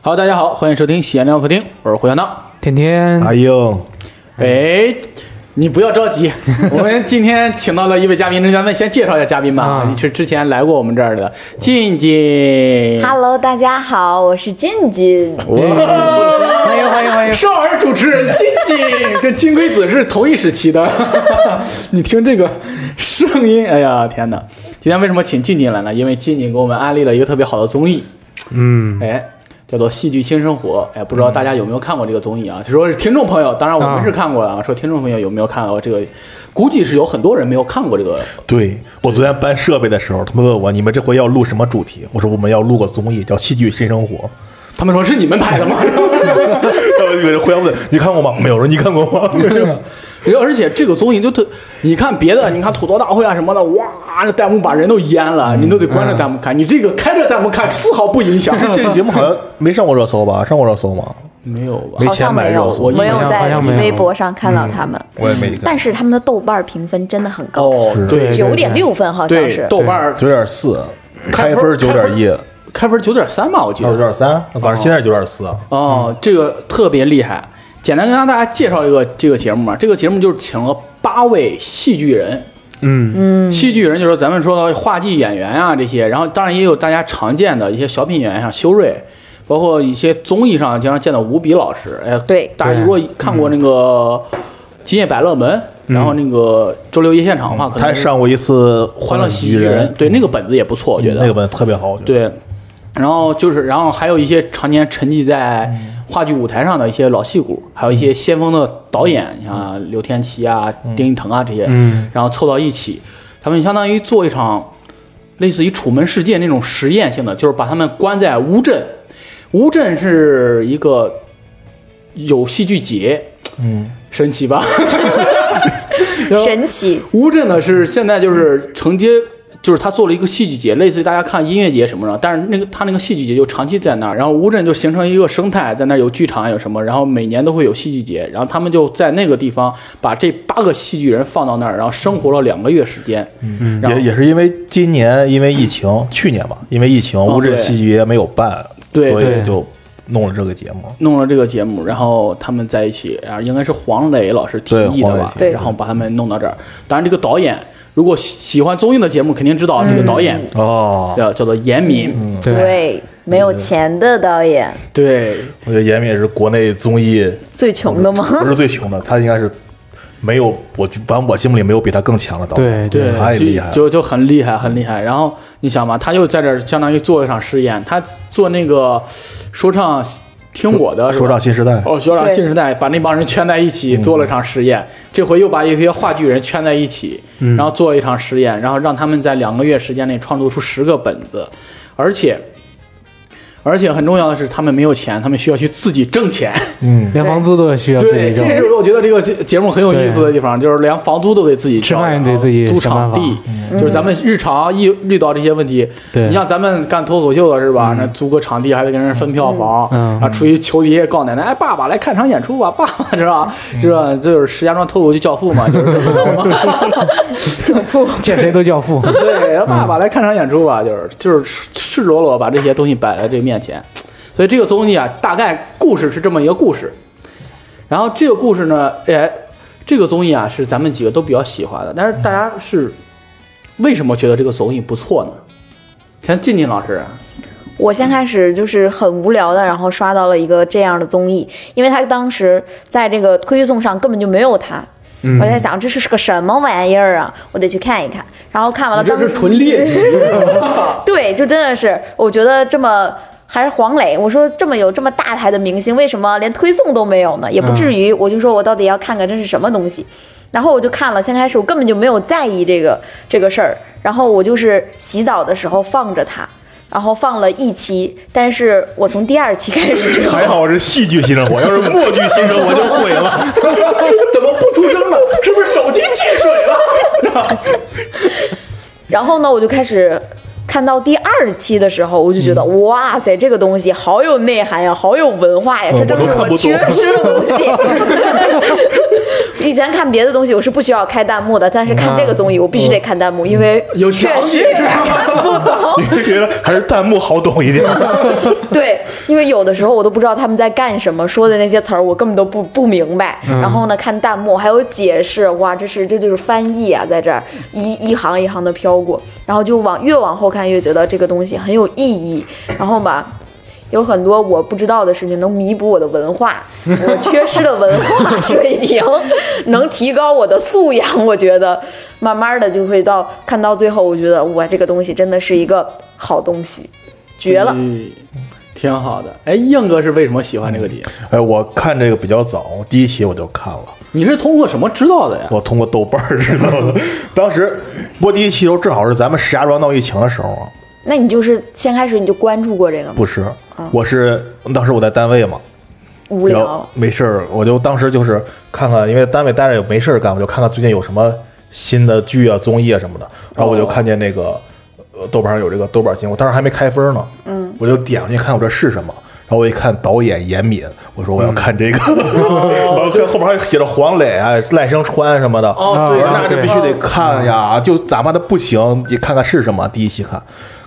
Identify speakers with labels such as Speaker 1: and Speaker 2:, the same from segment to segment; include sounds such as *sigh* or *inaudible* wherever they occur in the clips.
Speaker 1: 好，大家好，欢迎收听《闲聊客厅》，我是胡小闹。
Speaker 2: 天天
Speaker 3: 哎呦，
Speaker 1: 哎，你不要着急，我们今天请到了一位嘉宾，那咱们先介绍一下嘉宾吧。
Speaker 2: 啊
Speaker 1: 是之前来过我们这儿的静静，
Speaker 4: Hello，大家好，我是静静。
Speaker 2: 欢迎欢迎欢迎！
Speaker 1: 少儿主持人静静跟金龟子是同一时期的， *laughs* 你听这个声音，哎呀天哪！今天为什么请静静来呢？因为静静给我们安利了一个特别好的综艺，
Speaker 2: 嗯，
Speaker 1: 哎，叫做《戏剧新生活》。哎，不知道大家有没有看过这个综艺啊？就说是听众朋友，当然我们
Speaker 2: 啊
Speaker 1: 是看过啊。说听众朋友有没有看过这个？估计是有很多人没有看过这个。
Speaker 3: 对我昨天搬设备的时候，他们问我你们这回要录什么主题？我说我们要录个综艺，叫《戏剧新生活
Speaker 1: *laughs*
Speaker 3: *laughs*
Speaker 1: 他们说是你们拍的 *laughs* 吗？》。
Speaker 3: 然后有人互相问你看过吗？没有。我说你看过吗？ *laughs* 没有。
Speaker 1: 而且这个综艺就特，你看别的，你看吐槽大会啊什么的，哇，那弹幕把人都淹了，你都得关着弹幕看。你这个开着弹幕看，丝毫不影响。 *laughs*
Speaker 3: 这个节目好像没上过热搜吧？上过热搜吗？
Speaker 1: 没有吧？
Speaker 3: 没
Speaker 4: 好像
Speaker 3: 钱买
Speaker 4: 没有，
Speaker 3: 肉
Speaker 4: 我没有
Speaker 2: 好像好
Speaker 4: 在
Speaker 2: 像没有
Speaker 4: 微博上看到他们，
Speaker 3: 我也没看，
Speaker 4: 但是他们的豆瓣评分真的很高，
Speaker 1: 哦，
Speaker 3: 是
Speaker 1: 对
Speaker 4: 九点六分好像
Speaker 1: 对，
Speaker 4: 是。
Speaker 1: 豆瓣儿
Speaker 3: 九点四，
Speaker 1: 开
Speaker 3: 开
Speaker 1: 分
Speaker 3: 分九点一，嗯
Speaker 1: 开分九点三吧，我记
Speaker 3: 还有
Speaker 1: 得
Speaker 3: 九。点三，反正现在九点四啊。
Speaker 1: 哦，这个特别厉害。简单跟大家介绍一个这个节目啊，这个节目就是请了八位戏剧人，
Speaker 2: 嗯，
Speaker 1: 戏剧人就是咱们说到话剧演员啊这些，然后当然也有大家常见的一些小品演员，像修睿，包括一些综艺上经常见的吴比老师。哎，
Speaker 4: 对
Speaker 1: 大家如果看过那个《今夜百乐门》，然后那个周六夜现场的话，可能
Speaker 3: 他还上过一次《
Speaker 1: 嗯《欢乐喜剧人》，嗯对那个本子也不错，我觉得
Speaker 3: 嗯那个本特别好，我觉得。
Speaker 1: 对，然后就是，然后还有一些常年沉寂在话剧舞台上的一些老戏骨，还有一些先锋的导演，你像刘天琪啊、丁一腾啊这些，
Speaker 2: 嗯
Speaker 1: 然后凑到一起，他们相当于做一场类似于《楚门世界》那种实验性的，就是把他们关在乌镇，乌镇是一个有戏剧节，
Speaker 3: 嗯，
Speaker 1: 神奇吧？
Speaker 4: 神奇，
Speaker 1: 乌镇呢是现在就是承接，就是他做了一个戏剧节，类似于大家看音乐节什么的，但是那个他那个戏剧节就长期在那儿，然后乌镇就形成一个生态，在那儿有剧场有什么，然后每年都会有戏剧节，然后他们就在那个地方把这八个戏剧人放到那儿，然后生活了两个月时间，嗯然后
Speaker 3: 也也是因为今年因为疫情，去年吧，因为疫情，乌镇
Speaker 1: 哦对
Speaker 3: 戏剧节没有办，
Speaker 1: 对
Speaker 3: 所
Speaker 2: 对
Speaker 3: 以就弄了这个节目。
Speaker 1: 弄了这个节目，然后他们在一起，啊，应该是黄磊老师提议的吧？
Speaker 4: 对黄磊提议
Speaker 1: 然后把他们弄到这儿。当然，这个导演如果喜喜欢综艺的节目，肯定知道这个导演
Speaker 3: 哦，
Speaker 1: 叫叫做严敏，
Speaker 2: 嗯对，
Speaker 4: 没有钱的导演，
Speaker 1: 对，
Speaker 3: 我觉得严敏也是国内综艺
Speaker 4: 最穷的吗？
Speaker 3: *laughs* 不是最穷的，他应该是没有我，反正我心目里没有比他更强的导演。
Speaker 2: 对
Speaker 3: 太厉害了。
Speaker 1: 就就就很厉害，很厉害。然后你想嘛，他又在这儿相当于做一场试验，他做那个说唱，听我的是吧
Speaker 3: 说唱新嗯时代，
Speaker 1: 哦，学长
Speaker 4: 对
Speaker 1: 新时代把那帮人圈在一起做了场实验，这回又把一些话剧人圈在一起，
Speaker 3: 嗯
Speaker 1: 然后做了一场实验，然后让他们在两个月时间内创作出十个本子，而且。而且很重要的是，他们没有钱，他们需要去自己挣钱。
Speaker 3: 嗯，
Speaker 2: 连房租都需要自己
Speaker 1: 对，
Speaker 2: 挣
Speaker 1: 这，是我觉得这个节节目很有意思的地方，就是连房租都得自己交
Speaker 2: 吃饭也得自己
Speaker 1: 租
Speaker 2: 想办
Speaker 1: 场
Speaker 2: 法嗯
Speaker 1: 地，就是咱们日常一遇到这些问题，
Speaker 2: 对
Speaker 1: 你像咱们干脱口秀的是吧？那租个场地还得跟人分票房，
Speaker 2: 嗯
Speaker 1: 啊，出去求爷爷告奶奶，哎，爸爸来看场演出吧，爸爸是吧？
Speaker 2: 嗯
Speaker 1: 是吧？就是石家庄脱口秀教父嘛，就是这种
Speaker 2: 见谁都叫父。
Speaker 1: 对，爸爸来看场演出吧，就是就是赤赤裸裸把这些东西摆在这面前，所以这个综艺啊，大概故事是这么一个故事。然后这个故事呢，哎，这个综艺啊是咱们几个都比较喜欢的，但是大家是为什么觉得这个综艺不错呢？像静静老师啊，
Speaker 4: 我先开始就是很无聊的，然后刷到了一个这样的综艺，因为他当时在这个推送上根本就没有他。我在想这是个什么玩意儿啊，我得去看一看。然后看完了，
Speaker 1: 你这
Speaker 4: 啊当
Speaker 1: 是
Speaker 4: 时
Speaker 1: 纯猎
Speaker 4: *laughs*
Speaker 1: 奇，啊
Speaker 4: 对，就真的是，我觉得这么还是黄磊，我说这么有这么大牌的明星，为什么连推送都没有呢？也不至于，我就说我到底要看看这是什么东西。嗯然后我就看了，先开始我根本就没有在意这个这个事儿，然后我就是洗澡的时候放着它，然后放了一期，但是我从第二期开始之后， *laughs*
Speaker 3: 还好是戏剧新生活，要是默剧新生活就毁 *laughs* 了。
Speaker 1: 怎么不出声了？是不是手机进水了？
Speaker 4: 然后呢，我就开始看到第二期的时候，我就觉得、
Speaker 1: 嗯
Speaker 4: 哇塞，这个东西好有内涵呀，好有文化呀，
Speaker 3: 嗯
Speaker 1: 哦
Speaker 4: 这正是
Speaker 3: 我都看不懂
Speaker 4: 我缺失的东西。 *laughs* 以前看别的东西我是不需要开弹幕的，但是看这个综艺我必须得看弹幕，因
Speaker 1: 嗯
Speaker 4: 为
Speaker 1: 哦有
Speaker 4: 确
Speaker 1: 条
Speaker 4: 实
Speaker 1: 理 *laughs*
Speaker 4: 看 *laughs* 不懂。
Speaker 3: 你就觉得还是弹幕好懂一点。 *laughs*
Speaker 4: *laughs* 对，因为有的时候我都不知道他们在干什么，说的那些词儿我根本都不不明白。然后呢，看弹幕还有解释，哇，这是这就是翻译啊，在这儿一一行一行的飘过，然后就往越往后看越觉得这个东西很有意义，然后吧。有很多我不知道的事情，能弥补我的文化，我缺失的文化水平，能提高我的素养。我觉得，慢慢的就会到看到最后，我觉得哇，这个东西真的是一个好东西，绝了。
Speaker 1: 嗯，挺好的。哎，硬哥是为什么喜欢这个节目？
Speaker 3: 哎，我看这个比较早，第一期我就看了。
Speaker 1: 你是通过什么知道的呀？
Speaker 3: 我通过豆瓣儿知道 *laughs* 的。当时播第一期的时候，正好是咱们石家庄闹疫情的时候啊，
Speaker 4: 那你就是先开始你就关注过这个吗？
Speaker 3: 不是，我是当时我在单位嘛，
Speaker 4: 无
Speaker 3: 然后
Speaker 4: 聊，
Speaker 3: 没事儿，我就当时就是看看，因为单位待着也没事儿干，我就看看最近有什么新的剧啊、综艺啊什么的。然后我就
Speaker 1: 哦
Speaker 3: 看见那个、呃豆瓣上有这个豆瓣新闻，我当时还没开分呢，嗯，我就点上去看我这是什么。然后我一看导演严敏，我说我要看这个，
Speaker 1: 哦
Speaker 3: *laughs* 然后这后边还写着黄磊啊、赖声川什么的，
Speaker 1: 哦，
Speaker 2: 对
Speaker 1: 对
Speaker 3: 我说那
Speaker 1: 啊，
Speaker 2: 对
Speaker 3: 这必须得看呀，就哪怕它不行，你看看是什么。第一期看，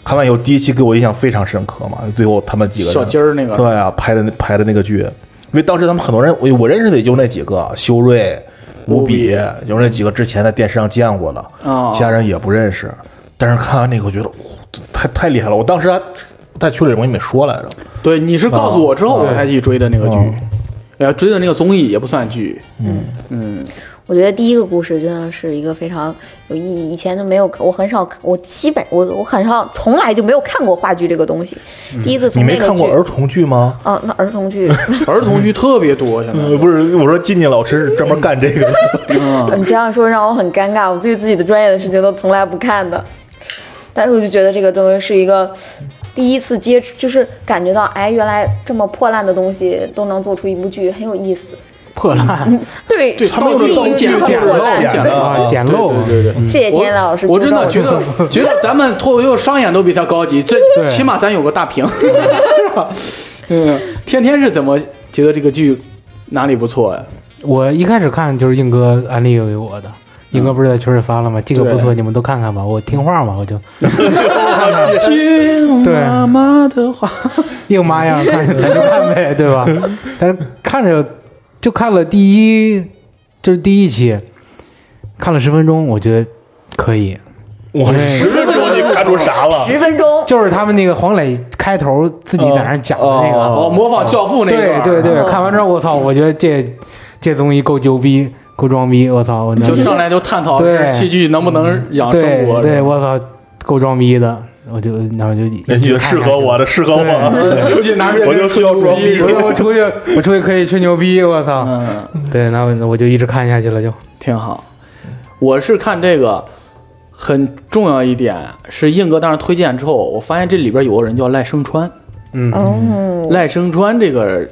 Speaker 3: 看完以后，第一期给我印象非常深刻嘛。最后他们几个人
Speaker 1: 小鸡儿那个
Speaker 3: 对哎呀、拍的那拍的那个剧，因为当时他们很多人，我我认识的也就那几个，啊修睿、
Speaker 1: 吴
Speaker 3: 吴
Speaker 1: 比
Speaker 3: 比，有那几个之前在电视上见过的，
Speaker 4: 啊
Speaker 1: 哦
Speaker 3: 其他人也不认识。但是看完那个，我觉得哇太太厉害了。我当时还在群里我跟你们说来着，
Speaker 1: 对，你是告诉我之后
Speaker 2: 啊
Speaker 1: 我才去追的那个剧
Speaker 3: 哦，
Speaker 1: 呃，追的那个综艺也不算
Speaker 2: *laughs*
Speaker 1: 剧，
Speaker 4: 我觉得第一个故事真的是一个非常有意义。以前都没有，我很少，我基本我我很少，从来就没有看过话剧这个东西。第一次
Speaker 3: 你
Speaker 4: 从
Speaker 3: 没
Speaker 4: 那个
Speaker 3: 看
Speaker 4: 剧
Speaker 3: 过，儿童剧吗？
Speaker 4: 哦、那儿童剧，
Speaker 1: 儿童剧特别多，现在
Speaker 2: 嗯
Speaker 3: 呃，不是，我说静静老师是专门干这个的。
Speaker 4: 你嗯这样说让我很尴尬。我对自己的专业的事情都从来不看的，但是我就觉得这个东西是一个第一次接触，就是感觉到哎，原来这么破烂的东西都能做出一部剧，很有意思。
Speaker 2: 破烂
Speaker 4: 对，
Speaker 1: 对他们用
Speaker 4: 利
Speaker 1: 的刀
Speaker 4: 用
Speaker 1: 剪
Speaker 4: 这
Speaker 1: 剪
Speaker 4: 个
Speaker 1: 刀
Speaker 4: 破
Speaker 1: 剪
Speaker 4: 烂。
Speaker 1: 剪
Speaker 2: *laughs* 啊，简陋，
Speaker 1: 对对对。
Speaker 4: 谢谢天老师，
Speaker 1: 嗯我真的
Speaker 4: 纠
Speaker 1: 觉
Speaker 4: 正我
Speaker 1: 得
Speaker 4: 这个
Speaker 1: 觉得咱们脱口秀商演都比他高级，最
Speaker 2: 对
Speaker 1: 起码咱有个大
Speaker 2: *laughs*
Speaker 1: 屏。是吧嗯，天天是怎么觉得这个剧哪里不错呀？
Speaker 2: 我一开始看就是硬哥安利给我的，硬哥不是在群里发了吗？这个不错，你们都看看吧。我听话嘛，我就
Speaker 1: 听
Speaker 2: 对
Speaker 1: 妈妈的话，
Speaker 2: 硬妈样看，咱就看呗，对吧？但是看着就看了第一，就是第一期，看了十分钟，我觉得可以。
Speaker 3: *laughs* 我
Speaker 2: 因为
Speaker 3: 十分钟你看出啥了？ *laughs*
Speaker 4: 十分钟，
Speaker 2: 就是他们那个黄磊开头自己在那儿讲的那个，
Speaker 1: 哦，模仿《教父》那啊一
Speaker 2: 对
Speaker 1: 段，
Speaker 2: 对对，
Speaker 4: 嗯
Speaker 2: 看完之后我操，我觉得这这综艺够牛逼，够装逼，我操，我能
Speaker 1: 就上来就探讨
Speaker 2: 对嗯
Speaker 1: 是戏剧能不能养生
Speaker 2: 对
Speaker 1: 活。
Speaker 2: 对，我操，够装逼的，我就然
Speaker 1: *laughs*
Speaker 2: 后就
Speaker 3: 人家觉得适合我的，适合 *laughs* 我的。
Speaker 1: 出去拿着
Speaker 3: 我就需要装逼
Speaker 1: *laughs*
Speaker 2: 我就我出去，我出去可以吹牛逼，我操！
Speaker 1: 嗯，
Speaker 2: 对，那我我就一直看下去了，就
Speaker 1: 挺好。我是看这个很重要一点是硬哥当时推荐之后，我发现这里边有个人叫赖声川，
Speaker 4: 哦，
Speaker 1: 赖声川这个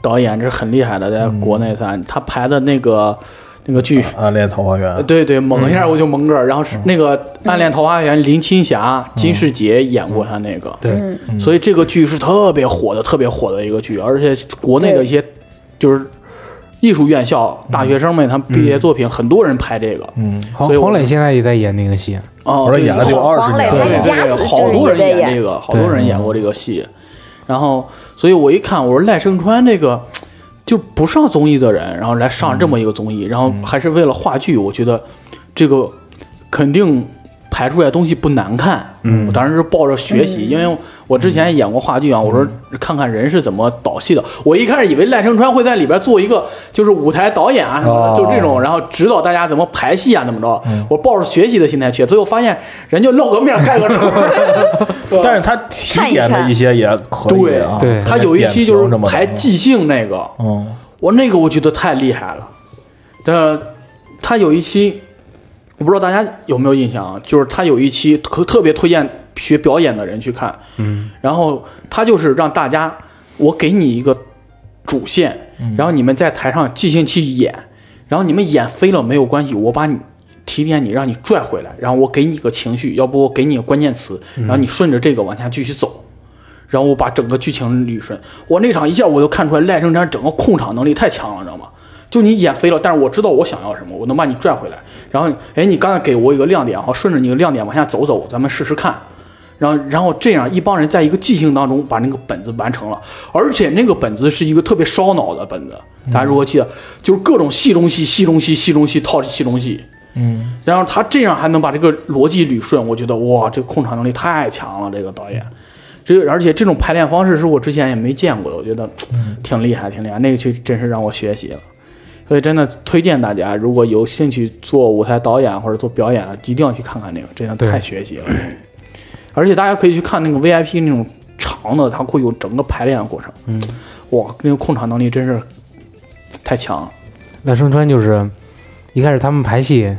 Speaker 1: 导演是很厉害的，在国内算、他拍的那个那个剧。
Speaker 3: 暗啊恋桃花源
Speaker 1: 呃，对对，猛一下我就蒙个儿，然后是那个《暗恋桃花源》，林青霞、金世杰演过他那个，
Speaker 2: 对，
Speaker 4: 嗯
Speaker 1: 所以这个剧是特别火的，特别火的一个剧，而且国内的一些就是艺术院校大学生们，他们毕业作品很多人拍这个，
Speaker 3: 嗯，
Speaker 2: 黄
Speaker 1: 所以我
Speaker 2: 黄磊现在也在演那个戏，
Speaker 1: 哦，
Speaker 3: 我说
Speaker 1: 对
Speaker 3: 演了得有
Speaker 4: 黄
Speaker 3: 20
Speaker 4: 黄磊
Speaker 3: 年
Speaker 4: 他
Speaker 3: 了
Speaker 1: 对
Speaker 4: 一家
Speaker 1: 对，
Speaker 4: 子
Speaker 1: 好
Speaker 4: 就
Speaker 1: 多
Speaker 4: 是
Speaker 1: 人
Speaker 4: 也在
Speaker 1: 演
Speaker 4: 演
Speaker 1: 这个，好多人
Speaker 3: 嗯
Speaker 1: 演过这个戏。然后，所以我一看，我说赖声川这个就不上综艺的人，然后来上这么一个综艺，然后还是为了话剧，我觉得这个肯定排出来东西不难看。嗯，我当时是抱着学习，因为我之前演过话剧啊，我说看看人是怎么导戏的。我一开始以为赖声川会在里边做一个就是舞台导演啊什么的，
Speaker 3: 哦
Speaker 1: 就这种，然后指导大家怎么排戏啊，怎么着。我抱着学习的心态去，最后发现人就露个面儿盖个丑。
Speaker 3: 但是他提点的一些也可以啊。
Speaker 2: 对
Speaker 1: 他有一期就是排
Speaker 3: 技，
Speaker 1: 即兴那个，
Speaker 3: 嗯，
Speaker 1: 我那个我觉得太厉害了。但他有一期，我不知道大家有没有印象啊，就是他有一期特特别推荐学表演的人去看，嗯，然后他就是让大家，我给你一个主线，然后你们在台上即兴去演，然后你们演飞了没有关系，我把你提点你，让你拽回来，然后我给你个情绪，要不我给你个关键词，然后你顺着这个往下继续走，然后我把整个剧情捋顺。我那场一下我就看出来赖声川整个控场能力太强了，你知道吗？就你演飞了，但是我知道我想要什么，我能把你拽回来。然后，哎，你刚才给我一个亮点，好，顺着你的亮点往下走走，咱们试试看。然后，然后这样一帮人在一个即兴当中把那个本子完成了，而且那个本子是一个特别烧脑的本子。大家如果记得，就是各种戏中戏、戏中戏、戏中戏套戏中戏。嗯，然后他这样还能把这个逻辑捋顺，我觉得哇，这个控场能力太强了，这个导演。这个而且这种排练方式是我之前也没见过的，我觉得挺厉害，挺厉害。那个就真是让我学习了。所以真的推荐大家，如果有兴趣做舞台导演或者做表演，一定要去看看那个，真的
Speaker 2: 对
Speaker 1: 太学习了。而且大家可以去看那个 VIP 那种长的，它会有整个排练过程。嗯，哇，那个控场能力真是太强了。
Speaker 2: 赖声川就是一开始他们排戏，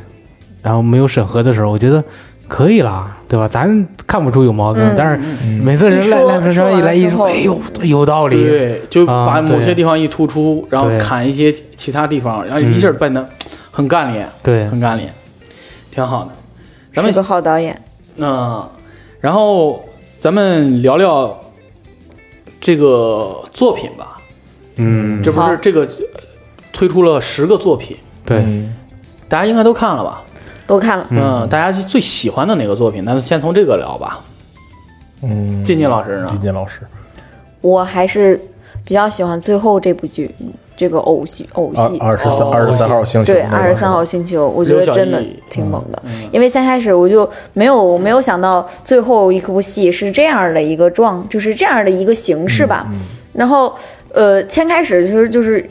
Speaker 2: 然后没有审核的时候，我觉得可以啦，对吧？咱看不出有矛盾，
Speaker 4: 嗯
Speaker 2: 但是每次人
Speaker 4: 一
Speaker 2: 赖
Speaker 4: 说
Speaker 2: 赖声川一来一
Speaker 4: 说
Speaker 2: 说，
Speaker 4: 完
Speaker 2: 哎
Speaker 4: 了
Speaker 2: 呦，有道理，
Speaker 1: 对，就把
Speaker 2: 啊
Speaker 1: 某些
Speaker 2: 对
Speaker 1: 地方一突出，然后
Speaker 2: 对
Speaker 1: 砍一些其他地方，然后一下变得很干练，
Speaker 2: 对，
Speaker 1: 很干练，挺好的。咱们
Speaker 4: 是个好导演。
Speaker 1: 嗯，然后咱们聊聊这个作品吧。
Speaker 2: 嗯，
Speaker 1: 这不
Speaker 4: 好
Speaker 1: 是这个呃推出了十个作品，
Speaker 2: 对，
Speaker 3: 嗯
Speaker 1: 大家应该都看了吧？
Speaker 4: 都看了，
Speaker 1: 嗯，大家最喜欢的哪个作品？咱们先从这个聊吧。
Speaker 3: 嗯，
Speaker 1: 静静老师呢
Speaker 3: 李？健老师
Speaker 4: 我还是比较喜欢最后这部剧，嗯这个偶戏偶戏
Speaker 3: 二二十三
Speaker 1: 哦
Speaker 3: 二十三号星期
Speaker 4: 对，
Speaker 3: 那个
Speaker 4: 二十三号星期六，我觉
Speaker 1: 刘
Speaker 4: 得
Speaker 1: 晓
Speaker 4: 真的
Speaker 1: 毅
Speaker 3: 嗯
Speaker 4: 挺猛的，因为先开始我就没有没有想到最后一部戏是这样的一个状，就是这样的一个形式吧。
Speaker 3: 嗯
Speaker 4: 然后，呃，先开始其实就是。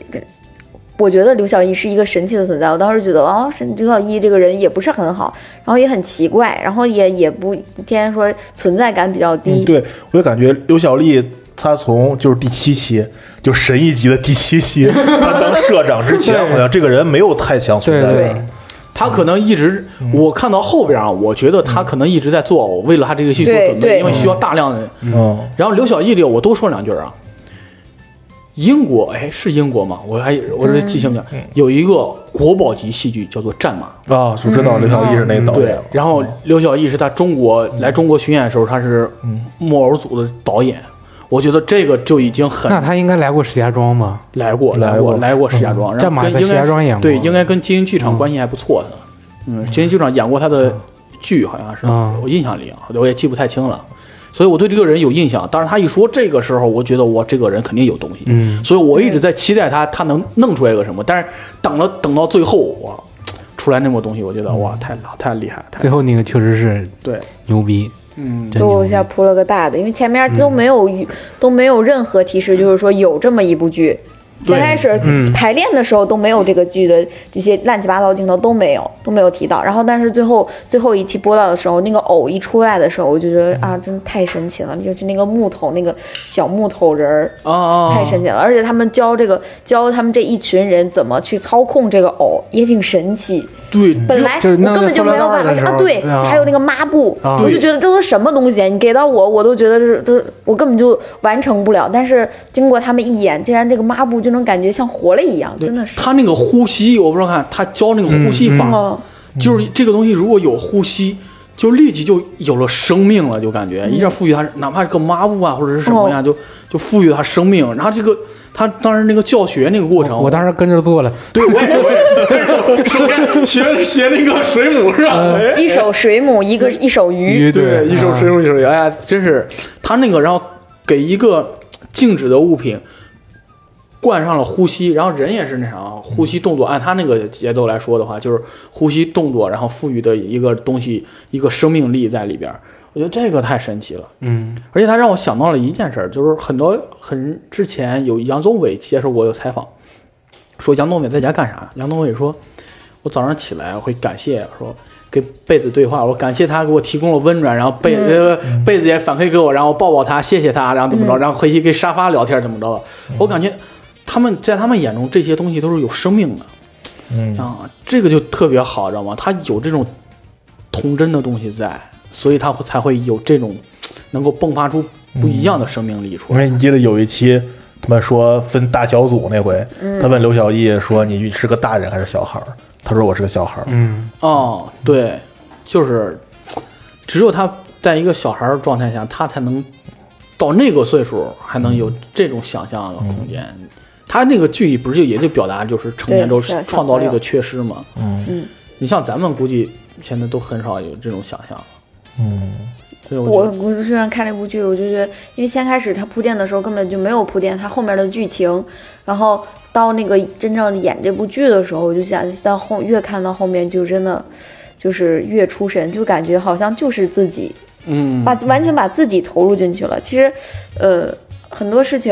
Speaker 4: 我觉得刘晓毅是一个神奇的存在，我当时觉得啊，神刘晓毅这个人也不是很好，然后也很奇怪，然后也也不天天说存在感比较低，
Speaker 3: 嗯，对，我就感觉刘晓丽她从就是第七期，就神一级的第七 *laughs* 期，她当社长之前，
Speaker 2: 对
Speaker 3: 好像这个人没有太强存在
Speaker 2: 对
Speaker 4: 对
Speaker 3: 感。
Speaker 1: 他可能一直，我看到后边啊，我觉得他可能一直在做偶，为了他这个戏做
Speaker 4: 对
Speaker 1: 准备，
Speaker 4: 对
Speaker 1: 因为需要大量的人。
Speaker 3: 嗯，
Speaker 1: 然后刘晓毅这个我多说两句啊。英国，哎，是英国吗？我还我这记性不了。有一个国宝级戏剧叫做《战马》，
Speaker 3: 啊，就知道刘晓丽是那个导
Speaker 1: 对
Speaker 3: 演。，
Speaker 1: 然后
Speaker 4: 嗯
Speaker 1: 刘晓毅是他中国来中国巡演的时候，他是木偶组的导演。我觉得这个就已经很
Speaker 2: 那他应该来过石家庄吧？
Speaker 1: 来过，
Speaker 3: 来
Speaker 1: 过，
Speaker 3: 过
Speaker 1: 来过石家庄，然
Speaker 2: 嗯战
Speaker 1: 后
Speaker 2: 马
Speaker 1: 跟
Speaker 2: 在
Speaker 1: 应该
Speaker 2: 石家庄演过
Speaker 1: 对，应该跟金鹰剧场关系还不错的。嗯，金鹰剧场演过他的剧，好像是
Speaker 2: 嗯
Speaker 1: 我印象里啊，我也记不太清了。所以我对这个人有印象，但是他一说这个时候，我觉得我这个人肯定有东西，
Speaker 2: 嗯，
Speaker 1: 所以我一直在期待他，他能弄出来个什么。但是等了等到最后，哇，出来那么东西，我觉得
Speaker 2: 嗯
Speaker 1: 哇，太太厉害，太
Speaker 2: 最后那个确实是
Speaker 1: 对，
Speaker 2: 牛逼，
Speaker 1: 嗯，
Speaker 2: 真
Speaker 4: 最后
Speaker 2: 牛
Speaker 4: 一
Speaker 2: 逼嗯
Speaker 4: 下铺了个大的，因为前面都没有、都没有任何提示，就是说有这么一部剧。
Speaker 1: 对
Speaker 4: 先开始
Speaker 2: 嗯
Speaker 4: 排练的时候都没有这个剧的这些乱七八糟镜头都没有都没有提到，然后但是最后最后一期播到的时候，那个偶一出来的时候，我就觉得啊，真的太神奇了，就是那个木头那个小木头人儿，
Speaker 1: 哦哦，
Speaker 4: 太神奇了！而且他们教这个教他们这一群人怎么去操控这个偶，也挺神奇。
Speaker 1: 对，
Speaker 4: 本来
Speaker 2: 就是
Speaker 4: 我
Speaker 2: 弄
Speaker 4: 根本
Speaker 2: 那
Speaker 4: 就没有
Speaker 2: 塑料
Speaker 4: 办
Speaker 2: 袋的
Speaker 4: 法
Speaker 2: 时候
Speaker 4: 啊，对，
Speaker 2: 对啊
Speaker 4: 还有那个抹布，
Speaker 2: 啊
Speaker 4: 我就觉得这都是什么东西啊！你给到我，我都觉得是都我根本就完成不了。但是经过他们一演，竟然这个抹布就能感觉像活了一样，
Speaker 1: 对
Speaker 4: 真的是。
Speaker 1: 他那个呼吸，我不知道看他教那个呼吸
Speaker 2: 嗯
Speaker 1: 法，
Speaker 4: 哦，
Speaker 1: 就是这个东西如果有呼吸，就立即就有了生命了，就感觉
Speaker 2: 嗯
Speaker 1: 一下赋予它，哪怕是个抹布啊或者是什么
Speaker 2: 哦
Speaker 1: 呀，就就赋予它生命。然后这个他当时那个教学那个过程，
Speaker 2: 我当时跟着做了，
Speaker 1: 对我也我也首先学学那个水母是吧？
Speaker 2: 呃
Speaker 1: 哎
Speaker 4: 一手水母，一个一手鱼，
Speaker 1: 对，一手
Speaker 2: 啊
Speaker 1: 水母一手鱼，哎呀，真是他那个，然后给一个静止的物品灌上了呼吸，然后人也是那啥啊，呼吸动作，按他那个节奏来说的话，就是呼吸动作，然后赋予的一个东西，一个生命力在里边儿。我觉得这个太神奇了，
Speaker 2: 嗯，
Speaker 1: 而且他让我想到了一件事儿，就是很多很之前有杨宗纬接受过有采访，说杨宗纬在家干啥？杨宗纬说，我早上起来会感谢说跟被子对话，我感谢他给我提供了温暖，然后被、呃被子也反馈给我，然后抱抱他，谢谢他，然后怎么着，然后回去跟沙发聊天怎么着的。我感觉他们在他们眼中这些东西都是有生命的，
Speaker 3: 嗯
Speaker 1: 啊，这个就特别好，知道吗？他有这种童真的东西在，所以他会才会有这种能够迸发出不一样的生命力出
Speaker 3: 因
Speaker 1: 来。
Speaker 3: 为你记得有一期嗯他们说分大小组那回，他问刘晓毅说：“你是个大人还是小孩儿？”他说我是个小孩儿，
Speaker 2: 嗯，
Speaker 1: 哦，对，就是只有他在一个小孩儿状态下，他才能到那个岁数还能有这种想象的空间。他那个剧不是就也就表达就是成年之
Speaker 4: 对
Speaker 1: 后
Speaker 4: 是
Speaker 1: 创造力的缺失嘛？
Speaker 3: 嗯
Speaker 4: 嗯，
Speaker 1: 你像咱们估计现在都很少有这种想象了，
Speaker 3: 嗯，
Speaker 1: 所以我觉
Speaker 4: 我
Speaker 1: 得
Speaker 4: 我就上看这部剧，我就觉得，因为先开始他铺垫的时候根本就没有铺垫他后面的剧情，然后到那个真正演这部剧的时候，我就想到后越看到后面就真的就是越出神，就感觉好像就是自己
Speaker 1: 嗯，
Speaker 4: 把完全把自己投入进去了。其实，呃，很多事情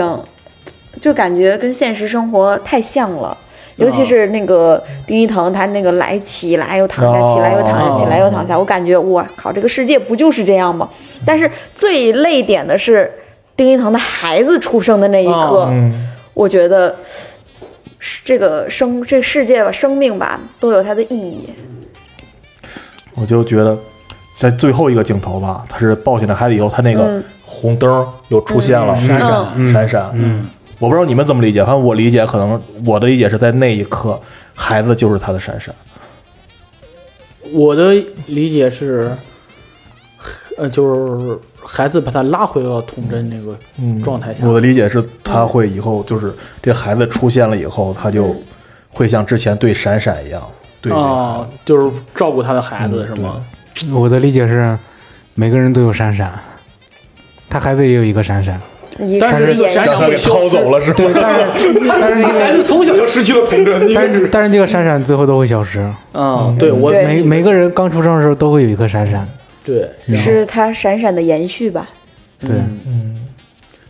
Speaker 4: 就感觉跟现实生活太像了。尤
Speaker 1: 嗯
Speaker 4: 其是那个丁一腾，他那个来起来又躺下，起来又躺下，
Speaker 1: 哦
Speaker 4: 起来又躺下，我感觉我靠，这个世界不就是这样吗？但是最泪点的是丁一腾的孩子出生的那一刻，
Speaker 1: 哦
Speaker 3: 嗯
Speaker 4: 我觉得是这个生这世界吧，生命吧，都有它的意义。
Speaker 3: 我就觉得在最后一个镜头吧，他是抱起来孩子以后，他那个
Speaker 4: 嗯
Speaker 3: 红灯儿又出现了，
Speaker 1: 闪闪
Speaker 4: 嗯
Speaker 3: 闪闪，嗯，我不知道你们怎么理解，反正我理解，可能我的理解是在那一刻，孩子就是他的闪闪，
Speaker 1: 我的理解是，呃，就是孩子把他拉回到童真那个
Speaker 3: 嗯
Speaker 1: 状态下，
Speaker 3: 我的理解是，他会以后就是这孩子出现了以后，他就会像之前对闪闪一样，对这个孩
Speaker 1: 啊
Speaker 3: 子，
Speaker 1: 就是照顾他的孩
Speaker 2: 嗯
Speaker 1: 子是吗？
Speaker 2: 我的理解是，每个人都有闪闪，他孩子也有一个闪闪，
Speaker 4: 你
Speaker 1: 但
Speaker 4: 这个
Speaker 1: 是
Speaker 4: 演
Speaker 1: 闪
Speaker 4: 绎
Speaker 1: 闪会消失，
Speaker 3: 了是吧？ *laughs*
Speaker 2: 对，但是但是这
Speaker 1: 孩
Speaker 2: 个
Speaker 1: 子从小就失去了童真，
Speaker 2: 但是但是这个闪闪最后都会消失，
Speaker 1: 嗯，对我
Speaker 4: 对
Speaker 2: 每每个人刚出生的时候都会有一颗闪闪，
Speaker 1: 对，
Speaker 4: 是他闪闪的延续吧？
Speaker 2: 对，
Speaker 1: 嗯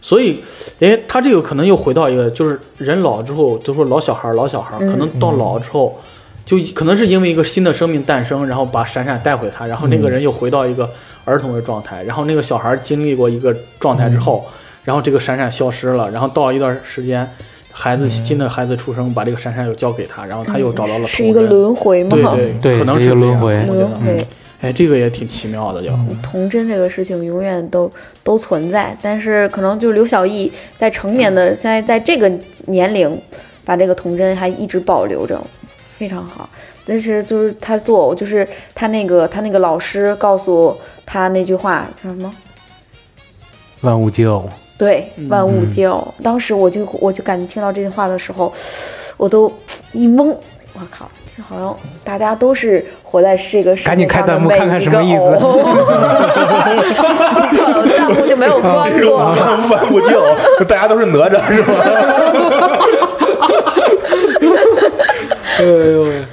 Speaker 1: 所以，哎，他这个可能又回到一个，就是人老之后就说老小孩儿老小孩儿，
Speaker 4: 嗯
Speaker 1: 可能到老之后，就可能是因为一个新的生命诞生，然后把闪闪带回他，然后那个人又回到一个儿童的状态，然后那个小孩儿经历过一个状态之
Speaker 4: 嗯
Speaker 1: 后，然后这个闪闪消失了，然后到一段时间，孩子新的孩子出生，把这个闪闪又交给他，然后他又找到了
Speaker 4: 嗯是
Speaker 1: 童
Speaker 4: 一个
Speaker 1: 真，
Speaker 4: 轮回吗？
Speaker 1: 对对
Speaker 2: 对
Speaker 1: 可能
Speaker 2: 是
Speaker 1: 是
Speaker 2: 一
Speaker 1: 这
Speaker 2: 个轮
Speaker 1: 样
Speaker 2: 回
Speaker 1: 我觉
Speaker 4: 轮
Speaker 1: 得，
Speaker 4: 回。
Speaker 1: 哎，这个也挺奇妙的，就，
Speaker 4: 童真这个事情永远都都存在，但是可能就刘晓艺在成年的现在在这个年龄，把这个童真还一直保留着，非常好。但是就是他作呕，就是他那个他那个老师告诉他那句话叫什么？
Speaker 2: 万物皆偶，
Speaker 4: 对，万物皆偶。
Speaker 2: 嗯
Speaker 4: 当时我就我就感觉听到这句话的时候，我都一懵，我靠，这好像大家都是活在这个世界
Speaker 2: 赶紧开
Speaker 4: 上的
Speaker 2: 弹幕
Speaker 4: 每
Speaker 2: 看看
Speaker 4: 一
Speaker 2: 什
Speaker 4: 个
Speaker 2: 么意思
Speaker 4: 偶你错了，我弹幕就没有关过。
Speaker 2: *laughs*
Speaker 3: 万物皆偶，大家都是哪吒是吧？
Speaker 1: 哎呦喂，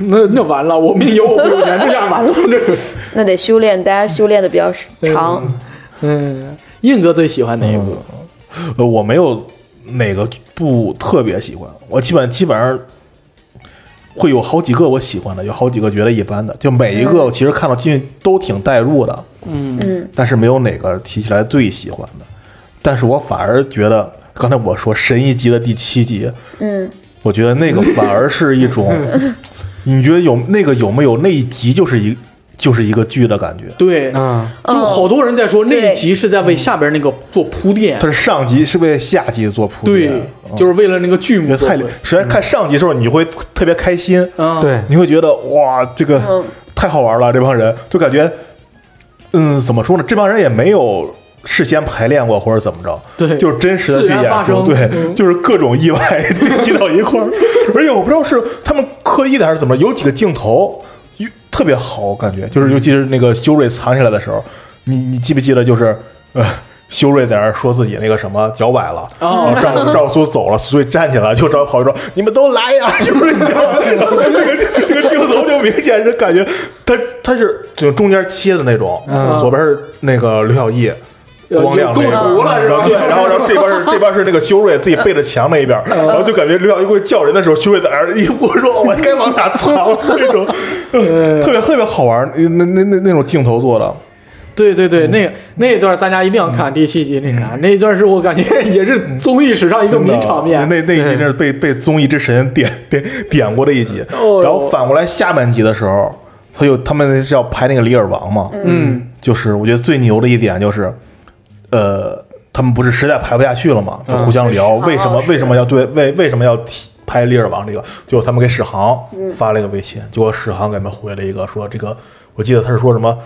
Speaker 1: 那那完了，我命由我不由人，这下完
Speaker 3: *laughs*
Speaker 1: 了，这个。
Speaker 4: 那得修炼，大家修炼的比较长。
Speaker 1: 嗯，硬哥最喜欢哪一部？
Speaker 3: 呃，我没有哪个不特别喜欢，我基本基本上会有好几个我喜欢的，有好几个觉得一般的，就每
Speaker 1: 嗯
Speaker 3: 一个我其实看到进去都挺带入的，
Speaker 4: 嗯，
Speaker 3: 但是没有哪个提起来最喜欢的。但是我反而觉得，刚才我说神一级的第七集，
Speaker 4: 嗯，
Speaker 3: 我觉得那个反而是
Speaker 1: *laughs*
Speaker 3: 一种，你觉得有那个有没有那一集就是一就是一个剧的感觉？
Speaker 1: 对，
Speaker 2: 嗯，
Speaker 1: 就好多人在说那
Speaker 4: 对
Speaker 1: 一集是在为下边那个做铺垫
Speaker 3: 它，是上集是为下集做铺垫，
Speaker 1: 对，
Speaker 3: 嗯
Speaker 1: 就是为了那个剧
Speaker 3: 觉
Speaker 1: 目
Speaker 3: 得
Speaker 1: 做
Speaker 3: 太
Speaker 1: 铺垫。
Speaker 3: 首先看上集的时候，你会特特别开心，
Speaker 1: 嗯，
Speaker 2: 对，
Speaker 3: 你会觉得哇，这个
Speaker 4: 嗯
Speaker 3: 太好玩了，这帮人就感觉，嗯，怎么说呢？这帮人也没有事先排练过或者怎么着，
Speaker 1: 对
Speaker 3: 就是真实的
Speaker 1: 自
Speaker 3: 去
Speaker 1: 然发嗯
Speaker 3: 演出，
Speaker 1: 生
Speaker 3: 对，就是各种意外堆积到一块儿， *laughs* 而且我不知道是他们刻意的还是怎么着，有几个镜头有特别好，我感觉就是尤其是那个修睿藏起来的时候，你你记不记得就是呃。修睿在那儿说自己那个什么脚崴了，
Speaker 1: 哦
Speaker 3: 然后赵赵苏走了，苏瑞站起来就找跑说：“你们都来呀！”就是脚，然后那个这个镜头就明显是感觉他他是就中间切的那种，
Speaker 2: 嗯
Speaker 3: 左边是那个刘晓毅，
Speaker 1: 呃
Speaker 3: 光亮
Speaker 1: 有
Speaker 3: 那
Speaker 1: 构图
Speaker 3: 个
Speaker 1: 了是吧？
Speaker 3: 对，然后然后这边是这边是那个修睿自己背着墙那一边，
Speaker 1: 嗯
Speaker 3: 然后就感觉刘晓一过去叫人的时候，修睿在那儿一我说我该往哪藏那种，呃 *laughs* 特别特别好玩，那那那那种镜头做的，
Speaker 1: 对对
Speaker 3: 嗯
Speaker 1: 对，那那一段大家一定要看第七集那啥，那一段是我感觉也是综艺史上一个名场面。
Speaker 3: 嗯那那一集真是被被综艺之神点点点过的一集，
Speaker 1: 哦
Speaker 3: 然后反过来下半集的时候，他有他们是要拍那个李尔王嘛，
Speaker 1: 嗯，
Speaker 3: 就是我觉得最牛的一点就是，呃，他们不是实在排不下去了嘛，就互相聊
Speaker 4: 嗯
Speaker 3: 为什么
Speaker 4: 是
Speaker 3: 为什么要对为为什么要提拍《烈日王》这个，结果他们给史航
Speaker 1: 嗯
Speaker 3: 发了一个微信，结果史航给他们回了一个说这个，我记得他是说什么。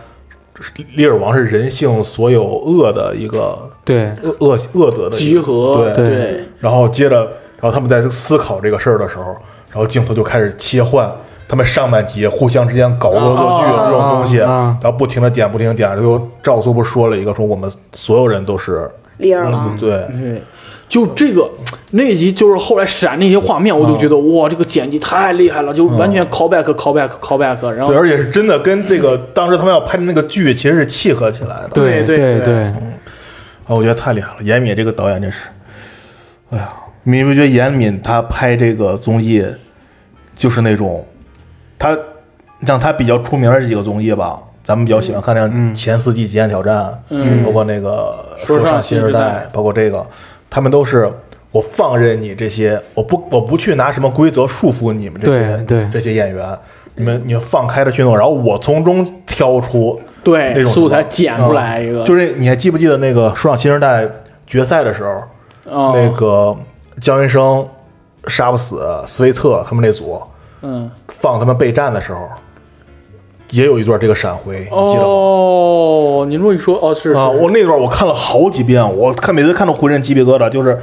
Speaker 3: 烈日王是人性所有恶的一个
Speaker 2: 对，
Speaker 3: 恶恶恶德的一
Speaker 1: 集
Speaker 3: 个
Speaker 1: 合，
Speaker 3: 对
Speaker 1: 对，
Speaker 3: 然后接着，然后他们在思考这个事儿的时候，然后镜头就开始切换，他们上半集互相之间搞恶作剧的这种东西，
Speaker 2: 啊啊啊
Speaker 3: 然后不停的点，不停的点，最后赵苏不是说了一个说我们所有人都是
Speaker 4: 李二
Speaker 2: 啊
Speaker 4: 王，
Speaker 3: 对，
Speaker 1: 对，就这个那一集，就是后来闪那些画面，我就觉得、
Speaker 3: 嗯
Speaker 1: 哇，这个剪辑太厉害了，就完全 callback callback callback，然后
Speaker 3: 对，而且是真的跟这个当时他们要拍的那个剧其实是契合起来的。
Speaker 2: 对
Speaker 1: 对
Speaker 2: 对
Speaker 1: 对
Speaker 2: 对，
Speaker 3: 啊，我觉得太厉害了，严敏这个导演真是，哎呀，你不觉得严敏他拍这个综艺，就是那种，他像他比较出名的几个综艺吧，咱们比较喜欢看像前四季《极限挑战》，嗯，包括那个《
Speaker 1: 说
Speaker 3: 说
Speaker 1: 唱
Speaker 3: 唱
Speaker 1: 新
Speaker 3: 新
Speaker 1: 时
Speaker 3: 时
Speaker 1: 代
Speaker 3: 代》，包括这个，他们都是我放任你这些，我不我不去拿什么规则束缚你们这些
Speaker 2: 对对
Speaker 3: 这些演员，你们你们放开的去弄，然后我从中挑出那
Speaker 1: 对
Speaker 3: 种
Speaker 1: 素材
Speaker 3: 情况啊
Speaker 1: 剪出来一个，
Speaker 3: 就是是你还记不记得那个《说唱新时代》决赛的时候，
Speaker 1: 哦、
Speaker 3: 那个姜云升杀不死斯维特他们那组
Speaker 1: 嗯
Speaker 3: 放他们备战的时候，也有一段这个闪回，你记得吗？
Speaker 1: 哦，你这么一说，哦是是
Speaker 3: 啊，我那段我看了好几遍，我看每次看到浑身鸡皮疙瘩，就是。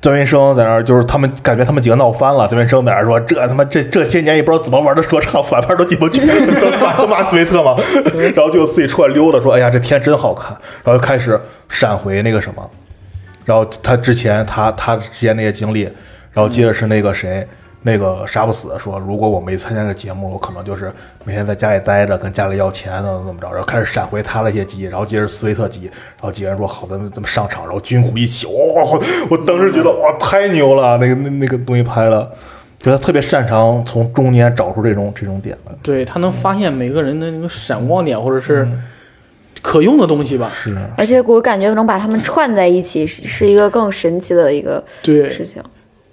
Speaker 3: 姜云升在那儿，就是他们感觉他们几个闹翻了。姜云升在那儿说：“这他妈这这些年也不知道怎么玩的说唱，反派都进不去， *laughs* 都骂都骂斯维特嘛。” *laughs* 然后就自己出来溜达，说：“哎呀，这天真好看。”然后就开始闪回那个什么，然后他之前他他之前那些经历，然后接着是那个谁，那个杀不死说，如果我没参加这个节目，我可能就是每天在家里待着，跟家里要钱怎么怎么着，然后开始闪回他那些集，然后接着斯维特集，然后几个人说好，咱们咱们上场，然后军鼓一起，哇、我当时觉得哇太牛了，那个那那个东西拍了，觉得特别擅长从中间找出这种这种点来。
Speaker 1: 对他能发现每个人的那个闪光点，或者是可用的东西吧，
Speaker 3: 嗯是，
Speaker 4: 而且我感觉能把他们串在一起是是一个更神奇的一个
Speaker 1: 对
Speaker 4: 事，情。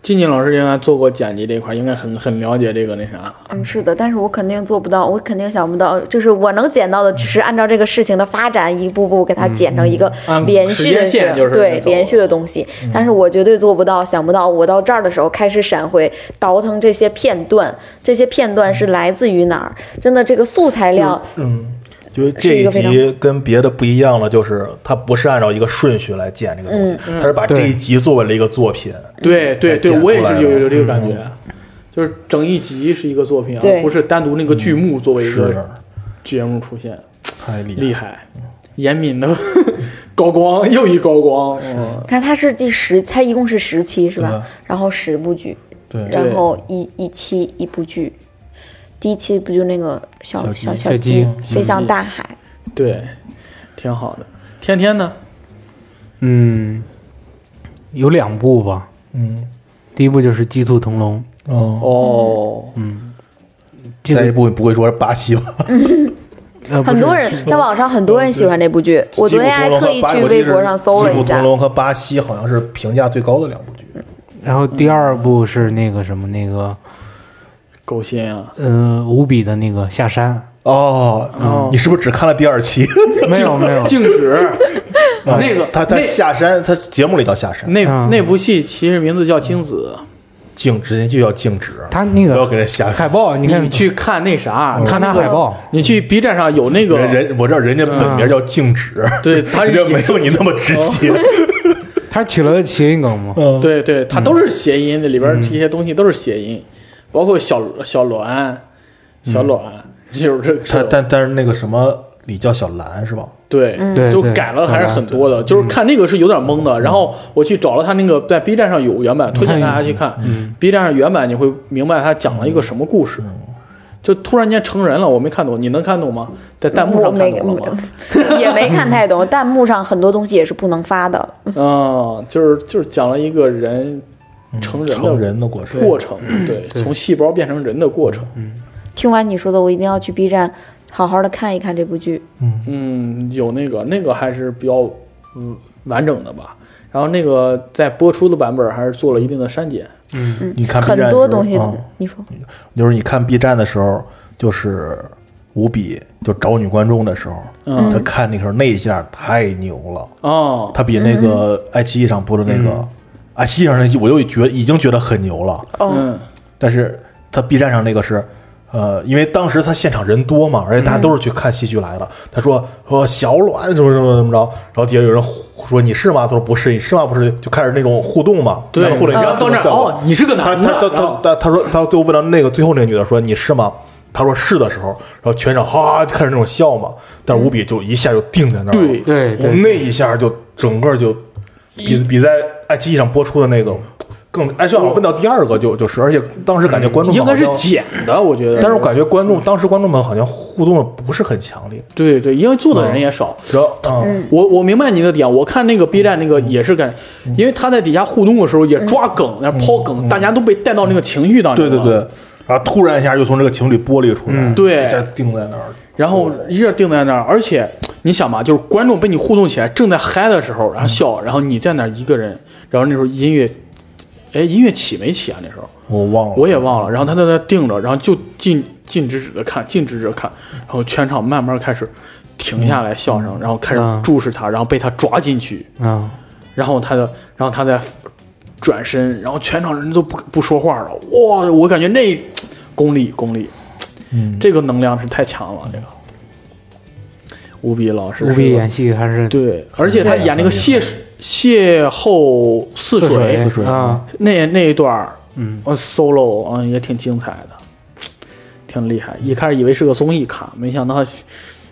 Speaker 1: 静静老师应该做过剪辑这一块，应该很很了解这个那啥。
Speaker 4: 嗯，是的，但是我肯定做不到，我肯定想不到，就是我能剪到的，只是按照这个事情的发展，一步步给它剪成一个
Speaker 1: 按
Speaker 4: 连
Speaker 1: 时
Speaker 4: 续
Speaker 1: 间
Speaker 4: 的
Speaker 1: 线
Speaker 4: 事
Speaker 1: 就是那
Speaker 4: 对
Speaker 1: 种
Speaker 4: 连续的东西。但是我绝对做不到，想不到我到这儿的时候开始闪回倒腾这些片段，这些片段是来自于哪儿？真的，这个素材量，
Speaker 3: 嗯，就是这一集跟别的不一样了，就是它不是按照一个顺序来建这个东西，它是把这一集作为了一个作品。
Speaker 1: 对对对，
Speaker 3: 剪出
Speaker 1: 我也
Speaker 3: 来
Speaker 1: 是
Speaker 3: 了嗯
Speaker 1: 有有这个感觉，就是整一集是一个作品，而
Speaker 4: 对
Speaker 1: 不是单独那个剧目作为一
Speaker 3: 是嗯
Speaker 1: 个节目出现，
Speaker 3: 太厉害
Speaker 1: 厉害。严敏的 *laughs* 高光又一高光，嗯
Speaker 4: 看它是第十，它一共是十期是吧
Speaker 3: 嗯？
Speaker 4: 然后十部剧，
Speaker 3: 对
Speaker 4: 然后一一期一部剧。第一期不就那个小小小
Speaker 2: 小
Speaker 4: 鸡
Speaker 2: 鸡
Speaker 4: 飞向大海？
Speaker 1: 对，挺好的。天天呢？
Speaker 2: 嗯，有两部吧，
Speaker 3: 嗯，
Speaker 2: 第一部就是《鸡兔同笼
Speaker 3: 哦，
Speaker 1: 哦，》，
Speaker 2: 这
Speaker 3: 再一
Speaker 2: 个
Speaker 3: 部不会说是巴西吧？
Speaker 2: 呃不
Speaker 4: 很
Speaker 2: 是
Speaker 4: 多人在网上很多人喜欢这部剧，我昨天还特意去微博上搜了一
Speaker 3: 吉姆
Speaker 4: 下
Speaker 3: 同。笼和巴西好像是评价最高的两部剧。
Speaker 2: 然后第二部是那个什么那个
Speaker 1: 狗心啊！
Speaker 2: 呃无比的那个下 *laughs* 山，
Speaker 3: 哦，
Speaker 1: 嗯
Speaker 3: 你是不是只看了第二期？
Speaker 2: 没有没有，
Speaker 1: *laughs* 静止，啊那个
Speaker 3: 啊他啊他
Speaker 1: 那
Speaker 3: 下山，他节目里叫下山，
Speaker 1: 那
Speaker 2: 嗯
Speaker 1: 那部戏其实名字叫《精子
Speaker 3: 静直接就叫静止，
Speaker 2: 他那 *laughs*
Speaker 3: 不要
Speaker 2: 个
Speaker 3: 给人下
Speaker 2: 海报，你》，看
Speaker 1: 你去看那啥，你
Speaker 2: 看
Speaker 1: 看
Speaker 2: 他
Speaker 1: 那
Speaker 2: 海
Speaker 1: 个，
Speaker 2: 报，
Speaker 1: 你去 B 站上有那个，
Speaker 3: 哦
Speaker 1: 嗯
Speaker 3: 人人我知道人家本名叫静止，
Speaker 1: 对他
Speaker 3: *laughs* 人
Speaker 1: 是哦
Speaker 3: 家没有你那么直接。
Speaker 2: 他取了个谐音梗嘛，
Speaker 3: 嗯，
Speaker 1: 对对，它都是谐音，里边儿这些东西都是谐音，包括小小栾、小卵，就是这个
Speaker 3: *laughs* 嗯他但但是那个什么，你叫小兰是吧？
Speaker 1: 对
Speaker 4: 嗯
Speaker 2: 对
Speaker 1: 就
Speaker 2: 对
Speaker 1: 改了
Speaker 2: 小
Speaker 1: 还是
Speaker 2: 栾
Speaker 1: 很多的，就是看那个是有点懵的。然后我去找了他那个在 B 站上有原版，推荐大家去看。B 站上原版你会明白他讲了一个什么故事。就突然间成人了，我没看懂，你能看懂吗？在弹幕
Speaker 4: 我
Speaker 1: 上看
Speaker 4: 没
Speaker 1: 懂了吗？
Speaker 4: *laughs* 也没看太懂，弹幕上很多东西也是不能发的。
Speaker 1: 嗯，就是就是讲了一个人成人
Speaker 3: 成
Speaker 1: 的
Speaker 3: 人的过程，
Speaker 1: 过程，对，从细胞变成人的过程。
Speaker 4: 听完你说的，我一定要去 B 站好好的看一看这部剧。
Speaker 1: 嗯，有那个那个还是比较嗯完整的吧。然后那个在播出的版本还是做了一定的删减。
Speaker 3: 你看 B 站
Speaker 4: 很
Speaker 3: 的时
Speaker 4: 多
Speaker 3: 候
Speaker 4: 东西
Speaker 3: 嗯，
Speaker 4: 你说
Speaker 3: 就是你看 B 站的时候，就是无比就找女观众的时候，
Speaker 1: 嗯
Speaker 3: 他看那时候那一下太牛了，
Speaker 1: 哦，嗯
Speaker 3: 他比那个爱奇艺上播的那个。啊，西上那我就觉得已经觉得很牛了，
Speaker 4: 哦，
Speaker 1: 嗯，
Speaker 3: 但是他 B 站上那个是，呃，因为当时他现场人多嘛，而且大家都是去看戏剧来的。
Speaker 1: 嗯
Speaker 3: 他说说小卵怎么怎么怎么着，然后底下有人呼说你是吗？他说不是，你是吗？不是，就开始那种互动嘛，
Speaker 1: 对，
Speaker 3: 互动你知道
Speaker 1: 然后到
Speaker 3: 这
Speaker 1: 那
Speaker 3: 种
Speaker 1: 儿
Speaker 3: 效果
Speaker 1: 哦，你是个
Speaker 3: 他
Speaker 1: 男
Speaker 3: 他
Speaker 1: 的，
Speaker 3: 他
Speaker 1: 然后
Speaker 3: 他他他说他最后问到那个最后那个女的说你是吗？他说是的时候，然后全场哈就开始那种笑嘛，但是五比就一下就定在那儿了。
Speaker 1: 对
Speaker 2: *laughs* 对
Speaker 3: 我
Speaker 2: 对，
Speaker 3: 那一下就整个就比比在爱奇艺上播出的那个更爱奇艺好像分到第二个就就是，而且当时感觉观众们
Speaker 1: 嗯应该是
Speaker 3: 好像
Speaker 1: 剪的，我觉得，
Speaker 3: 但是我感觉观众当时观众们好像互动的不是很强烈，
Speaker 1: 对对，因为做的人也少。
Speaker 3: 然后嗯，
Speaker 1: 我我明白您的点，我看那个 B 站那个也是感，
Speaker 3: 嗯
Speaker 1: 因为他在底下互动的时候也抓梗，然后抛梗，大家都被带到那个情绪当中
Speaker 3: 对
Speaker 1: 了。
Speaker 3: 对对，然后突然一下又从这个情侣剥离出来，
Speaker 1: 嗯对
Speaker 3: 一下定在那儿，
Speaker 1: 然后一下定在那儿，而且你想吧，就是观众被你互动起来，正在嗨的时候，
Speaker 3: 嗯
Speaker 1: 然后笑，然后你在那儿一个人，然后那时候音乐，哎，音乐起没起啊？那时候
Speaker 3: 我忘了，
Speaker 1: 我也忘了。然后他在那定着，然后就近近指指的看，近指指的看，然后全场慢慢开始停下来笑声，然后开始
Speaker 2: 嗯
Speaker 1: 注视他，然后被他抓进去，
Speaker 2: 嗯，
Speaker 1: 然后他的，然后他再转身，然后全场人都不不说话了。哇，我感觉那功力功力，这个能量是太强了，这个吴比老师
Speaker 2: 务
Speaker 1: 是
Speaker 2: 必
Speaker 1: 吧
Speaker 2: 演戏还
Speaker 1: *laughs*
Speaker 2: 是
Speaker 1: 对，而且他
Speaker 3: 对
Speaker 1: 演那个邂邂逅似水
Speaker 2: 似
Speaker 3: 水
Speaker 2: 啊，
Speaker 1: 那那一段儿，嗯，呃，solo 嗯也挺精彩的，挺厉害。一开始以为是个综艺咖，没想到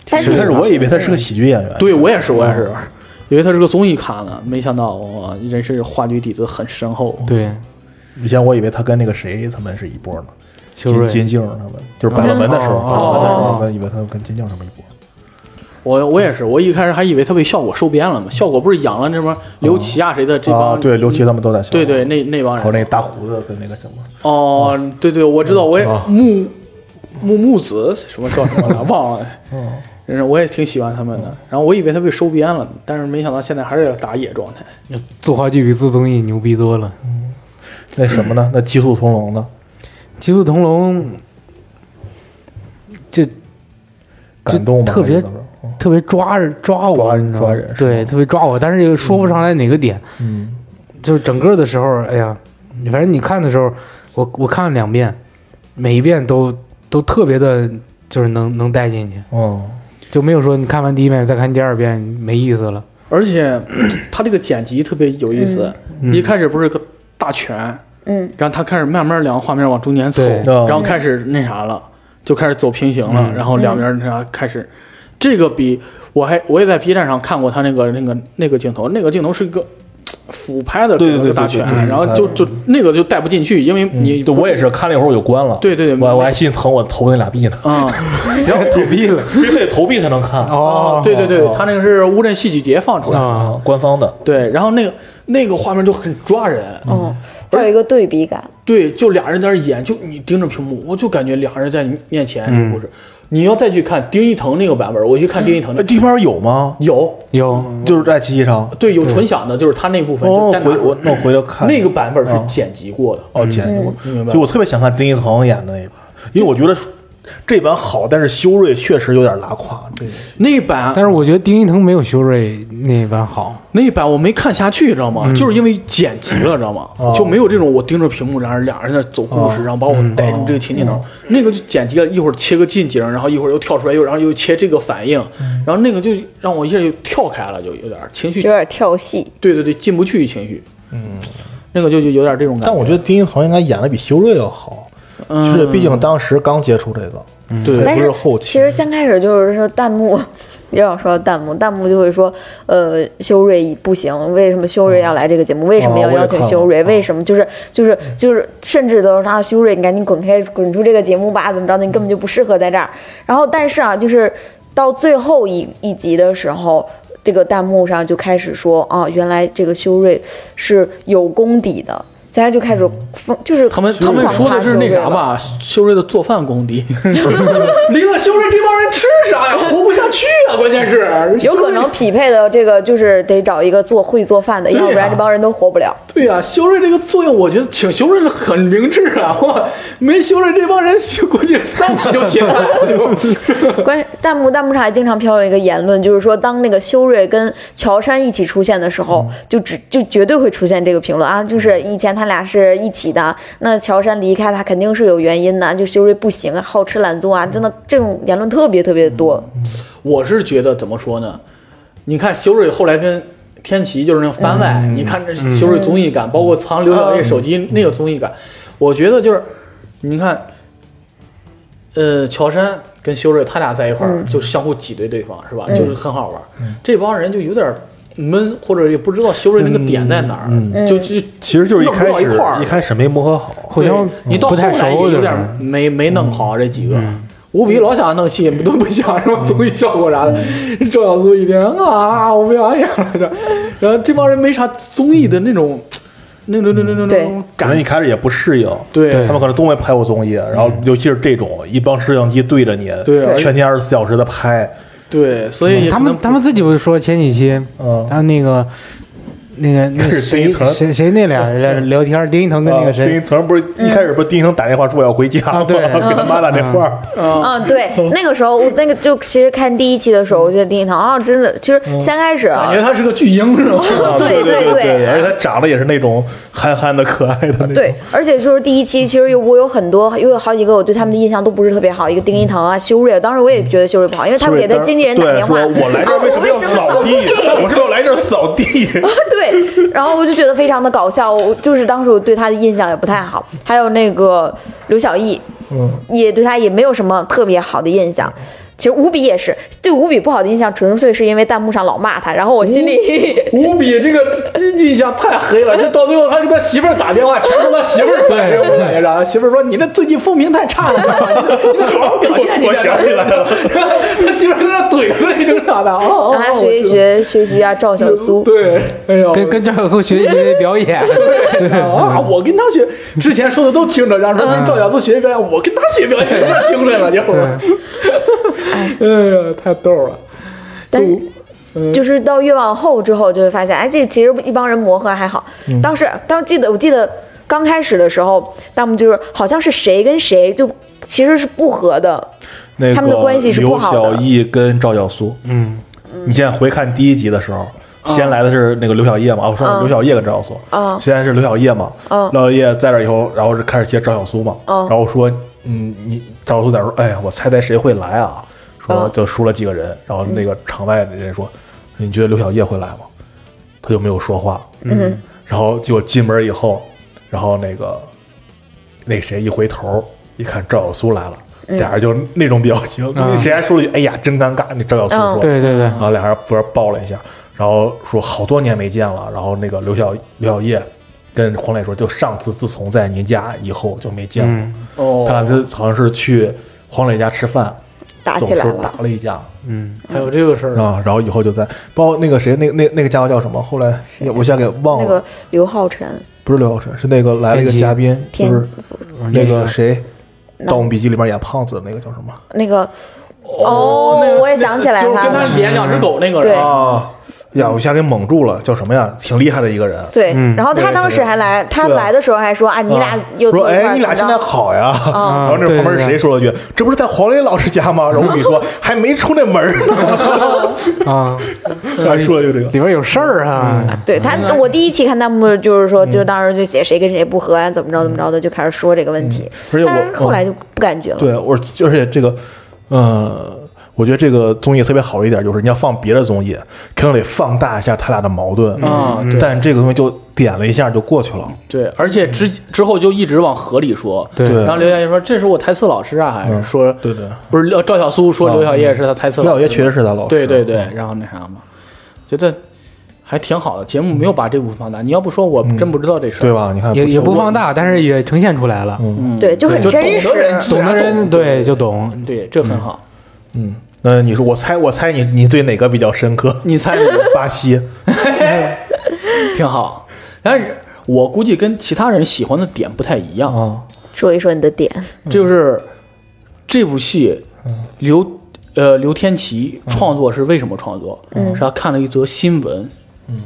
Speaker 4: 但
Speaker 3: 一
Speaker 4: 是
Speaker 3: 开始我以为他是个喜剧演员，
Speaker 1: 对我也是，我也是，啊以为他是个综艺咖呢，没想到我人是话剧底子很深厚。
Speaker 2: 对，
Speaker 3: 以前我以为他跟那个谁他们是一波呢，
Speaker 2: 修
Speaker 3: 金
Speaker 2: 睿
Speaker 3: 金靖他们就是百乐门的时候，
Speaker 2: 哦
Speaker 3: 百乐门的时
Speaker 1: 哦哦
Speaker 3: 候，他以为他们跟金靖他们一波，
Speaker 1: 我我也是，我一开始还以为他被效果收编了嘛，效果不是养了那什么刘琦啊谁的这帮、
Speaker 3: 啊，对刘琦他们都在笑，
Speaker 1: 对对，那那帮
Speaker 3: 还有
Speaker 1: 人
Speaker 3: 那大胡子跟那个什么，
Speaker 1: 哦，对对，我知道，我也
Speaker 3: 啊
Speaker 1: 木木木子什么叫什么了，忘了。嗯，我也挺喜欢他们
Speaker 3: 嗯
Speaker 1: 的，然后我以为他被收编了，但是没想到现在还是打野状态。
Speaker 2: 做话剧比做综艺牛逼多了。
Speaker 3: 那什么呢？那激素从龙呢？
Speaker 2: 《极速同笼》就
Speaker 3: 感动吗？
Speaker 2: 特别
Speaker 3: 还是怎么着嗯
Speaker 2: 特别抓人抓我，
Speaker 3: 抓
Speaker 2: 你知道吗
Speaker 3: 抓人是吧
Speaker 2: 对，特别抓我，但是又说不上来哪个点，
Speaker 3: 嗯，
Speaker 2: 就是整个的时候，哎呀，反正你看的时候，我我看了两遍，每一遍都都特别的，就是能能带进去，
Speaker 1: 嗯
Speaker 3: 哦，
Speaker 2: 就没有说你看完第一遍再看第二遍没意思了。
Speaker 1: 而
Speaker 3: *clears throat*
Speaker 1: 且他这个剪辑特别有意思，
Speaker 3: 嗯
Speaker 1: 一开始不是个大全，
Speaker 4: 嗯，
Speaker 1: 然后他开始慢慢两个画面往中间凑
Speaker 2: 对，
Speaker 3: 嗯
Speaker 1: 然后开始那啥了，就开始走平行了，然后两
Speaker 3: 嗯
Speaker 1: 边那啥开始，这个比我还我也在 B 站上看过他那个那个那个镜头，那个镜头是一个。俯拍的
Speaker 3: 对
Speaker 1: 给了
Speaker 3: 对
Speaker 1: 个大
Speaker 3: 对对
Speaker 1: 全，
Speaker 3: 对对嗯
Speaker 1: 然后就就那个就带不进去，因为你
Speaker 3: 对我也是看了一会儿我就关了，
Speaker 1: 对对对
Speaker 3: 我我还心疼我投那俩
Speaker 1: *laughs*
Speaker 3: 币呢，
Speaker 1: 啊，
Speaker 2: 然后投币了，
Speaker 3: 必须得投币才能看
Speaker 2: *laughs* 哦，
Speaker 1: 对对对
Speaker 3: 哦，
Speaker 1: 他那个是乌镇戏剧节放出来的，
Speaker 2: 啊，
Speaker 3: 啊，官方的，
Speaker 1: 对，然后那个那个画面就很抓人，
Speaker 4: 哦，还有一个对比感，
Speaker 1: 对，就俩人在那儿演，就你盯着屏幕，我就感觉俩人在你面前这
Speaker 3: 嗯
Speaker 1: 个故事。你要再去看丁一腾那个版本，我去看丁一腾那
Speaker 3: 呃，
Speaker 1: 个
Speaker 3: 这边有吗？
Speaker 1: 有，
Speaker 2: 有
Speaker 3: 就是爱奇艺上。
Speaker 1: 对，有纯享的，就是他那部分
Speaker 3: 哦
Speaker 1: 就，单打
Speaker 3: 回我那我回头看
Speaker 1: 那个版本是
Speaker 3: 啊
Speaker 1: 剪辑过的，
Speaker 3: 哦，剪辑过
Speaker 1: 嗯明白
Speaker 3: 就我特别想看丁一腾演的那一版，因为我觉得这版好，但是修睿确实有点拉胯。这个
Speaker 1: 那版
Speaker 2: 但是我觉得丁一腾没有修睿那版好，
Speaker 1: 那版我没看下去，知道吗？就是因为剪辑了，知道吗？
Speaker 3: 嗯哦
Speaker 1: 就没有这种我盯着屏幕，然后俩人在走故事，
Speaker 3: 哦
Speaker 1: 然后把我带入这个情景当中。那个就剪辑了，一会儿切个近景，然后一会儿又跳出来，又然后又切这个反应，
Speaker 3: 嗯
Speaker 1: 然后那个就让我一下就跳开了，就有点儿情绪
Speaker 4: 有，点跳戏，
Speaker 1: 对对对，进不去情绪。嗯，那个就就有点这种感觉。
Speaker 3: 但我觉得丁一腾应该演的比修睿要好，
Speaker 1: 嗯
Speaker 3: 是毕竟当时刚接触这个，
Speaker 1: 对
Speaker 3: 他也
Speaker 4: 但
Speaker 3: 不
Speaker 4: 是
Speaker 3: 是后期
Speaker 4: 其实先开始就是说弹幕， *laughs* 又要说到弹幕，弹幕就会说，呃，修睿不行，为什么修睿要来这个节目？为什么要
Speaker 3: 哦我也
Speaker 4: 邀请
Speaker 3: 看了
Speaker 4: 修睿？
Speaker 3: 嗯
Speaker 4: 为什么就是就是就是，甚至都是啊，修睿，你赶紧滚开，滚出这个节目吧，怎么着的？你根本就不适合在这儿。然后但是啊，就是到最后一一集的时候。这个弹幕上就开始说啊，原来这个修睿是有功底的，大家就开始
Speaker 3: 嗯
Speaker 4: 疯，就是
Speaker 1: 他们他
Speaker 4: 疯
Speaker 1: 们
Speaker 4: 狂
Speaker 1: 说的
Speaker 4: 夸
Speaker 1: 是
Speaker 4: 修
Speaker 1: 那
Speaker 4: 睿
Speaker 1: 啥
Speaker 4: 了，
Speaker 1: 吧，修睿的做饭功
Speaker 3: *laughs*
Speaker 1: 底。 *laughs* 离了修睿这帮人吃啥呀？活不下去啊！关键是
Speaker 4: *laughs* 有可能匹配的这个就是得找一个做会做饭的，
Speaker 1: 对呀啊
Speaker 4: 要不然这帮人都活不了。
Speaker 1: 对呀、修睿这个作用，我觉得请修睿很明智啊！ *laughs* 哇，没修睿这帮人，估计三期就写完了。对吧
Speaker 4: 关于弹幕弹幕上还经常飘了一个言论，就是说当那个修睿跟乔杉一起出现的时候，
Speaker 1: 嗯
Speaker 4: 就只就绝对会出现这个评论啊，就是以前他俩是一起的，那乔杉离开他肯定是有原因的，就修睿不行啊，好吃懒做啊，
Speaker 1: 嗯
Speaker 4: 真的这种言论特别特别多。
Speaker 1: *laughs* 我是觉得怎么说呢？你看修睿后来跟天琪就是那个番外，你看这修睿综艺感，包括藏刘晓叶手机那个综艺感，我觉得就是你看，呃，乔杉跟修睿他俩在一块儿、就是相互挤兑对方，是吧？就是很好玩儿。这帮人就有点闷，或者也不知道修睿那个点在哪儿，就就
Speaker 3: 其实就是一
Speaker 1: 弄不
Speaker 3: 开
Speaker 1: 到一
Speaker 3: 始
Speaker 1: 块儿
Speaker 3: 一开始没磨合好，
Speaker 2: 互相
Speaker 1: 对你到
Speaker 2: 嗯不
Speaker 1: 后
Speaker 2: 太
Speaker 1: 来
Speaker 2: 熟，嗯
Speaker 1: 也有
Speaker 2: 就是
Speaker 1: 点没没弄好这几个。吴比老想弄戏，都不想什么综艺效果啥的。
Speaker 2: 嗯
Speaker 1: *laughs* 赵小苏一听啊，我不想演了这。然后这帮人没啥综艺的那种，那种那种那种那种
Speaker 3: 可能一
Speaker 1: 感。
Speaker 3: 开始也不适应，
Speaker 1: 对
Speaker 3: 他们可能都没拍过综艺，然后尤其是这种一帮摄像机对着你，
Speaker 1: 对而且
Speaker 3: 全天二十四小时的拍，
Speaker 1: 对，所以也
Speaker 2: 嗯他
Speaker 1: 可
Speaker 2: 们
Speaker 1: 能
Speaker 2: 他们自己不是说前几期，
Speaker 3: 嗯，
Speaker 2: 他那个那个那
Speaker 3: 是丁一
Speaker 2: 谁
Speaker 3: 腾
Speaker 2: 谁谁那俩聊聊天，丁一腾跟那个
Speaker 3: 啊丁
Speaker 2: 谁
Speaker 3: 一腾不是
Speaker 1: 嗯
Speaker 3: 一开始不是丁一腾打电话说我要回家
Speaker 2: 啊
Speaker 3: 吗？
Speaker 2: 对
Speaker 3: 给他妈打电话，
Speaker 4: 嗯，
Speaker 1: *laughs*
Speaker 4: 对，那个时候我那个就其实看第一期的时候，我觉得丁一腾啊，真的，其实先开始
Speaker 1: 嗯
Speaker 4: 啊
Speaker 1: 感觉，他是个巨婴是
Speaker 2: *laughs*
Speaker 1: 吧？
Speaker 3: 啊
Speaker 4: *laughs* 对
Speaker 3: 对
Speaker 4: 对对
Speaker 3: 而且他长得也是那种憨憨的、可爱的那种，
Speaker 4: 对，而且就是第一期，
Speaker 3: 嗯
Speaker 4: 其实有我有很多，有好几个我对他们的印象都不是特别好，一个丁一腾
Speaker 3: 嗯
Speaker 4: 啊，修睿，当时我也觉得修睿不好，因为他们给他经纪人打
Speaker 3: 对
Speaker 4: 电话，
Speaker 3: 说我来这
Speaker 4: *laughs* 啊
Speaker 3: 儿为什
Speaker 4: 我
Speaker 3: 么
Speaker 4: 为
Speaker 3: 要
Speaker 4: 什么扫
Speaker 3: 扫地？啊 *laughs* 我是不是要来这儿扫地？
Speaker 4: *laughs* 对，然后我就觉得非常的搞笑，我就是当时我对他的印象也不太好。还有那个刘晓艺，嗯，也对他也没有什么特别好的印象。其实吴比也是对吴比不好的印象，纯粹是因为弹幕上老骂他，然后我心里
Speaker 1: 吴比这个印象太黑
Speaker 3: *laughs*
Speaker 1: 了，这到最后他跟他媳妇儿打电话，全是他媳妇儿翻身，我感觉着。媳妇儿说：“你这最近风评太差
Speaker 3: *laughs*
Speaker 1: 了，你得好好表现。”
Speaker 3: 我想起来了，
Speaker 1: 他媳妇儿在那怼他一整啥的，哦哦，
Speaker 4: *laughs* 让他学一学学习啊赵小苏。
Speaker 1: 对，哎呦，
Speaker 2: 跟跟赵小苏学习
Speaker 1: *laughs*
Speaker 2: 表演，
Speaker 1: 啊，我跟他学，之前说的都听着，然
Speaker 3: 嗯
Speaker 1: 后说哎跟赵小苏学表演，我跟他学表演，我听着了，就，
Speaker 3: 嗯
Speaker 1: 哎呀，太逗了。
Speaker 4: 但是就是到越往后之后，就会发现，哎，这其实一帮人磨合还好。
Speaker 3: 嗯
Speaker 4: 当时当记得我记得刚开始的时候，弹幕就是好像是谁跟谁就其实是不合的，
Speaker 3: 那个
Speaker 4: *laughs* 他们的关系是不好的
Speaker 3: 刘晓艺跟赵小苏，嗯，你现在回看第一集的时候，先来的是那个刘晓叶嘛，哦，说是刘晓叶跟赵小苏，
Speaker 4: 嗯
Speaker 3: 现在是刘晓叶嘛，刘晓叶在这以后，然后是开始接赵小苏嘛，然后说，嗯，你赵小苏在那说，哎呀，我猜猜谁会来啊？说
Speaker 4: 嗯
Speaker 3: 就输了几个人，然后那个场外的人说，你觉得刘晓叶会来吗？他就没有说话，嗯，然后结果进门以后，然后那个那谁一回头一看赵小苏来了，
Speaker 4: 嗯
Speaker 3: 俩人就那种表情，
Speaker 2: 嗯
Speaker 3: 谁还说了一句“哎呀，真尴尬”？那赵小苏说，
Speaker 4: 嗯
Speaker 2: 对对对
Speaker 3: 然，后俩人不是抱了一下，然后说好多年没见了，然后那个刘晓刘晓叶跟黄磊说，就上次自从在您家以后就没见了，
Speaker 2: 嗯
Speaker 1: 哦
Speaker 3: 他俩这好像是去黄磊家吃饭，
Speaker 4: 打
Speaker 3: 总
Speaker 4: 起来
Speaker 3: 是
Speaker 4: 了。
Speaker 3: 打了一架。
Speaker 2: 嗯，
Speaker 1: 还有这个事儿
Speaker 3: 啊，然后以后就在，包括那个谁，那个那那个家伙叫什么？后来我现在给忘了，
Speaker 4: 那个刘浩辰，
Speaker 3: 不是刘浩辰，是那个来了一个嘉宾，就
Speaker 4: 天
Speaker 3: 是那个谁，《
Speaker 4: 那
Speaker 3: 盗墓笔记》里面演胖子的那个叫什么？
Speaker 4: 那个哦，我也想起来
Speaker 1: 就是
Speaker 4: 他
Speaker 1: 跟他
Speaker 4: 了。
Speaker 1: 连两只狗那个
Speaker 4: 对
Speaker 1: 人，
Speaker 3: 啊，呀，我一下给蒙住了，叫什么呀？挺厉害的一个人。
Speaker 4: 对，
Speaker 2: 嗯
Speaker 4: 然后他当时还来，他来的时候还说啊，你俩又从
Speaker 3: 说
Speaker 4: 一块
Speaker 3: 哎，
Speaker 4: 儿
Speaker 3: 你俩
Speaker 4: 怎
Speaker 3: 现
Speaker 4: 么
Speaker 3: 在
Speaker 4: 着？
Speaker 3: 好呀？
Speaker 4: 啊
Speaker 3: *laughs* 然后那旁边是谁说了句：“这不是在黄磊老师家吗？”然后我跟你说，还没出那门呢， *laughs*
Speaker 2: 啊，
Speaker 3: 还说了就这个
Speaker 2: 里。边有事儿啊，
Speaker 4: 对他，我第一期看弹幕就是说，
Speaker 3: 嗯
Speaker 4: 就当时就写谁跟谁不和啊，怎么着怎么着的，就开始说这个问题。
Speaker 3: 嗯而且我
Speaker 4: 但是后来就不感觉了。
Speaker 3: 对，我而且这个，呃，我觉得这个综艺特别好的一点就是，你要放别的综艺，肯定得放大一下他俩的矛盾
Speaker 1: 啊对
Speaker 3: 但这个东西就点了一下就过去了。
Speaker 1: 对，而且
Speaker 3: 嗯
Speaker 1: 之之后就一直往河里说，
Speaker 2: 对
Speaker 1: 然后刘晓叶说：“这是我台词老师啊，还是说
Speaker 3: 嗯对对，
Speaker 1: 不是呃赵小苏说
Speaker 3: 啊
Speaker 1: 刘晓叶是他台词
Speaker 3: 刘
Speaker 1: 老
Speaker 3: 晓
Speaker 1: 师？
Speaker 3: 叶确实是他老师。
Speaker 1: 对对对，然后那啥嘛，觉得还挺好的，节目没有把这部分放大。你要不说，我真不知嗯道这事儿。
Speaker 3: 嗯对吧？你看
Speaker 2: 也也不
Speaker 3: 错
Speaker 2: 放大，但是也呈现出来了，
Speaker 4: 嗯对，就很
Speaker 1: 就懂
Speaker 4: 真
Speaker 1: 得
Speaker 4: 实
Speaker 1: 人。
Speaker 2: 懂的人对就懂，
Speaker 1: 啊对，这很好。
Speaker 3: 嗯，那你说，我猜，我猜你你对哪
Speaker 1: *laughs*
Speaker 3: 个 *laughs* 比较深刻？
Speaker 1: 你猜
Speaker 3: 巴西，
Speaker 1: 挺好。但是我估计跟其他人喜欢的点不太一样。
Speaker 3: 啊，
Speaker 4: 说一说你的点，
Speaker 1: 这就是这部戏刘呃刘天琪创作是为什么创作？是他看了一则新闻，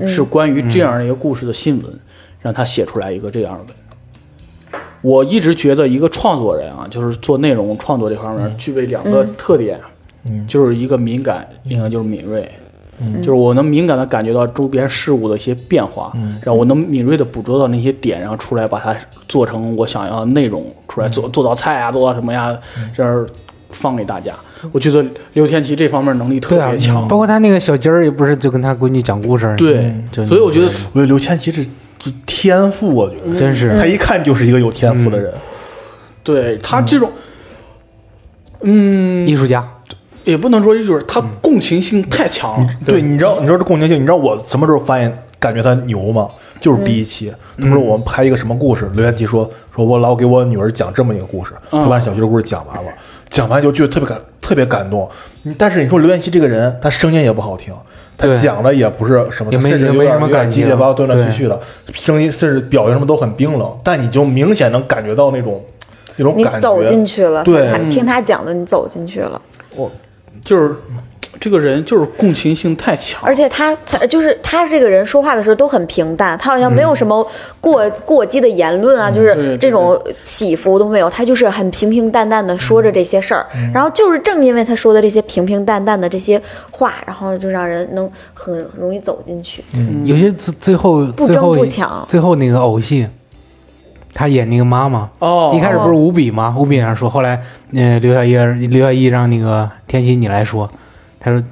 Speaker 1: 是关于这样的一个故事的新闻，让他写出来一个这样的。我一直觉得一个创作人啊，就是做内容创作这方
Speaker 2: 嗯
Speaker 1: 面具备两个特点，
Speaker 3: 嗯
Speaker 1: 就是一个敏感，
Speaker 2: 嗯
Speaker 1: 另一个就是敏锐。就是我能敏感的感觉到周边事物的一些变化，
Speaker 2: 嗯
Speaker 1: 然后我能敏锐的捕捉到那些点，然后出来把它做成我想要的内容，出来
Speaker 2: 嗯
Speaker 1: 做做道菜啊，做到什么呀，这样放给大家。我觉得刘天琪这方面能力特
Speaker 2: 对啊
Speaker 1: 别强，，
Speaker 2: 包括他那个小鸡儿也不是就跟他闺女讲故事儿，
Speaker 1: 对
Speaker 2: 嗯就，
Speaker 1: 所以我觉得
Speaker 3: 我觉得刘谦其实这天赋，我觉得
Speaker 1: 嗯
Speaker 2: 真是
Speaker 3: 他一看就是一个有天赋的人。
Speaker 1: 对
Speaker 2: 嗯
Speaker 1: 他这种嗯
Speaker 2: 艺术家，
Speaker 1: 也不能说就是
Speaker 2: 嗯
Speaker 1: 他共情性太强了，
Speaker 3: 对，你知道，你知道这共情性，你知道我什么时候发现感觉他牛吗？就是第一期，他们说我们拍一个什么故事，刘元吉说说我老给我女儿讲这么一个故事，他把小学的故事讲完了，讲完就觉得特别感特别感动。嗯但是你说刘元吉这个人，他声音也不好听，他
Speaker 2: 对
Speaker 3: 讲的也不是什么，
Speaker 2: 也没
Speaker 3: 甚至有
Speaker 2: 也没
Speaker 3: 点
Speaker 2: 什么
Speaker 3: 有点
Speaker 2: 感
Speaker 3: 结
Speaker 2: 情
Speaker 3: 结巴巴、断断续
Speaker 2: 对
Speaker 3: 续的，声音甚至表情什么都很冰冷，但你就明显能感觉到那种那种
Speaker 4: 你
Speaker 3: 感觉。
Speaker 4: 走进去了，
Speaker 3: 对
Speaker 4: 听他听他讲的，你走进去了，
Speaker 1: 就是这个人就是共情性太强，
Speaker 4: 而且他他就是他这个人说话的时候都很平淡，他好像没有什么过、过激的言论啊，
Speaker 1: 嗯
Speaker 4: 就
Speaker 1: 对对嗯
Speaker 4: 是这种起伏都没有，他就是很平平淡淡的说着这些事儿，然后就是正因为他说的这些平平淡淡的这些话，然后就让人能很容易走进去。
Speaker 2: 有些最最后
Speaker 4: 不
Speaker 2: 最后
Speaker 4: 争不抢
Speaker 2: 最后那个偶戏，他演那个妈妈。
Speaker 1: 哦
Speaker 2: 一开始不是五笔吗？五笔上说，后来呃，刘小叶刘小艺让那个天心你来说，他说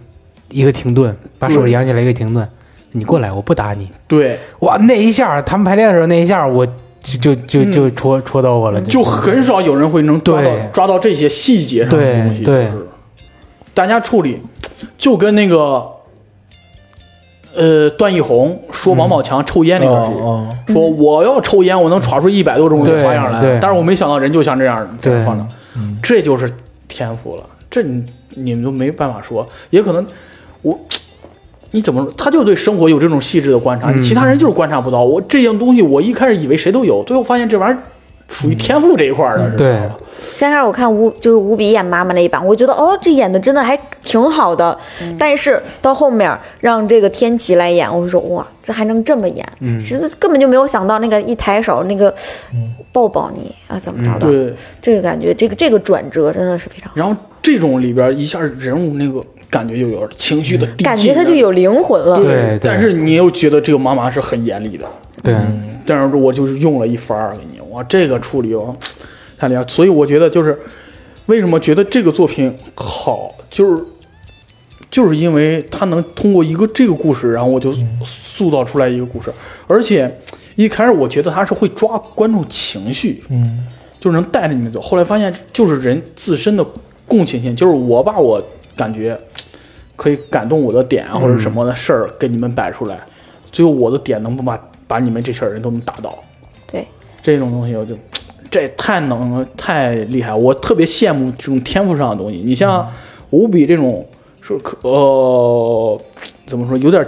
Speaker 2: 一个停顿，把手扬起来一个停顿，你过来，我不打你。
Speaker 1: 对，
Speaker 2: 哇，那一下他们排练的时候那一下，我就就就就戳戳到我了，
Speaker 1: 就很少有人会能抓到
Speaker 2: 对
Speaker 1: 抓到这些细节上的
Speaker 2: 对
Speaker 1: 东西。
Speaker 2: 对
Speaker 1: 就是大家处理就跟那个呃段奕宏说王宝强抽烟那段时间，
Speaker 3: 哦
Speaker 1: 说我要抽烟，我能耍出一百多种
Speaker 2: 对
Speaker 1: 花样来
Speaker 2: 对，
Speaker 1: 但是我没想到人就像这样
Speaker 2: 对
Speaker 1: 放的，这就是天赋了，这你你们都没办法说，也可能我。你怎么说？他就对生活有这种细致的观
Speaker 2: 嗯
Speaker 1: 察，其他人就是观察不到。我这样东西，我一开始以为谁都有，最后发现这玩意儿属于天赋这一块儿的。是吧
Speaker 2: 对
Speaker 4: 先开始我看吴就是吴比演妈妈那一版，我觉得哦，这演的真的还挺好的。但是到后面让这个天琪来演，我说哇，这还能这么演？嗯，其实根本就没有想到那个一抬手那个抱抱你啊，怎么着的？
Speaker 1: 对，
Speaker 4: 这个感觉，这个这个转折真的是非常好，
Speaker 1: 然后这种里边一下人物那个感觉就有点情绪的递进，
Speaker 4: 感觉他就有灵魂了。
Speaker 2: 对对
Speaker 1: 但是你又觉得这个妈妈是很严厉的，
Speaker 2: 对，
Speaker 1: 但是我就是用了一番儿给你，哇，这个处理哦，太厉害！所以我觉得就是为什么觉得这个作品好，就是就是因为它能通过一个这个故事，然后我就塑造出来一个故事，而且一开始我觉得他是会抓观众情绪，
Speaker 3: 嗯，
Speaker 1: 就是能带着你们走。后来发现就是人自身的共情性，就是我把我感觉可以感动我的点啊，或者什么的事儿给你们摆出来，最后我的点能不把把你们这事儿人都能打倒，
Speaker 4: 对，
Speaker 1: 这种东西我就这太能了太厉害，我特别羡慕这种天赋上的东西。你像五笔这种是可呃怎么说有点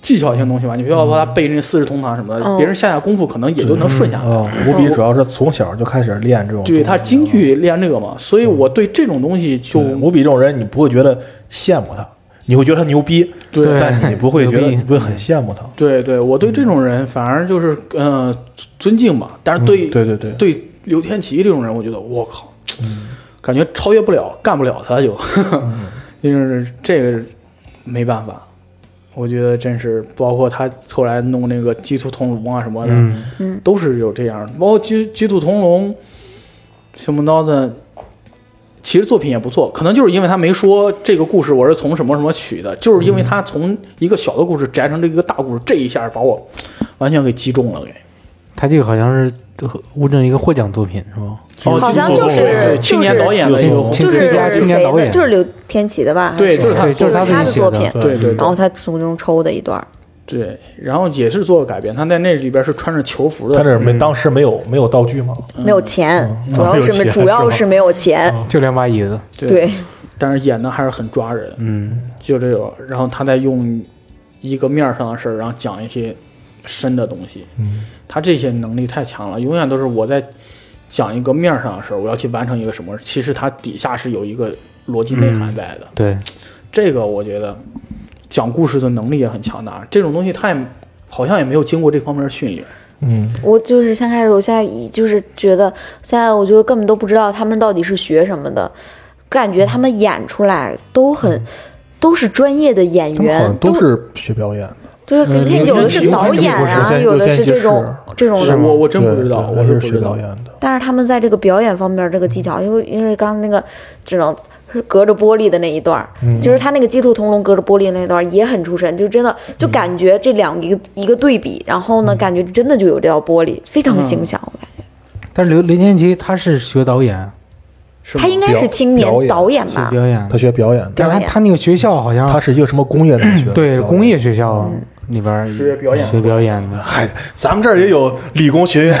Speaker 1: 技巧性的东西吧，你不要把它背那四世同堂什么的，
Speaker 4: 嗯
Speaker 1: 别人下下功夫可能也就能顺下来。
Speaker 3: 哦，吴比主要是从小就开始练这种东西，
Speaker 1: 对他京剧练这个嘛，所以我对这种东西就
Speaker 3: 对吴比这种人，你不会觉得羡慕他，你会觉得他牛逼，
Speaker 1: 对
Speaker 3: 但你不会觉得
Speaker 2: 牛逼
Speaker 3: 你不会很羡慕他。
Speaker 1: 对对，我对这种人反而就是呃尊敬吧，但是对、哦
Speaker 3: 嗯对对对
Speaker 1: 对刘天琪这种人，我觉得我靠，感觉超越不了，干不了他就， *laughs* 就是这个没办法。我觉得真是，包括他后来弄那个《鸡兔同笼》啊什么的，
Speaker 2: 嗯
Speaker 1: 都是有这样的。包括《鸡鸡兔同笼》什么刀的，其实作品也不错。可能就是因为他没说这个故事我是从什么什么取的，就是因为他从一个小的故事摘成这个大故事，这一下把我完全给击中了给。
Speaker 2: 他这个好像是乌镇一个获奖作品是吧？
Speaker 1: 哦
Speaker 4: 好像就是
Speaker 1: 对青年导演的一个
Speaker 2: 就
Speaker 4: 就
Speaker 2: 青
Speaker 4: 是
Speaker 2: 最佳青年
Speaker 4: 谁
Speaker 2: 导
Speaker 4: 的？
Speaker 2: 演
Speaker 4: 就是刘天琪的吧？
Speaker 1: 对
Speaker 4: 还
Speaker 1: 就是他
Speaker 2: 对，就是
Speaker 4: 他
Speaker 2: 自己
Speaker 4: 的
Speaker 2: 写
Speaker 4: 作品。
Speaker 1: 对对
Speaker 4: 然后他从中抽的一段儿，
Speaker 1: 对，然后也是做了改编，他在那里边是穿着球服
Speaker 3: 他
Speaker 1: 的，
Speaker 3: 这没当时没有没有道具嘛，
Speaker 4: 没有钱，主
Speaker 3: 没
Speaker 4: 要
Speaker 3: 有
Speaker 4: 是
Speaker 3: 钱
Speaker 4: 主要
Speaker 3: 是
Speaker 4: 是没有钱，
Speaker 2: 就两把椅子，
Speaker 4: 对，
Speaker 1: 但是演的还是很抓人，
Speaker 2: 嗯，
Speaker 1: 就这种。然后他再用一个面儿上的事儿，然后讲一些深的东西。
Speaker 3: 嗯，
Speaker 1: 他这些能力太强了，永远都是我在讲一个面儿上的事儿，我要去完成一个什么，其实它底下是有一个逻辑内涵在的。
Speaker 2: 对，
Speaker 1: 这个我觉得讲故事的能力也很强大，这种东西太好像也没有经过这方面的训练。
Speaker 3: 嗯，
Speaker 4: 我就是先开始，我现在已就是觉得，现在我就根本都不知道他们到底是学什么的，感觉他们演出来都很，都是专业的演
Speaker 3: 他们好
Speaker 4: 员
Speaker 3: 像，都是学表演嗯的，
Speaker 4: 就是
Speaker 2: 呃
Speaker 4: 你看
Speaker 2: 有
Speaker 4: 有的
Speaker 2: 些
Speaker 4: 是
Speaker 2: 有
Speaker 4: 导
Speaker 2: 些
Speaker 4: 演
Speaker 2: 不是
Speaker 4: 啊，
Speaker 3: 有些
Speaker 4: 有的
Speaker 3: 有些
Speaker 4: 这种
Speaker 3: 是
Speaker 4: 这种
Speaker 3: 是
Speaker 4: 的
Speaker 3: 吗
Speaker 1: 我我真不
Speaker 3: 对
Speaker 1: 知道，
Speaker 3: 对
Speaker 1: 我
Speaker 3: 那是
Speaker 1: 不
Speaker 3: 学
Speaker 1: 知道
Speaker 3: 表。演的。
Speaker 4: 但是他们在这个表演方面这个技巧，因为因为刚刚那个只能是隔着玻璃的那一段儿，
Speaker 3: 嗯
Speaker 4: 就是他那个鸡兔同笼隔着玻璃那一段儿也很出神，就真的
Speaker 3: 嗯
Speaker 4: 就感觉这两个、一个对比，然后呢，感觉真的就有这道玻璃，非
Speaker 3: 嗯
Speaker 4: 常形象，我感觉
Speaker 2: 但是刘刘天琪他是学导演，
Speaker 1: 是吗
Speaker 4: 他应该是青
Speaker 3: 表
Speaker 4: 年
Speaker 3: 演
Speaker 4: 导演
Speaker 2: 学
Speaker 4: 吧？
Speaker 2: 表演
Speaker 3: 他
Speaker 2: 的，
Speaker 3: 学表演的，
Speaker 2: 但是
Speaker 4: 表
Speaker 2: 他
Speaker 4: 演
Speaker 2: 他那个学校好像
Speaker 3: 他是一个什么工业大学的？
Speaker 2: 啊对
Speaker 3: 表演
Speaker 2: 工业。学校
Speaker 4: 嗯
Speaker 2: 里边儿
Speaker 1: 学表演
Speaker 2: 学表演的，
Speaker 3: *laughs* 嗨，咱们这儿也有理工学院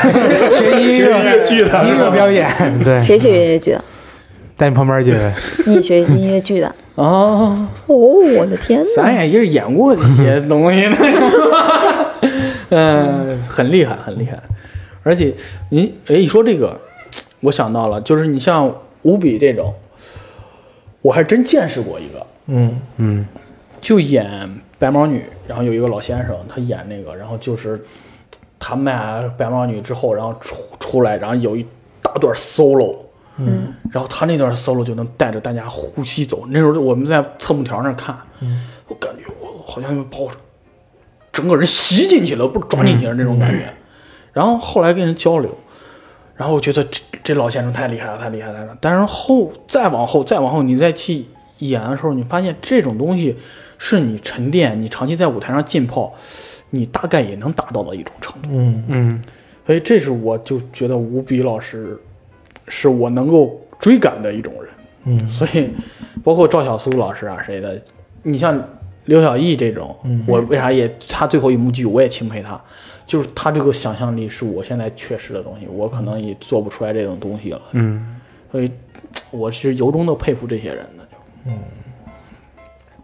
Speaker 2: 学音
Speaker 3: 学音
Speaker 2: 乐
Speaker 3: 乐剧的，
Speaker 2: 音乐表演， *laughs* 对，
Speaker 4: 谁学音乐 *laughs* 剧的？啊
Speaker 2: 带你旁边去呗，
Speaker 4: 你学音乐剧的？
Speaker 1: 啊，
Speaker 4: *laughs* 哦，我的天
Speaker 1: 咱
Speaker 4: 哪！
Speaker 1: 也一直演过这 *laughs* 些东西呢。嗯，很厉害，很厉害。而且您哎，一说这个，我想到了，就是你像五笔这种，我还真见识过一个，
Speaker 3: 嗯，
Speaker 1: 就演白毛女，然后有一个老先生，他演那个，然后就是他们俩白毛女之后，然后出出来，然后有一大段 solo，嗯，然后他那段 solo 就能带着大家呼吸走。那时候我们在侧幕条那儿看，我感觉我好像把我整个人吸进去了，不是抓进去了那种感觉。然后后来跟人交流，然后我觉得这这老先生太厉害了，太厉害了。但是后再往后再往后，你再去演的时候，你发现这种东西是你沉淀，你长期在舞台上浸泡，你大概也能达到的一种程度。
Speaker 2: 嗯，
Speaker 1: 所以这是我就觉得吴比老师是我能够追赶的一种人。嗯，所以包括赵小苏老师啊谁的，你像刘晓毅这种，我为啥也他最后一幕剧我也钦佩他，就是他这个想象力是我现在缺失的东西，我可能也做不出来这种东西了。嗯，所以我是由衷的佩服这些人的。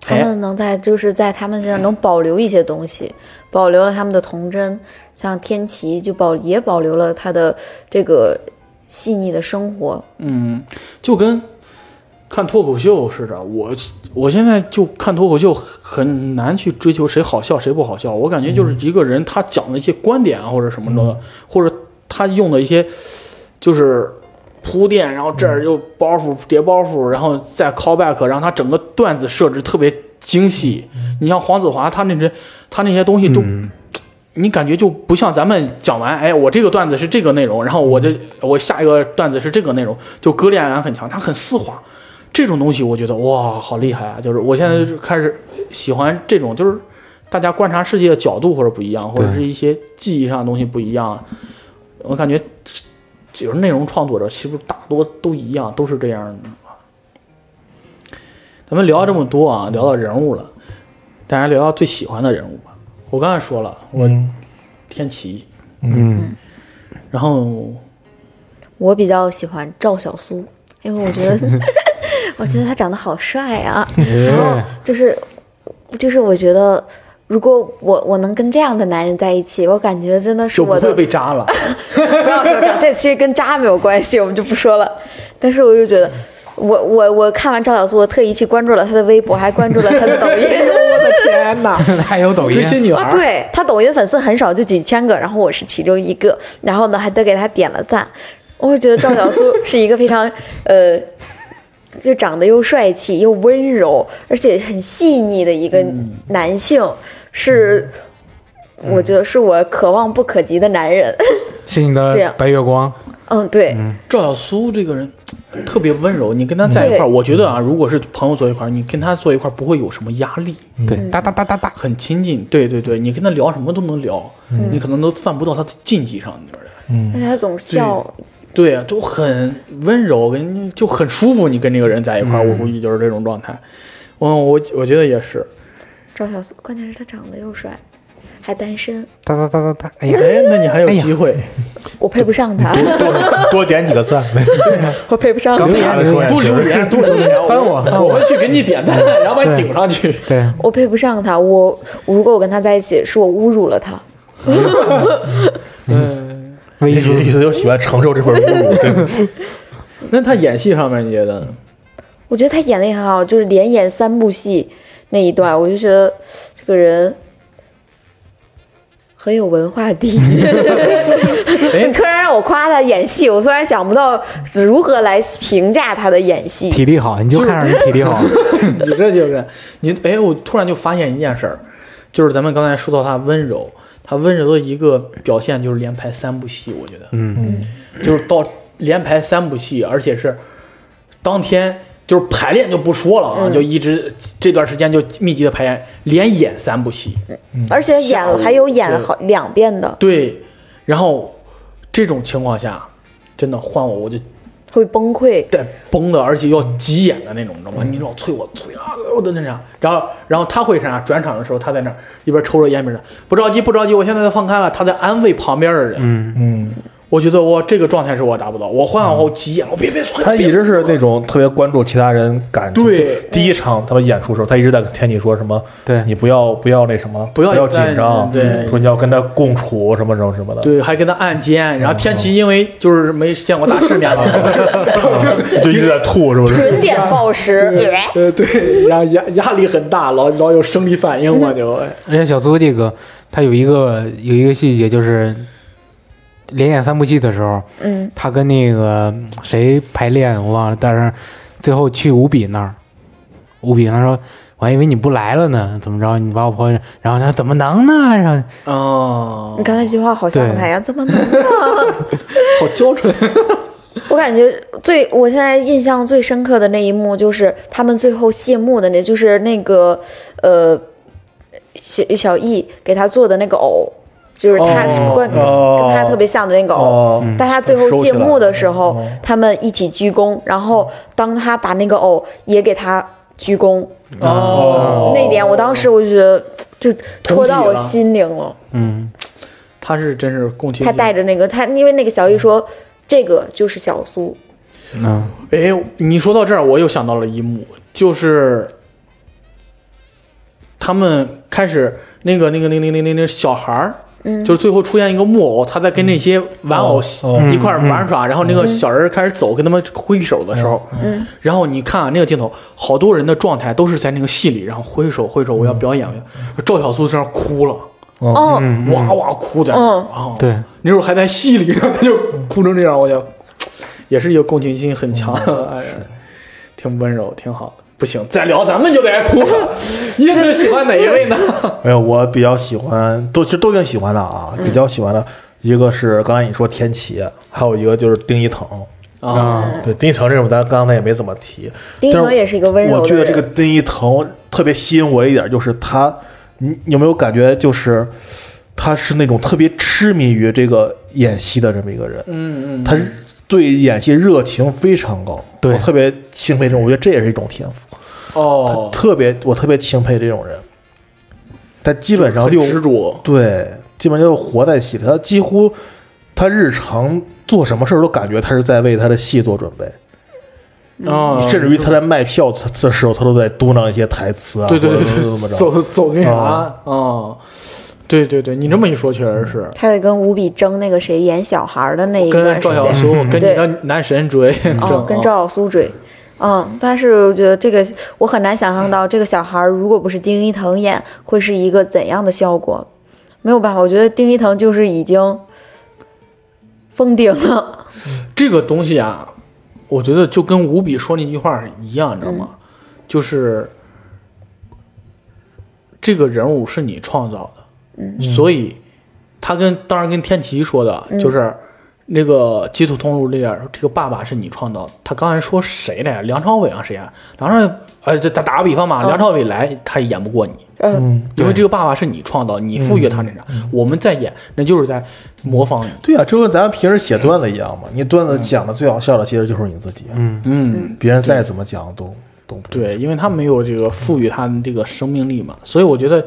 Speaker 4: 他们能在就是在他们身上能保留一些东西，保留了他们的童真，像天琪就保也保留了他的这个细腻的生活。
Speaker 1: 嗯，就跟看脱口秀似的，我我现在就看脱口秀很难去追求谁好笑谁不好笑，我感觉就是一个人他讲的一些观点啊或者什么的，或者他用的一些就是铺垫，然后这儿又包袱叠包袱，然后再 call back，让他整个段子设置特别精细。你像黄子华他那些他那些东西都你感觉就不像咱们讲完，哎，我这个段子是这个内容，然后我这我下一个段子是这个内容，就割裂感很强，它很丝滑。这种东西我觉得哇，好厉害啊！就是我现在就是开始喜欢这种，就是大家观察世界的角度或者不一样，或者是一些记忆上的东西不一样。啊我感觉就是内容创作者是不是大多都一样，都是这样的。咱们聊了这么多啊，聊到人物了，大家聊聊最喜欢的人物吧。我刚才说了，
Speaker 3: 我
Speaker 1: 天琪，
Speaker 2: 嗯，
Speaker 1: 然后
Speaker 4: 我比较喜欢赵小苏，因为我
Speaker 1: *laughs*
Speaker 4: 觉得我觉得他长得好帅啊，
Speaker 1: 哎
Speaker 4: 然后就是就是我觉得。如果我我能跟这样的男人在一起，我感觉真的是
Speaker 1: 就不
Speaker 4: 我的
Speaker 1: 会被扎
Speaker 4: *laughs*
Speaker 1: 了。
Speaker 4: 不要说渣，这其实跟渣没有关系，我们就不说了。但是我就觉得，我我我看完赵小苏，我特意去关注了他的微博，还关注了他的抖音。
Speaker 1: *laughs* 天哪，
Speaker 2: 还有抖音
Speaker 1: 追，星女孩
Speaker 4: 啊，
Speaker 1: 儿，
Speaker 4: 对他抖音粉丝很少，就几千个，然后我是其中一个，然后呢还都给他点了赞。我就觉得赵小苏是一个非常呃，就长得又帅气又温柔，而且很细腻的一个男性，是我觉得是我可望不可及的男人。 *laughs*
Speaker 2: 是你
Speaker 4: 这
Speaker 2: 的
Speaker 4: 样
Speaker 2: 白月光，
Speaker 4: 嗯，对，
Speaker 1: 赵小苏这个人特别温柔，你跟他在一块儿，
Speaker 4: 对
Speaker 1: 我觉得啊，如果是朋友坐一块儿，你跟他坐一块儿不会有什么压力，
Speaker 2: 对，哒哒哒哒哒，
Speaker 1: 很亲近。对对对，你跟他聊什么都能聊，
Speaker 2: 嗯
Speaker 1: 你可能都犯不到他的禁忌上面来。
Speaker 4: 而且他总笑，
Speaker 1: 对啊，都很温柔，跟就很舒服。你跟这个人在一块
Speaker 2: 嗯
Speaker 1: 儿，我估计就是这种状态。嗯，我我觉得也是。
Speaker 4: 赵小苏，关键是他长得又帅，还单身，
Speaker 2: 哒哒哒哒哒，哎呀，
Speaker 1: 哎，那你还有
Speaker 2: 哎呀
Speaker 1: 机会，
Speaker 4: 我配不上他，
Speaker 3: 多多点几个赞。
Speaker 4: *laughs* 我配不上
Speaker 3: 嗯刚
Speaker 4: 他，
Speaker 3: 才还说
Speaker 1: 多留言，多留 *laughs* 言，
Speaker 2: 翻我翻我
Speaker 1: 我们去给你点赞，然后把你顶上去。
Speaker 2: 对，
Speaker 4: 我配不上他。我如果我跟他在一起，是我侮辱了他，
Speaker 1: 嗯，
Speaker 2: 微
Speaker 3: 意
Speaker 2: 叔
Speaker 3: *laughs* 思就喜欢承受这份侮辱，对
Speaker 1: *laughs* 那他演戏上面你觉得呢？
Speaker 4: 我觉得他演的也很好，就是连演三部戏那一段，我就觉得这个人很有文化底。
Speaker 1: 哎
Speaker 4: *laughs* 你突然让我夸他演戏，我突然想不到如何来评价他的演戏。
Speaker 2: 体力好，你就看上你体力好，
Speaker 1: 你这就是你哎，我突然就发现一件事儿，就是咱们刚才说到他温柔，他温柔的一个表现就是连拍三部戏，我觉得，
Speaker 2: 嗯
Speaker 1: 就是到连排三部戏，而且是当天就是排练就不说了啊，
Speaker 4: 嗯
Speaker 1: 就一直这段时间就密集的排练，连演三部戏，
Speaker 4: 而且演了
Speaker 1: 下午
Speaker 4: 还有演了好两遍的，
Speaker 1: 对，然后这种情况下，真的换我我就
Speaker 4: 会崩溃。
Speaker 1: 带崩的，而且要急眼的那种，你知道吗？你让我催我催啊，我的那啥，然后然后他会啥？转场的时候他在那儿一边抽着烟，边上不着急不着急，我现在就放开了，他在安慰旁边的人。
Speaker 2: 嗯，
Speaker 3: 嗯，
Speaker 1: 我觉得我这个状态是我达不到，我换完后急眼了，我别别催，
Speaker 3: *laughs* 他
Speaker 1: 别
Speaker 3: 一直是那种特别关注其他人感情。
Speaker 1: 对
Speaker 3: 就第一场他们演出的时候，他一直在听你说什么，
Speaker 2: 对
Speaker 3: 你不要不要那什么，
Speaker 1: 不要
Speaker 3: 不要
Speaker 1: 一般
Speaker 3: 紧张，
Speaker 1: 对
Speaker 3: 说你要跟他共处什么什么什么的，
Speaker 1: 对，还跟他按肩，然后天琪因为就是没见过大世面嘛，
Speaker 3: 就一直在吐，是不是？
Speaker 4: 准点报时，
Speaker 1: 呃对，然后压压力很大，老老有生理反应嘛就，哎
Speaker 2: 而且小苏这个他有一个有一个细节就是。连演三部戏的时候，
Speaker 4: 嗯，
Speaker 2: 他跟那个嗯谁排练我忘了，但是最后去五比那儿，五比那儿说，我还以为你不来了呢，怎么着？你把我抛下，然后他说怎么能呢？然后
Speaker 4: 嗯
Speaker 1: 哦
Speaker 4: 你，刚才这句话好像哎他呀，怎么能啊
Speaker 1: 好
Speaker 4: *laughs*
Speaker 1: 娇喘，
Speaker 4: 我感觉最我现在印象最深刻的那一幕就是他们最后谢幕的那，就是那个呃小小易给他做的那个偶，就是他
Speaker 1: 哦
Speaker 4: 关、
Speaker 3: 哦
Speaker 4: 跟他特别像的那个偶。
Speaker 3: 哦，
Speaker 4: 但他最后
Speaker 3: 收起
Speaker 4: 谢
Speaker 3: 来
Speaker 4: 幕的
Speaker 3: 了
Speaker 4: 时候
Speaker 3: 哦，
Speaker 4: 他们一起鞠躬，然后当他把那个偶也给他鞠躬，
Speaker 1: 哦
Speaker 4: 那一点我当时我就觉得就戳到我
Speaker 1: 整体啊
Speaker 4: 心灵了。
Speaker 2: 嗯，
Speaker 1: 他是真是共情，
Speaker 4: 他带着那个他，因为那个小易说这个就是小苏，
Speaker 2: 嗯，
Speaker 1: 哎，你说到这儿，我又想到了一幕，就是他们开始那个那个那个那个那个那个小孩儿，
Speaker 4: 嗯
Speaker 1: 就是最后出现一个木偶，他在跟那些玩偶
Speaker 3: 哦哦
Speaker 1: 一块儿玩耍，然后那个小人儿开始走，跟他们挥手的时候，
Speaker 4: 嗯
Speaker 1: 然后你看啊，那个镜头，好多人的状态都是在那个戏里，然后挥手挥手，我要表演，我要赵小苏在那儿哭了，
Speaker 4: 哦，
Speaker 1: 哇哇哭在那儿，
Speaker 4: 嗯
Speaker 1: 啊，
Speaker 2: 对，
Speaker 1: 那时候还在戏里，然后他就哭成这样，我就也是一个共情心很强，
Speaker 3: 嗯
Speaker 1: 哎，挺温柔，挺好的。不行，再聊咱们就得哭
Speaker 3: *laughs*
Speaker 1: 了。你是喜欢哪一位呢？
Speaker 3: 没有，我比较喜欢，都其实都挺喜欢的啊，比较喜欢的一个是刚才你说天启，还有一个就是丁一腾。
Speaker 1: 啊，
Speaker 3: 对丁一腾这种，咱刚才也没怎么提。
Speaker 4: 丁一
Speaker 3: 但
Speaker 4: 腾也是一个温柔
Speaker 3: 我觉
Speaker 4: 的
Speaker 3: 得这
Speaker 4: 人
Speaker 3: 个。丁一腾特别吸引我一点，就是他，你你有没有感觉就是他是那种特别痴迷于这个演戏的这么一个人？
Speaker 1: 嗯嗯，
Speaker 3: 他是对演戏热情非常高，
Speaker 2: 对
Speaker 3: 我特别钦佩这种，我觉得这也是一种天赋。
Speaker 1: 哦，
Speaker 3: 特别我特别钦佩这种人，他基本上
Speaker 1: 很
Speaker 3: 就
Speaker 1: 执着，
Speaker 3: 对，基本上就活在戏里，他几乎他日常做什么事儿都感觉他是在为他的戏做准备，
Speaker 1: 啊，
Speaker 3: 甚至于他在卖票的时候，他都在嘟囔一些台词啊，
Speaker 1: 对对对
Speaker 3: 或者
Speaker 1: 对
Speaker 3: 怎么着。
Speaker 1: 走走那啥
Speaker 3: 啊
Speaker 1: 啊，对对对，你这么一说确实是。
Speaker 4: 他得跟吴比争那个谁演小孩儿的那一
Speaker 1: 跟
Speaker 4: 段时
Speaker 1: 赵小
Speaker 4: 间，
Speaker 1: 苏，
Speaker 2: 嗯
Speaker 1: 跟你
Speaker 4: 对
Speaker 1: 的男神追，*laughs*
Speaker 3: 嗯
Speaker 4: 哦，跟赵小苏追，嗯，但是我觉得这个我很难想象到，这个小孩儿如果不是丁一腾演，会是一个怎样的效果？没有办法，我觉得丁一腾就是已经封顶了。
Speaker 1: 这个东西啊，我觉得就跟五比说那句话一样，你知道
Speaker 4: 嗯
Speaker 1: 吗？就是这个人物是你创造的，
Speaker 4: 嗯
Speaker 1: 所以他跟当然跟天琪说的，
Speaker 4: 嗯
Speaker 1: 就是那个基础通路里边这个爸爸是你创造的。他刚才说谁来着？梁朝伟啊，谁啊？梁朝伟，呃，这打打个比方嘛，
Speaker 4: 嗯
Speaker 1: 梁朝伟来他也演不过你，
Speaker 4: 嗯，
Speaker 3: 嗯，
Speaker 1: 因为这个爸爸是你创造，你赋予他那啥，我们在演，那就是在模仿你。
Speaker 3: *laughs* 对啊，就跟咱们平时写段子一样嘛，你段子讲的最好笑的其实就是你自己，啊
Speaker 1: 嗯。
Speaker 3: 别人再怎么讲都都不
Speaker 1: 对，因为他没有这个赋予他的这个生命力嘛，所以我觉得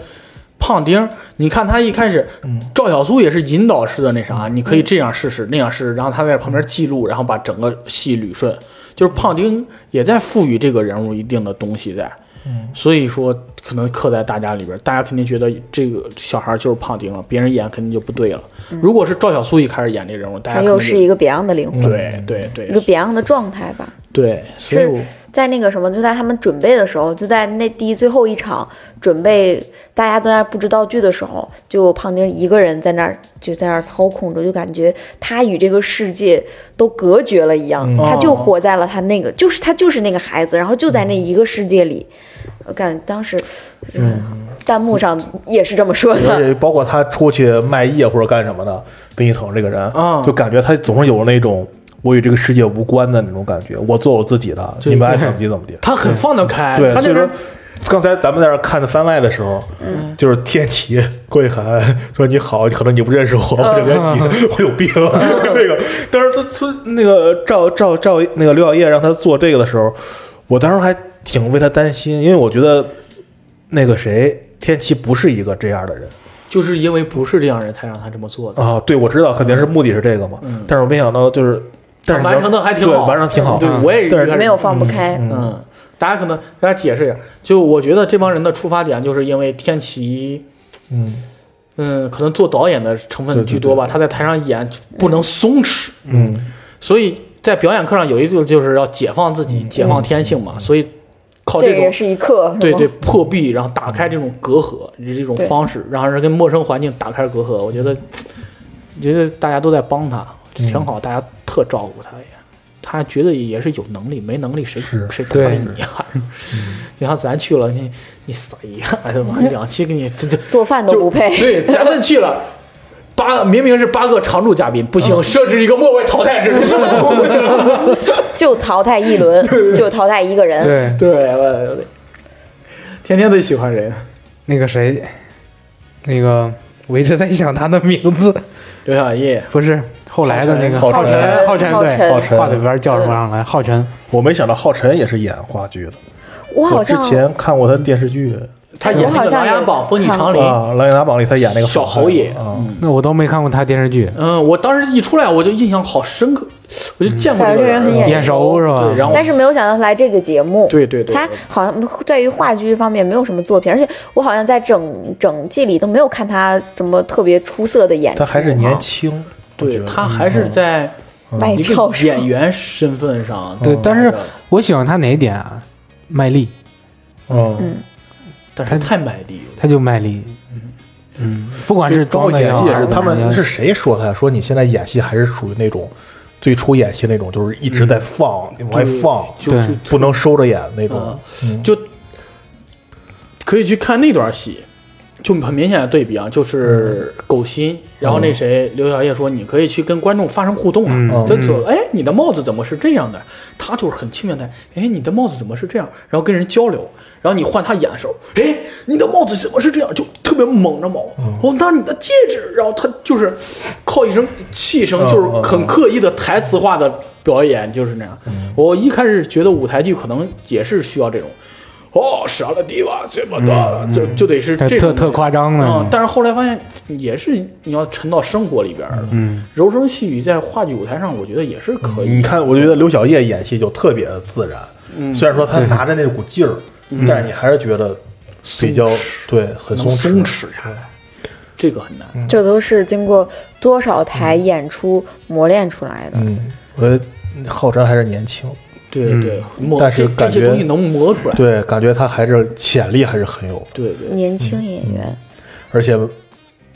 Speaker 1: 胖丁儿，你看他一开始，
Speaker 3: 嗯
Speaker 1: 赵小苏也是引导式的那啥，你可以这样试试，那样试试，然后他在旁边记录，然后把整个戏捋顺，就是胖丁也在赋予这个人物一定的东西在，
Speaker 3: 嗯
Speaker 1: 所以说可能刻在大家里边，大家肯定觉得这个小孩就是胖丁了，别人演肯定就不对了。
Speaker 3: 嗯
Speaker 1: 如果是赵小苏一开始演这人物，大家
Speaker 4: 他
Speaker 1: 可能
Speaker 4: 又
Speaker 1: 就是
Speaker 4: 一个别样的灵
Speaker 3: 嗯
Speaker 4: 魂，
Speaker 1: 对对
Speaker 4: 一个
Speaker 1: 对
Speaker 4: 别样的状态吧。
Speaker 1: 对，所以
Speaker 4: 是
Speaker 1: 我
Speaker 4: 在那个什么，就在他们准备的时候，就在那第一最后一场准备，大家都在那儿布置道具的时候，就胖丁一个人在那儿就在那儿操控着，就感觉他与这个世界都隔绝了一样，
Speaker 3: 嗯
Speaker 4: 他就活在了他那个，就是他就是那个孩子，然后就在那一个世界里。我感当时，嗯，弹幕上也是这么说
Speaker 3: 而
Speaker 1: 嗯
Speaker 4: 的，
Speaker 3: 且包括他出去卖艺啊或者干什么的，丁一腾这个人，
Speaker 1: 嗯
Speaker 3: 就感觉他总是有那种我与这个世界无关的那种感觉，我做我自己的，
Speaker 1: 对
Speaker 3: 你们爱怎么地怎么地。
Speaker 1: 他很放得开，
Speaker 3: 对，
Speaker 1: 哎他
Speaker 3: 所
Speaker 1: 那
Speaker 3: 以说
Speaker 1: 边。嗯
Speaker 3: 刚才咱们在那儿看番外的时候，就是天启过去喊说你好，可能你不认识我，我叫袁
Speaker 1: 嗯
Speaker 3: 启，我有病。 *laughs* 那个，但是他他那个赵赵赵那个刘小叶让他做这个的时候，我当时还挺为他担心，因为我觉得那个谁天启不是一个这样的人。
Speaker 1: 就是因为不是这样人才让他这么做的，
Speaker 3: 啊，对，我知道，肯定是目的是这个嘛。但是我没想到就是，但是你要
Speaker 1: 嗯完成的还挺
Speaker 3: 对
Speaker 1: 好，
Speaker 3: 完成得挺好。
Speaker 1: 对
Speaker 3: 嗯，
Speaker 1: 我也
Speaker 3: 但是
Speaker 1: 一开始
Speaker 4: 没有放不开。
Speaker 1: 嗯，大家可能大家解释一下，就我觉得这帮人的出发点就是因为天奇，
Speaker 3: 嗯
Speaker 1: 嗯，可能做导演的成分居多吧，他在台上演不能松弛，
Speaker 3: 嗯，
Speaker 1: 所以在表演课上有一个就是要解放自己，
Speaker 3: 嗯
Speaker 1: 解放天性嘛，所以靠
Speaker 4: 这
Speaker 1: 这
Speaker 4: 个也
Speaker 1: 种。
Speaker 4: 是一刻，是
Speaker 1: 对
Speaker 4: 吗
Speaker 1: 对，，破壁，然后打开这种隔阂，这种
Speaker 4: 对
Speaker 1: 方式，让人跟陌生环境打开隔阂，我觉得，觉得大家都在帮他，挺好，大家特照顾他也，他觉得也是有能力，没能力谁
Speaker 3: 是
Speaker 1: 谁搭
Speaker 2: 对
Speaker 1: 理你啊？ *laughs* 你像咱去了，你你谁呀？哎呀妈，两期给你这这
Speaker 4: 嗯 *laughs* 做饭都
Speaker 1: 就
Speaker 4: 不配。
Speaker 1: 对，咱们去
Speaker 4: *laughs*
Speaker 1: 了。八明明是八个常驻嘉宾，不行，设置一个末位淘汰制度。
Speaker 4: 就淘汰
Speaker 1: *laughs*
Speaker 4: 一轮，就淘汰一个人。
Speaker 2: 对，
Speaker 1: 对，我我天天最喜欢人，
Speaker 2: 那个谁，那个我一直在想他的名字，
Speaker 1: 刘小叶，
Speaker 2: 不是后来的那个
Speaker 3: 浩
Speaker 2: 浩
Speaker 4: 晨
Speaker 2: 浩晨
Speaker 4: 浩晨
Speaker 2: 对，
Speaker 3: 浩晨
Speaker 2: 话里边叫什么上来？浩晨，
Speaker 3: 我没想到浩晨也是演话剧的。
Speaker 4: 我好
Speaker 3: 我之
Speaker 4: 像
Speaker 3: 前看过他电视剧
Speaker 1: 他演那个《琅琊榜》《风起长林》
Speaker 3: 啊，《琅琊榜》里他演那个
Speaker 1: 小
Speaker 3: 反派
Speaker 1: 侯爷
Speaker 3: 啊，
Speaker 2: 那我都没看过他电视剧，
Speaker 1: 嗯，我当时一出来我就印象好深刻，我就见过
Speaker 4: 感
Speaker 1: 这个
Speaker 4: 觉这人很眼
Speaker 2: 眼熟是吧？
Speaker 1: 对，然后
Speaker 4: 但是没有想到他来这个节目。
Speaker 1: 对对对，
Speaker 4: 他好像在于话剧方面没有什么作品，而且我好像在整整季里都没有看他怎么特别出色的演出。
Speaker 3: 他还是年轻，我觉
Speaker 1: 嗯对
Speaker 3: 得
Speaker 1: 他还
Speaker 2: 嗯
Speaker 1: 是在
Speaker 4: 卖
Speaker 1: 一
Speaker 4: 票
Speaker 1: 个
Speaker 4: 上
Speaker 1: 演员身份上，
Speaker 2: 对，但是我喜欢他哪一点啊？卖力，
Speaker 3: 嗯，
Speaker 1: 但是太卖力了，
Speaker 2: 他就卖力，嗯，不管是
Speaker 3: 包
Speaker 2: 装
Speaker 3: 括
Speaker 2: 的
Speaker 3: 演
Speaker 2: 好
Speaker 3: 戏也是，他
Speaker 2: 还
Speaker 3: 们
Speaker 2: 是
Speaker 3: 是谁说他说你现在演戏还是属于那种最初演戏那种，就是一
Speaker 1: 嗯
Speaker 3: 直在放往外放，
Speaker 1: 就
Speaker 2: 对
Speaker 1: 就
Speaker 3: 不能收着演那种
Speaker 1: 啊。，就可以去看那段戏，就很明显的对比啊，就是
Speaker 2: 嗯
Speaker 1: 狗心，然后那谁刘小叶说，你可以去跟观众发生互动啊
Speaker 2: 嗯，
Speaker 1: 他走，哎，你的帽子怎么是这样的？他就是很轻描淡，哎，你的帽子怎么是这样？然后跟人交流，然后你换他眼的时候，哎，你的帽子怎么是这样？就特别猛着毛，
Speaker 2: 嗯
Speaker 1: 哦，那你的戒指，然后他就是靠一声气声，
Speaker 2: 嗯
Speaker 1: 就是很刻意的台词化的表演，就是那样。
Speaker 2: 嗯
Speaker 1: 我一开始觉得舞台剧可能也是需要这种。哦，杀了敌吧，这么多，就就得是
Speaker 2: 他
Speaker 1: 这
Speaker 2: 嗯特
Speaker 1: 种
Speaker 2: 特夸张的
Speaker 1: 嗯，但是后来发现也是你要沉到生活里边儿了。嗯，柔声细语在话剧舞台上，我觉得也是可以。
Speaker 3: 嗯你看，我觉得刘小叶演戏就特别的自然，
Speaker 1: 嗯
Speaker 3: 虽然说他拿着那股劲儿，但是你还是觉得比较对，很
Speaker 1: 能
Speaker 3: 松
Speaker 1: 松
Speaker 3: 弛。
Speaker 1: 弛下来，这个很难。
Speaker 3: 嗯
Speaker 4: 这都是经过多少台演出磨练出来的。
Speaker 3: 嗯，我觉得浩辰还是年轻，
Speaker 1: 对对，磨
Speaker 3: 嗯但是
Speaker 1: 这
Speaker 3: 感
Speaker 1: 这些
Speaker 3: 觉
Speaker 1: 东西能磨出来。
Speaker 3: 对，感觉他还是潜力还是很有的，
Speaker 1: 对对
Speaker 4: 年轻演
Speaker 1: 嗯
Speaker 4: 员，
Speaker 3: 而且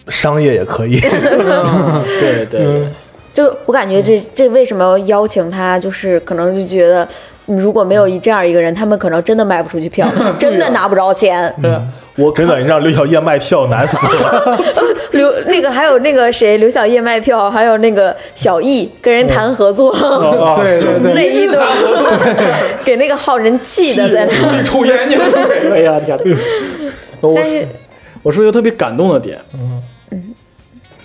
Speaker 3: 商业也可
Speaker 2: *laughs*
Speaker 3: 以。
Speaker 1: 对对
Speaker 3: 嗯
Speaker 1: 对，
Speaker 4: 就我感觉这这为什么要邀请他，就是可能就觉得。如果没有一这样一个人，他们可能真的卖不出
Speaker 1: *laughs*
Speaker 4: 去票，
Speaker 1: 啊
Speaker 4: 真的拿不着钱。
Speaker 1: 对啊，我
Speaker 3: 真的，你让刘小叶卖票难
Speaker 2: *laughs*
Speaker 3: 死啊了。
Speaker 4: 刘那个还有那个谁，刘小叶卖票，还有那个小易跟人谈合作，
Speaker 1: 嗯
Speaker 3: 啊
Speaker 2: 对对对，
Speaker 4: 那一顿给那个浩人气的在那。
Speaker 1: 你抽烟去
Speaker 4: *laughs*
Speaker 1: 了，哎呀天哪！我
Speaker 3: *laughs*
Speaker 4: 但是
Speaker 1: 我说一个特别感动的点，嗯，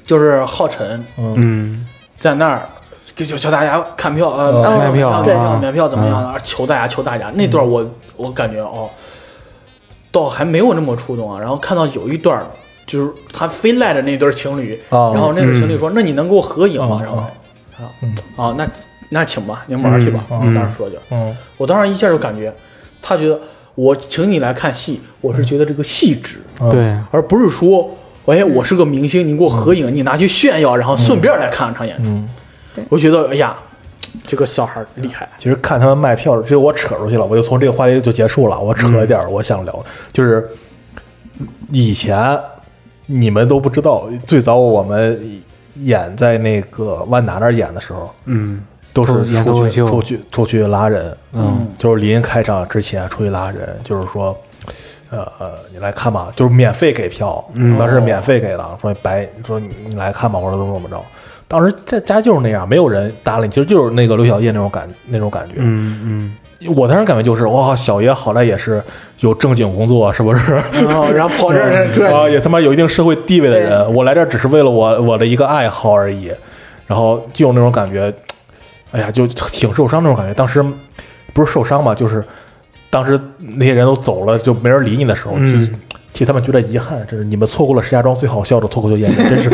Speaker 1: 就是浩辰
Speaker 2: 嗯，
Speaker 1: 在那儿。就就教大家看票，呃，
Speaker 3: 嗯
Speaker 2: 卖票
Speaker 1: 买票，
Speaker 2: 啊
Speaker 1: 买票怎么样啊？求大家，求大家。那段
Speaker 3: 嗯
Speaker 1: 我我感觉哦，倒还没有那么触动啊。然后看到有一段，就是他非赖着那对情侣，
Speaker 3: 哦
Speaker 1: 然后那对情侣说：“那你能给我合影吗
Speaker 3: 哦？”
Speaker 1: 然后啊
Speaker 3: 嗯
Speaker 1: 啊，那那请吧，您玩去吧。
Speaker 3: 嗯
Speaker 1: 当时说就，
Speaker 3: 嗯
Speaker 1: 我当时一下就感觉，他觉得我请你来看戏，我是觉得这个戏值，
Speaker 3: 嗯
Speaker 2: 对，
Speaker 1: 而不是说，哎，我是个明星，你给我合影，你拿去炫耀，然后顺便来看场演出。
Speaker 3: 嗯
Speaker 4: 对
Speaker 1: 我觉得，哎呀，这个小孩儿厉害。
Speaker 3: 其实看他们卖票，只有我扯出去了，我就从这个话题就结束了。我扯了点
Speaker 2: 嗯
Speaker 3: 儿，我想聊，就是以前你们都不知道，最早我们演在那个万达那儿演的时候，
Speaker 2: 嗯
Speaker 3: 都是
Speaker 2: 演脱
Speaker 3: 出
Speaker 2: 口
Speaker 3: 去
Speaker 2: 秀
Speaker 3: 出去出去拉人，
Speaker 2: 嗯，
Speaker 3: 就是临开场之前出去拉人，就是说，呃呃，你来看吧，就是免费给票，
Speaker 2: 嗯
Speaker 3: 当
Speaker 2: 哦
Speaker 3: 时免费给的，说白说你你来看吧，我说怎么怎么着。当时在家就是那样，没有人搭理你，其实就是那个刘晓叶那种感那种感觉。
Speaker 2: 嗯嗯，
Speaker 3: 我当时感觉就是，哇，小爷好歹也是有正经工作，是
Speaker 2: *laughs*
Speaker 3: 不是？
Speaker 1: 然后，哦然后跑这儿来转，
Speaker 3: *laughs* 啊，也他妈有一定社会地位的人，我来这儿只是为了我我的一个爱好而已，然后就有那种感觉，哎呀，就挺受伤那种感觉。当时不是受伤嘛，就是当时那些人都走了，就没人理你的时候，
Speaker 2: 嗯
Speaker 3: 就是替他们觉得遗憾，真是你们错过了石家庄最好笑的脱口秀演员，
Speaker 4: *laughs*
Speaker 3: 真是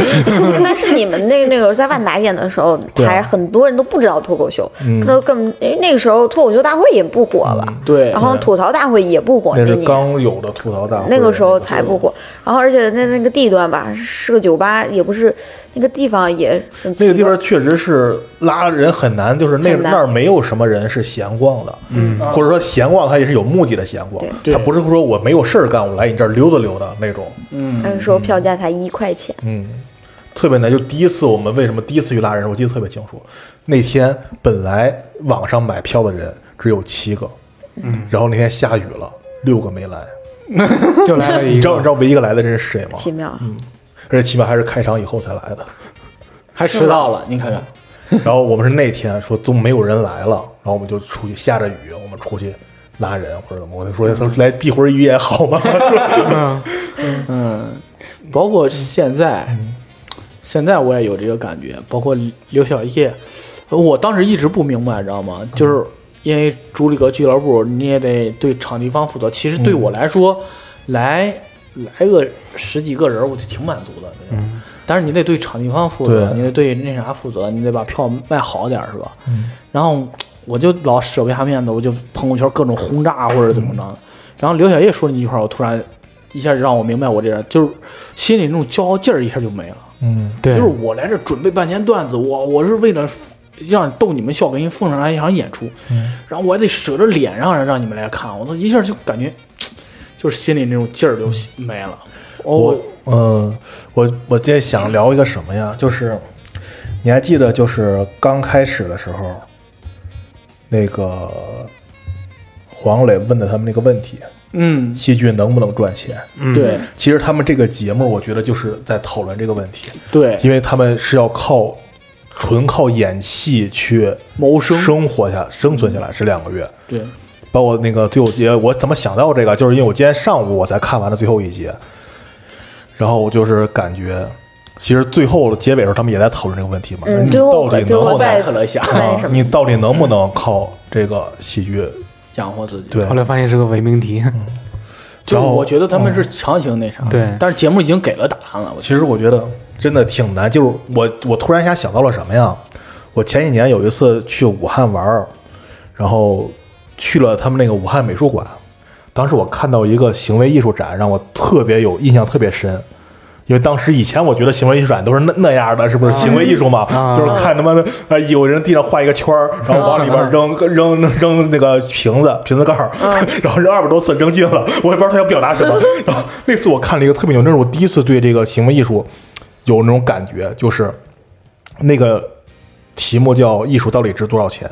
Speaker 4: 但是你们那那个在万达演的时候，
Speaker 3: 对啊
Speaker 4: 还很多人都不知道脱口秀，
Speaker 3: 嗯
Speaker 4: 他都根本哎那个时候脱口秀大会也不火吧，
Speaker 1: 对
Speaker 4: 然，后吐槽大会也不火，
Speaker 3: 啊那是
Speaker 4: 年
Speaker 3: 刚有的吐槽大会，
Speaker 4: 那个时候才不火。然后而且那那个地段吧，是个酒吧，也不是那个地方也很奇
Speaker 3: 那个
Speaker 4: 怪。
Speaker 3: 地方确实是拉人很难，就是那
Speaker 4: 很难
Speaker 3: 那儿没有什么人是闲逛的，嗯，或者说闲逛，他也是有目的的闲逛，
Speaker 1: 对
Speaker 3: 他不是说我没有事儿干，我来你这儿溜达溜达那种，
Speaker 1: 嗯
Speaker 4: 那个时候票价才一块钱，
Speaker 3: 嗯，特别难。就第一次我们为什么第一次去拉人，我记得特别清楚，那天本来网上买票的人只有七个，嗯，然后那天下雨了，六个没来，
Speaker 2: 就来了一
Speaker 3: 你知道你
Speaker 2: 个，
Speaker 3: 知道唯一一个来的人是谁吗？
Speaker 4: 奇妙。
Speaker 3: 嗯而且起码还是开场以后才来的。
Speaker 1: 还迟到了，你看看，
Speaker 3: 然后我们是那天说都没有人来了，然后我们就出去下着雨，我们出去拉人或者怎么，我就说来避会儿雨也好嘛。
Speaker 1: 嗯，包括现在，现在我也有这个感觉，包括刘晓叶，我当时一直不明白，你知道吗？就是因为主里格俱乐部，你也得对场地方负责。其实对我来说，来来个十几个人，我就挺满足的。那种但是你得对场地方负责，
Speaker 3: 对
Speaker 1: 你得对那啥负责，你得把票卖好点儿，是吧？然后我就老舍不下面子，我就朋友圈各种轰炸或者怎么着。然后刘晓叶说了一句话，我突然一下就让我明白，我这人就是心里那种骄傲劲儿一下就没了。
Speaker 3: 嗯，
Speaker 2: 对
Speaker 1: 就是，我来这准备半天段子，我我是为了让逗你们笑，给你奉上来一场演出，
Speaker 3: 嗯
Speaker 1: 然后我还得舍着脸让人让你们来看，我都一下就感觉，就是心里那种劲儿就没了。哦，
Speaker 3: 嗯我
Speaker 1: 我
Speaker 3: 呃，我我今天想聊一个什么呀？就是你还记得，就是刚开始的时候，那个黄磊问的他们那个问题：
Speaker 1: 嗯，
Speaker 3: 戏剧能不能赚钱？
Speaker 1: 对
Speaker 3: 其实他们这个节目，我觉得就是在讨论这个问题，
Speaker 1: 对，
Speaker 3: 因为他们是要靠纯靠演戏去
Speaker 1: 谋生，
Speaker 3: 生活下生存下来，这两个月。
Speaker 1: 对，
Speaker 3: 包括那个最后一节，我怎么想到这个，就是因为我今天上午我才看完了最后一节，然后我就是感觉，其实最后结尾的时候他们也在讨论这个问题嘛，
Speaker 4: 嗯
Speaker 3: 你
Speaker 4: 最后
Speaker 3: 到底
Speaker 4: 最
Speaker 3: 能
Speaker 4: 后
Speaker 3: 不能
Speaker 4: 再
Speaker 1: 看了一下
Speaker 4: 再那
Speaker 3: 啊
Speaker 4: 什
Speaker 3: 你
Speaker 4: 么，
Speaker 3: 到底能不能靠这个喜剧？
Speaker 1: 养活自己。
Speaker 3: 对
Speaker 2: 后来发现是个伪命题，
Speaker 1: 就是
Speaker 3: 然后嗯
Speaker 1: 我觉得他们是强行那啥，
Speaker 2: 对
Speaker 1: 但是节目已经给了答案了，我觉
Speaker 3: 其实我觉得真的挺难，就是我我突然一下想到了什么呀？我前几年有一次去武汉玩儿，然后去了他们那个武汉美术馆，当时我看到一个行为艺术展，让我特别有印象特别深。因为当时以前我觉得行为艺术展都是那那样的，是不是行为艺术嘛？
Speaker 2: 啊
Speaker 3: 就是看他妈的，呃，有人地上画一个圈儿，然后往里边扔扔扔扔那个瓶子瓶子盖儿， *laughs* 然后扔二百多次扔进了，我也不知道他要表达什么。然后那次我看了一个特别牛，那是我第一次对这个行为艺术有那种感觉，就是那个题目叫《艺术到底值多少钱》，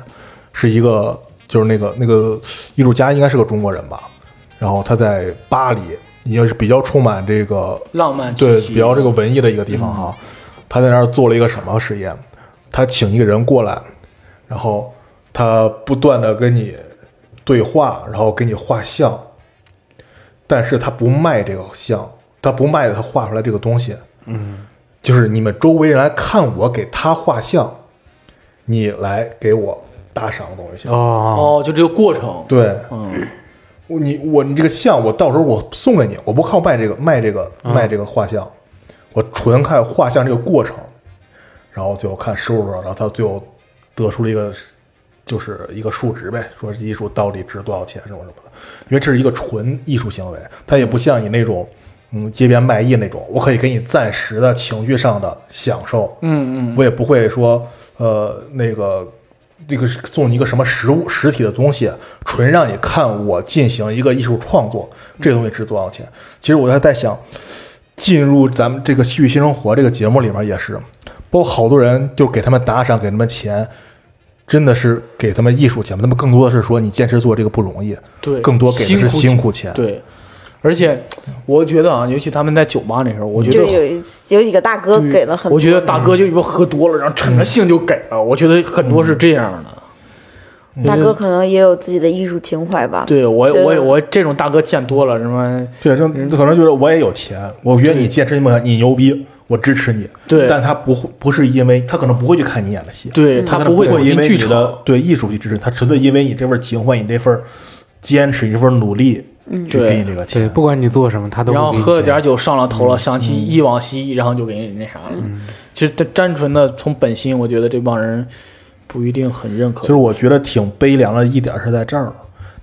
Speaker 3: 是一个就是那个那个艺术家应该是个中国人吧，然后他在巴黎，也是比较充满这个
Speaker 1: 得浪漫气
Speaker 3: 对
Speaker 1: 息
Speaker 3: 比较这个嗯文艺的一个地方哈。他在那儿做了一个什么实验？他请一个人过来，然后他不断的跟你对话，然后给你画像，但是他不卖这个像，他不卖他画出来这个东西。嗯，就是你们周围人来看我给他画像，你来给我打赏东西。
Speaker 2: 哦，
Speaker 1: 哦，就这个过程，
Speaker 3: 对，
Speaker 1: 嗯，
Speaker 3: 我你我你这个像，我到时候我送给你，我不靠卖这个卖这个
Speaker 1: 嗯
Speaker 3: 卖这个画像，我纯看画像这个过程，然后最后看收入多少，然后他最后得出了一个就是一个数值呗，说艺术到底值多少钱什么什么的，因为这是一个纯艺术行为，它也不像你那种嗯街边卖艺那种，我可以给你暂时的情绪上的享受，
Speaker 1: 嗯嗯，
Speaker 3: 我也不会说呃那个这个是送你一个什么实物实体的东西，纯让你看我进行一个艺术创作，这东西值多少钱？其实我还在想，进入咱们这个《戏剧新生活》这个节目里面也是，包括好多人就给他们打赏，给他们钱。真的是给他们艺术钱吗？他们更多的是说你坚持做这个不容易，
Speaker 1: 对，
Speaker 3: 更多给的是辛
Speaker 1: 辛
Speaker 3: 苦钱。
Speaker 1: 对，而且我觉得啊，尤其他们在酒吧那时候，我觉
Speaker 4: 就
Speaker 1: 得
Speaker 4: 有一有几个大哥给了很多，嗯
Speaker 1: 我觉得大哥就以为喝多了，然后趁着性就给了。我觉得很多是这样的。
Speaker 4: 嗯
Speaker 3: 嗯
Speaker 4: 大
Speaker 1: 嗯
Speaker 4: 哥可能也有自己的艺术情怀吧。
Speaker 1: 对我，
Speaker 4: 对
Speaker 1: 我我这种大哥见多了，什
Speaker 4: 嗯
Speaker 1: 么
Speaker 3: 对，这可能就是我也有钱，我约你
Speaker 1: 对
Speaker 3: 坚持你梦想，你牛逼，我支持你。
Speaker 1: 对
Speaker 3: 但他不会，不是因为他可能不会去看你演的戏，
Speaker 1: 对
Speaker 3: 嗯他
Speaker 1: 他
Speaker 3: 可能
Speaker 1: 不会走
Speaker 3: 因
Speaker 1: 进
Speaker 3: 为
Speaker 1: 剧
Speaker 3: 你的
Speaker 1: 场，
Speaker 3: 对艺术去支持，他纯粹因为你这份情怀，你这份坚持，你这份努力，去
Speaker 1: 嗯对
Speaker 3: 给你这个
Speaker 2: 对，
Speaker 3: 钱。
Speaker 2: 不管你做什么，他都
Speaker 1: 然后
Speaker 2: 会给你
Speaker 1: 喝了
Speaker 2: 钱
Speaker 1: 点酒上了头了，想
Speaker 4: 嗯
Speaker 1: 起忆往昔，然后就给你那啥了。其实他单纯的从本心，我觉得这帮人不一定很认可。
Speaker 3: 其实我觉得挺悲凉的一点是在这儿了，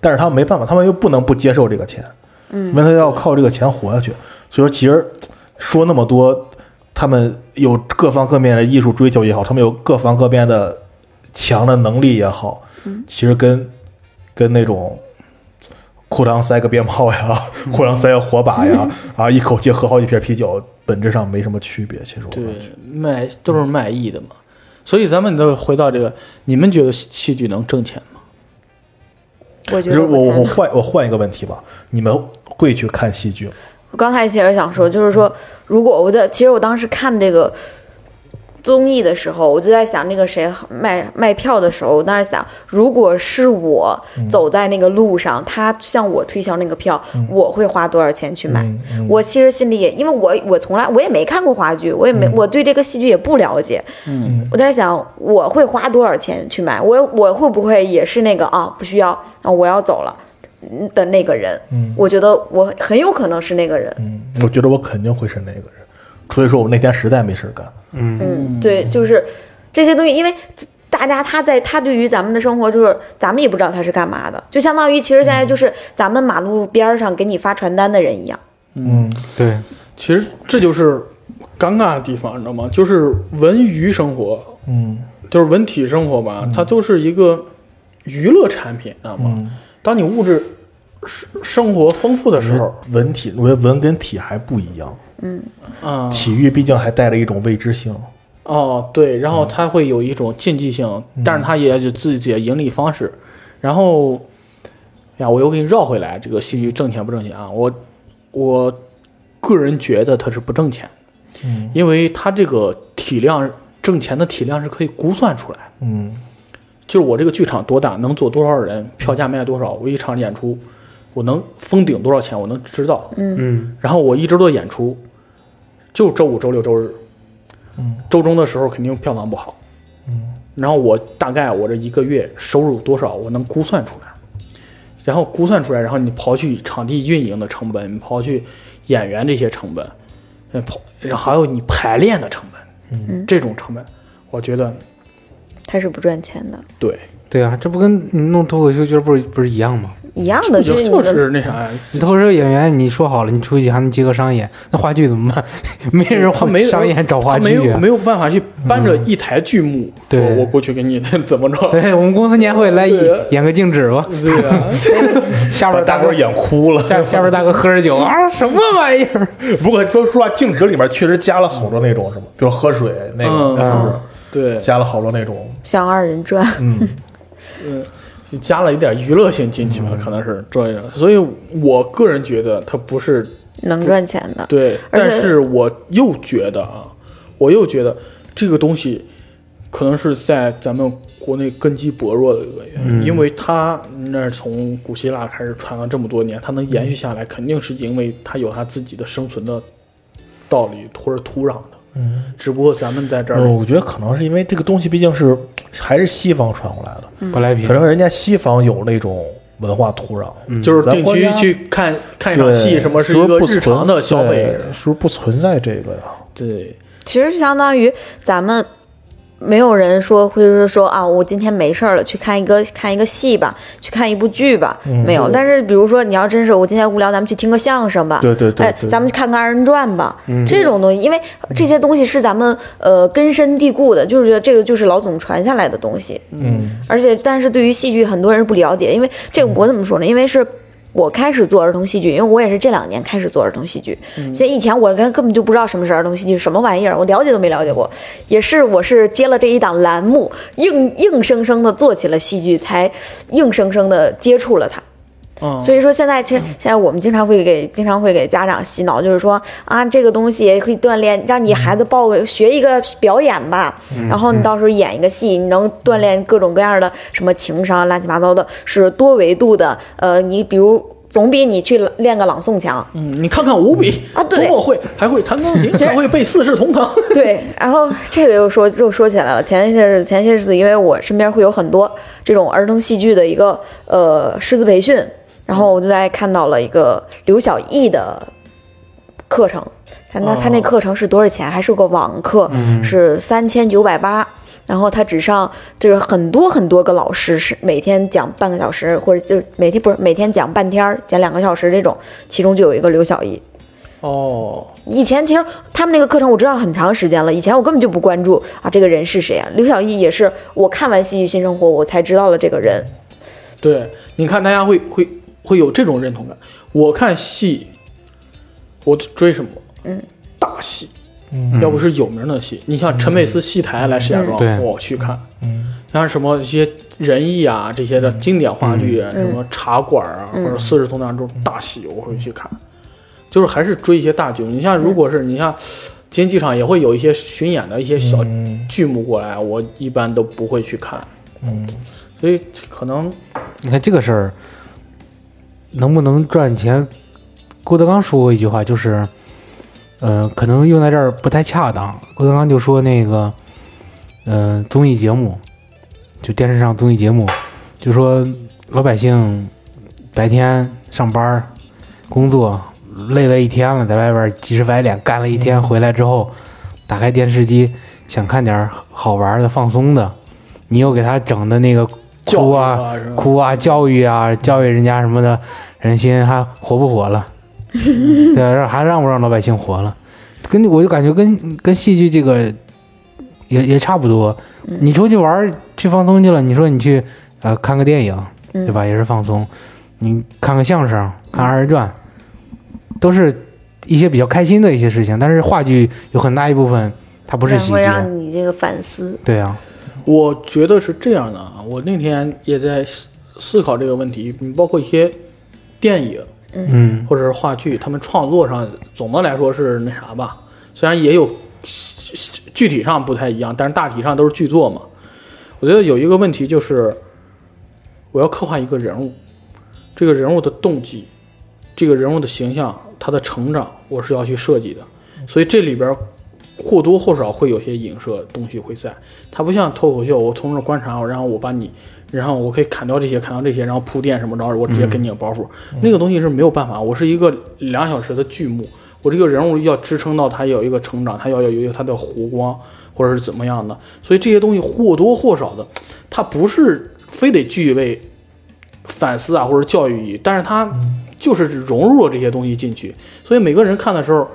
Speaker 3: 但是他们没办法，他们又不能不接受这个钱，嗯，因为他要靠这个钱活下去。所以说，其实说那么多，他们有各方各面的艺术追求也好，他们有各方各面的强的能力也好，
Speaker 1: 嗯
Speaker 3: 其实跟跟那种裤裆塞个鞭炮呀，
Speaker 1: 嗯
Speaker 3: 裤裆塞个火
Speaker 1: *laughs*
Speaker 3: 把呀，啊，一口气喝好几瓶啤酒，本质上没什么区别。其实我
Speaker 1: 对
Speaker 3: 感觉，
Speaker 1: 卖都是卖艺的嘛。所以咱们都回到这个，你们觉得戏戏剧能挣钱吗？
Speaker 4: 我觉
Speaker 3: 就是
Speaker 4: 得
Speaker 3: 我
Speaker 4: 不太
Speaker 3: 我
Speaker 4: 能
Speaker 3: 换我换一个问题吧，你们会去看戏剧吗？
Speaker 4: 我刚才其实想
Speaker 3: 嗯
Speaker 4: 说，就是说，如果我的，其实我当时看这个综艺的时候，我就在想，那个谁卖卖票的时候，我当时想，如果是我走在那个路上，他向我推销那个票，我会花多少钱去买？
Speaker 3: 嗯嗯
Speaker 4: 我其实心里也，因为我我从来我也没看过话剧，我也
Speaker 3: 嗯
Speaker 4: 没、我对这个戏剧也不了解，嗯，我在想我会花多少钱去买，我我会不会也是那个啊不需要啊我要走了嗯的那个人？嗯，我觉得我很有可能是那个人，
Speaker 3: 嗯我觉得我肯定会是那个人，除非说我那天实在没事儿干。
Speaker 4: 嗯，对，就是这些东西，因为大家他在他对于咱们的生活，就是咱们也不知道他是干嘛的，就相当于其实现在就是咱们马路边儿上给你发传单的人一样。
Speaker 3: 嗯，
Speaker 2: 对，
Speaker 1: 其实这就是尴尬的地方，你知道吗？就是文娱生活，
Speaker 3: 嗯
Speaker 1: 就是文体生活吧，它都是一个娱乐产品，知道吗？
Speaker 3: 嗯，
Speaker 1: 当你物质生生活丰富的时候，
Speaker 3: 文体，我觉得文跟体还不一样，
Speaker 1: 啊、
Speaker 3: 体育毕竟还带着一种未知性。嗯
Speaker 1: 哦，对，然后它会有一种竞技性，但是它也有自己的盈利方式。然后，呀，我又给你绕回来，这个戏剧挣钱不挣钱啊？我我个人觉得它是不挣钱，
Speaker 3: 嗯
Speaker 1: 因为它这个体量挣钱的体量是可以估算出来的。
Speaker 3: 嗯
Speaker 1: 就是我这个剧场多大，能坐多少人，票价卖多少，我一场演出，我能封顶多少钱，我能知道。
Speaker 2: 嗯，
Speaker 1: 然后我一直做演出，就周五、周六、周日，
Speaker 3: 嗯，
Speaker 1: 周中的时候肯定票房不好，
Speaker 3: 嗯，
Speaker 1: 然后我大概我这一个月收入多少，我能估算出来，然后估算出来，然后你刨去场地运营的成本，你刨去演员这些成本，呃，刨，然后还有你排练的成本，嗯，这种成本，我觉得
Speaker 4: 他是不赚钱的，
Speaker 1: 对，
Speaker 2: 对啊，这不跟你弄脱口秀俱乐部不是一样吗？
Speaker 4: 一样的，
Speaker 1: 就
Speaker 4: 就是你
Speaker 1: 就
Speaker 4: 的，
Speaker 1: 是那啥，
Speaker 2: 你脱口秀演员，你说好了，你出去还能接个商演， *laughs* 那话剧怎么办？没人
Speaker 1: 他没有
Speaker 2: 商演找话
Speaker 1: 他没
Speaker 2: 剧
Speaker 1: 有
Speaker 2: 啊
Speaker 1: 没。有办法去搬着一台剧目，
Speaker 2: 对
Speaker 1: 我我过去给你 *laughs* 怎么着。
Speaker 2: 对我们公司年会来
Speaker 1: 对啊
Speaker 2: 演个静止吧，
Speaker 1: 对啊，
Speaker 2: 下
Speaker 3: 把
Speaker 2: 边
Speaker 3: 大
Speaker 2: 大
Speaker 3: 哥
Speaker 2: 哥
Speaker 3: 演哭了。
Speaker 2: 下下边大哥喝着酒啊，什么玩意儿？
Speaker 3: *laughs* 不过说实话，静止里面确实加了好多那种什么，比如喝水那个，
Speaker 1: 嗯
Speaker 3: 是不是
Speaker 1: 对，
Speaker 3: 加了好多那种？
Speaker 4: 像二人转，
Speaker 3: 嗯，
Speaker 1: 就加了一点娱乐性进去吧，可能是这样。所以我个人觉得它不是
Speaker 4: 能赚钱的。
Speaker 1: 对，
Speaker 4: 而且
Speaker 1: 但是我又觉得啊，我又觉得这个东西可能是在咱们国内根基薄弱的一个原因，
Speaker 3: 嗯
Speaker 1: 因为它那儿从古希腊开始传了这么多年，它能延续下来，肯定是因为它有它自己的生存的道理或者土壤的。嗯，只不过咱们在这儿，
Speaker 3: 我觉得可能是因为这个东西毕竟是还是西方传过来的，
Speaker 2: 舶来品
Speaker 3: 可，能人家西方有那种文化土壤，
Speaker 1: 就是
Speaker 3: 咱
Speaker 1: 定
Speaker 3: 国
Speaker 1: 期
Speaker 3: 家
Speaker 1: 去看看一场戏，
Speaker 3: 对
Speaker 1: 什么是
Speaker 3: 说
Speaker 1: 一个
Speaker 3: 不
Speaker 1: 日常
Speaker 3: 存
Speaker 1: 的消
Speaker 3: 对
Speaker 1: 费，
Speaker 3: 是不是不存在这个呀？
Speaker 1: 对
Speaker 4: 其实就相当于咱们没有人说会说说啊，我今天没事儿了，去看一个看一个戏吧，去看一部剧吧，没有。但是比如说你要真是我今天无聊，咱们去听个相声吧，
Speaker 3: 对对对
Speaker 4: 哎，
Speaker 3: 对嗯
Speaker 4: 咱们去看看二人转吧，这种东西，因为这些东西是咱们呃根深蒂固的，就是觉得这个就是老总传下来的东西，
Speaker 3: 嗯，
Speaker 4: 而且，但是对于戏剧，很多人是不了解，因为这个我怎么说呢？因为是我开始做儿童戏剧，因为我也是这两年开始做儿童戏剧。
Speaker 3: 嗯
Speaker 4: 现在以前我根根本就不知道什么是儿童戏剧，什么玩意儿，我了解都没了解过。也是我是接了这一档栏目，硬硬生生的做起了戏剧，才硬生生的接触了它。
Speaker 1: 嗯，
Speaker 4: 所以说现在其实现在我们经常会给经常会给家长洗脑，就是说啊，这个东西也可以锻炼，让你孩子报个学一个表演吧，
Speaker 1: 嗯
Speaker 4: 然后你到时候演一个戏，你能锻炼各种各样的什么情商，乱七八糟的，是多维度的。呃，你比如总比你去练个朗诵强。
Speaker 1: 嗯，你看看五笔
Speaker 4: 啊对
Speaker 1: 多么会，还会弹钢
Speaker 3: *laughs*
Speaker 1: 琴，
Speaker 4: 实
Speaker 1: 还会背四世同堂。
Speaker 4: *laughs* 对，然后这个又说又说起来了。前些日前些日子，因为我身边会有很多这种儿童戏剧的一个呃师资培训，然后我就在看到了一个刘晓艺的课程，他那他那课程是多少钱？还是个网课，是三千九百八。然后他只上就是很多很多个老师是每天讲半个小时，或者就是每天不是每天讲半天儿讲两个小时这种，其中就有一个刘晓艺。
Speaker 1: 哦，
Speaker 4: 以前其实他们那个课程我知道很长时间了，以前我根本就不关注啊，这个人是谁啊？刘晓艺也是我看完《戏剧新生活》我才知道了这个人。
Speaker 1: 对，你看大家会会会有这种认同感。我看戏，我追什么？嗯，大戏，嗯，要不是有名的戏，你像陈佩斯戏台来石家庄，
Speaker 2: 嗯嗯对嗯
Speaker 1: 我去看，嗯，像什么一些仁义啊这些的经典话剧，啊什么茶馆啊、或者四世同堂这种
Speaker 2: 嗯
Speaker 1: 大戏，我会去看。就是还是追一些大剧，你像如果是你像，今天机场也会有一些巡演的一些小
Speaker 3: 嗯
Speaker 1: 剧目过来，我一般都不会去看，嗯，所以可能
Speaker 2: 你看这个事儿能不能赚钱？郭德纲说过一句话，就是，呃，可能用在这儿不太恰当。郭德纲就说那个，呃，综艺节目，就电视上综艺节目，就说老百姓白天上班儿工作累了一天了，在外边儿急赤白脸干了一天，回来之后打开电视机想看点儿好玩儿的、放松的，你又给他整的那个
Speaker 1: 教
Speaker 2: 哭
Speaker 1: 育
Speaker 2: 啊、
Speaker 1: 啊是吧
Speaker 2: 哭啊、教育啊、教育人家什么的，人心还活不活
Speaker 4: *laughs*
Speaker 2: 了？对啊，让还让不让老百姓活了？跟我就感觉跟跟戏剧这个也也差不多。
Speaker 4: 嗯
Speaker 2: 你出去玩儿去放松去了，你说你去呃看个电影，
Speaker 4: 嗯
Speaker 2: 对吧？也是放松。你看个相声，看二人转，都是一些比较开心的一些事情。但是话剧有很大一部分它不是啊喜剧
Speaker 4: 会，让你这个反思。
Speaker 2: 对啊，
Speaker 1: 我觉得是这样的啊，我那天也在思思考这个问题，嗯包括一些电影
Speaker 2: 嗯
Speaker 1: 或者是话剧，他们创作上总的来说是那啥吧，虽然也有具体上不太一样，但是大体上都是剧作嘛。我觉得有一个问题就是，我要刻画一个人物，这个人物的动机，这个人物的形象，他的成长，我是要去设计的。所以这里边或多或少会有些影射东西会在。它不像脱口秀，我从这观察，然后我把你，然后我可以砍掉这些，砍掉这些，然后铺垫什么着，我直接给你个包袱。那个东西是没有办法，我是一个两小时的剧目，我这个人物要支撑到他有一个成长，他要有一个他的弧光，或者是怎么样的。所以这些东西或多或少的，它不是非得具备反思啊或者教育意义，但是它就是融入了这些东西进去，所以每个人看的时候。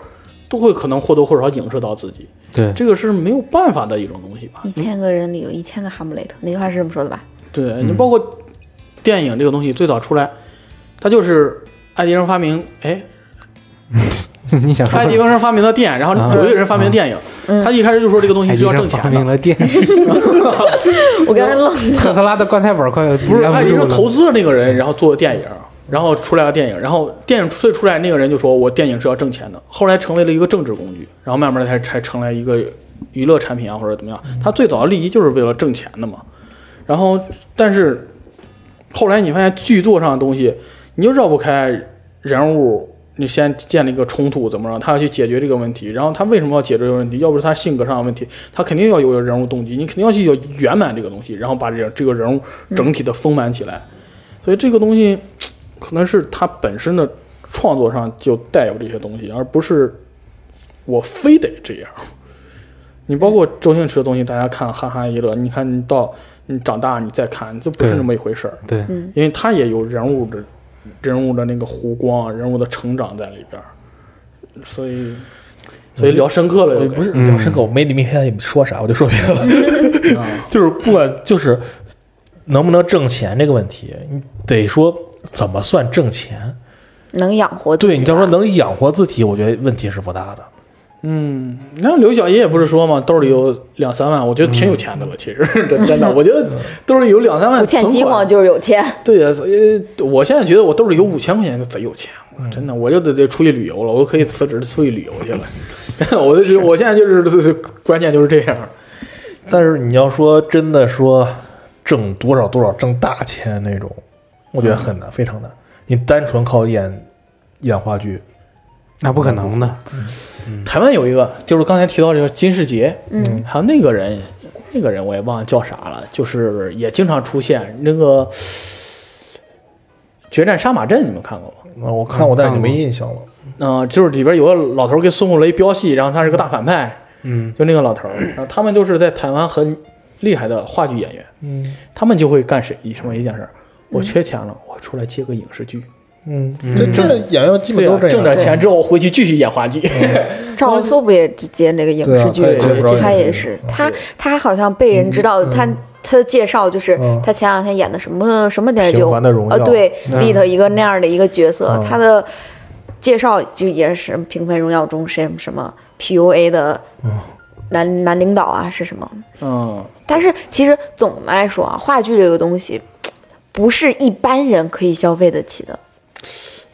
Speaker 1: 都会可能或多或少影射到自己，
Speaker 2: 对， *laughs*
Speaker 1: 这个是没有办法的一种东西吧
Speaker 4: 一？千个人里有一千个哈姆雷特，那句话是这么说的 *laughs* 吧？
Speaker 2: 嗯
Speaker 1: 对你包括电影这个东西最早出来，它就是爱迪生发明，
Speaker 2: *laughs*
Speaker 1: 哎，
Speaker 2: 你想说
Speaker 1: 爱迪生发明的电，然
Speaker 2: 啊
Speaker 1: 后有一个人发明电影，他一开始就说这个东西
Speaker 2: 嗯爱
Speaker 1: 是
Speaker 2: 迪
Speaker 1: 要
Speaker 2: 生
Speaker 1: 挣
Speaker 2: 发
Speaker 1: 钱
Speaker 2: 明
Speaker 1: 的，
Speaker 2: 了电，
Speaker 4: 我刚才愣了。
Speaker 2: 特斯拉的棺材板快
Speaker 1: 不是
Speaker 2: 拦
Speaker 1: 爱迪
Speaker 2: 不
Speaker 1: 生
Speaker 2: 住
Speaker 1: 投
Speaker 2: 了。
Speaker 1: 资的那个人，然后做的电影，然后出来了电影，然后电影最出来那个人就说我电影是要挣钱的，后来成为了一个政治工具，然后慢慢的才才成了一个娱乐产品啊或者怎么样，他最早的利益就是为了挣钱的嘛，然后但是后来你发现剧作上的东西，你就绕不开人物。你先建立一个冲突，怎么着？他要去解决这个问题，然后他为什么要解决这个问题？要不是他性格上的问题，他肯定要有个人物动机，你肯定要去有圆满这个东西，然后把这个这个人物整体的丰满起来。所以这个东西可能是他本身的创作上就带有这些东西，而不是我非得这样。 *laughs* 你包括周星驰的东西，大家看哈哈一乐，你看你到你长大你再看，就不是
Speaker 2: 对
Speaker 1: 那么一回事儿，
Speaker 2: 对，
Speaker 1: 因为他也有人物的人物的那个弧光啊，人物的成长在里边儿，所以所以聊深刻了
Speaker 3: 我
Speaker 1: 又
Speaker 3: 不是
Speaker 2: 嗯
Speaker 3: 聊深刻，我没明白你们说啥，我就说别的。 *laughs*
Speaker 1: 啊，
Speaker 3: 就是不管就是能不能挣钱这个问题，你得说怎么算挣钱。
Speaker 4: 能养活自己吧。
Speaker 3: 对你要说能养活自己，我觉得问题是不大的。
Speaker 1: 嗯，你看刘小爷也不是说嘛，兜里有两三万，我觉得挺有钱的了，其实 *laughs* 真真的，我觉得兜里有两三万
Speaker 4: 不欠
Speaker 1: 存
Speaker 4: 饥
Speaker 1: 款
Speaker 4: 荒就是有钱。
Speaker 1: 对呀，所以我现在觉得我兜里有五千块钱就贼有钱，我真的，我就得得出去旅游了，我可以辞职出去旅游去了。 *laughs* 我就是我现在就是就是关键就是这样，
Speaker 3: 但是你要说真的说挣多少多少挣大钱那种，我觉得很难，非常难。你单纯靠演演话剧，
Speaker 2: 那不可能的。
Speaker 1: 台湾有一个，就是刚才提到这个金世杰，
Speaker 4: 嗯，
Speaker 1: 还有那个人，那个人我也忘了叫啥了，就是也经常出现那个《决战杀马镇》，你们看过吗？
Speaker 3: 那啊我嗯看我但是没印象了。
Speaker 1: 嗯、就是里边有个老头儿跟孙红雷飙戏，然后他是个大反派，
Speaker 2: 嗯，
Speaker 1: 就那个老头儿，然后他们就是在台湾很厉害的话剧演员，
Speaker 3: 嗯
Speaker 1: 他们就会干谁什么一件事儿，我缺钱了，我出来接个影视剧，
Speaker 3: 嗯，这这嗯演员基本
Speaker 1: 对
Speaker 3: 都
Speaker 1: 啊
Speaker 3: 是，这
Speaker 1: 挣
Speaker 3: 样。嗯
Speaker 1: 点钱之后回去继续演话剧，
Speaker 4: 赵露思不也只接那个影视剧
Speaker 3: 对
Speaker 1: 啊她也
Speaker 4: 吗
Speaker 1: 接不？
Speaker 3: 着
Speaker 4: 她
Speaker 3: 影视
Speaker 4: 也
Speaker 3: 剧
Speaker 4: 是，她她好像被人知道，她她的介绍就是
Speaker 3: 嗯
Speaker 4: 她前两天演的什么什么电视剧，
Speaker 3: 平凡的荣耀
Speaker 4: 呃，对，里头一个那样的一个角色
Speaker 3: 嗯，
Speaker 4: 她的介绍就也是《平凡荣耀》中什么什么 PUA 的
Speaker 3: 嗯
Speaker 4: 男男领导啊，是什么？
Speaker 1: *laughs* 嗯，
Speaker 4: 但是其实总的来说啊，话剧这个东西不是一般人可以消费得起的。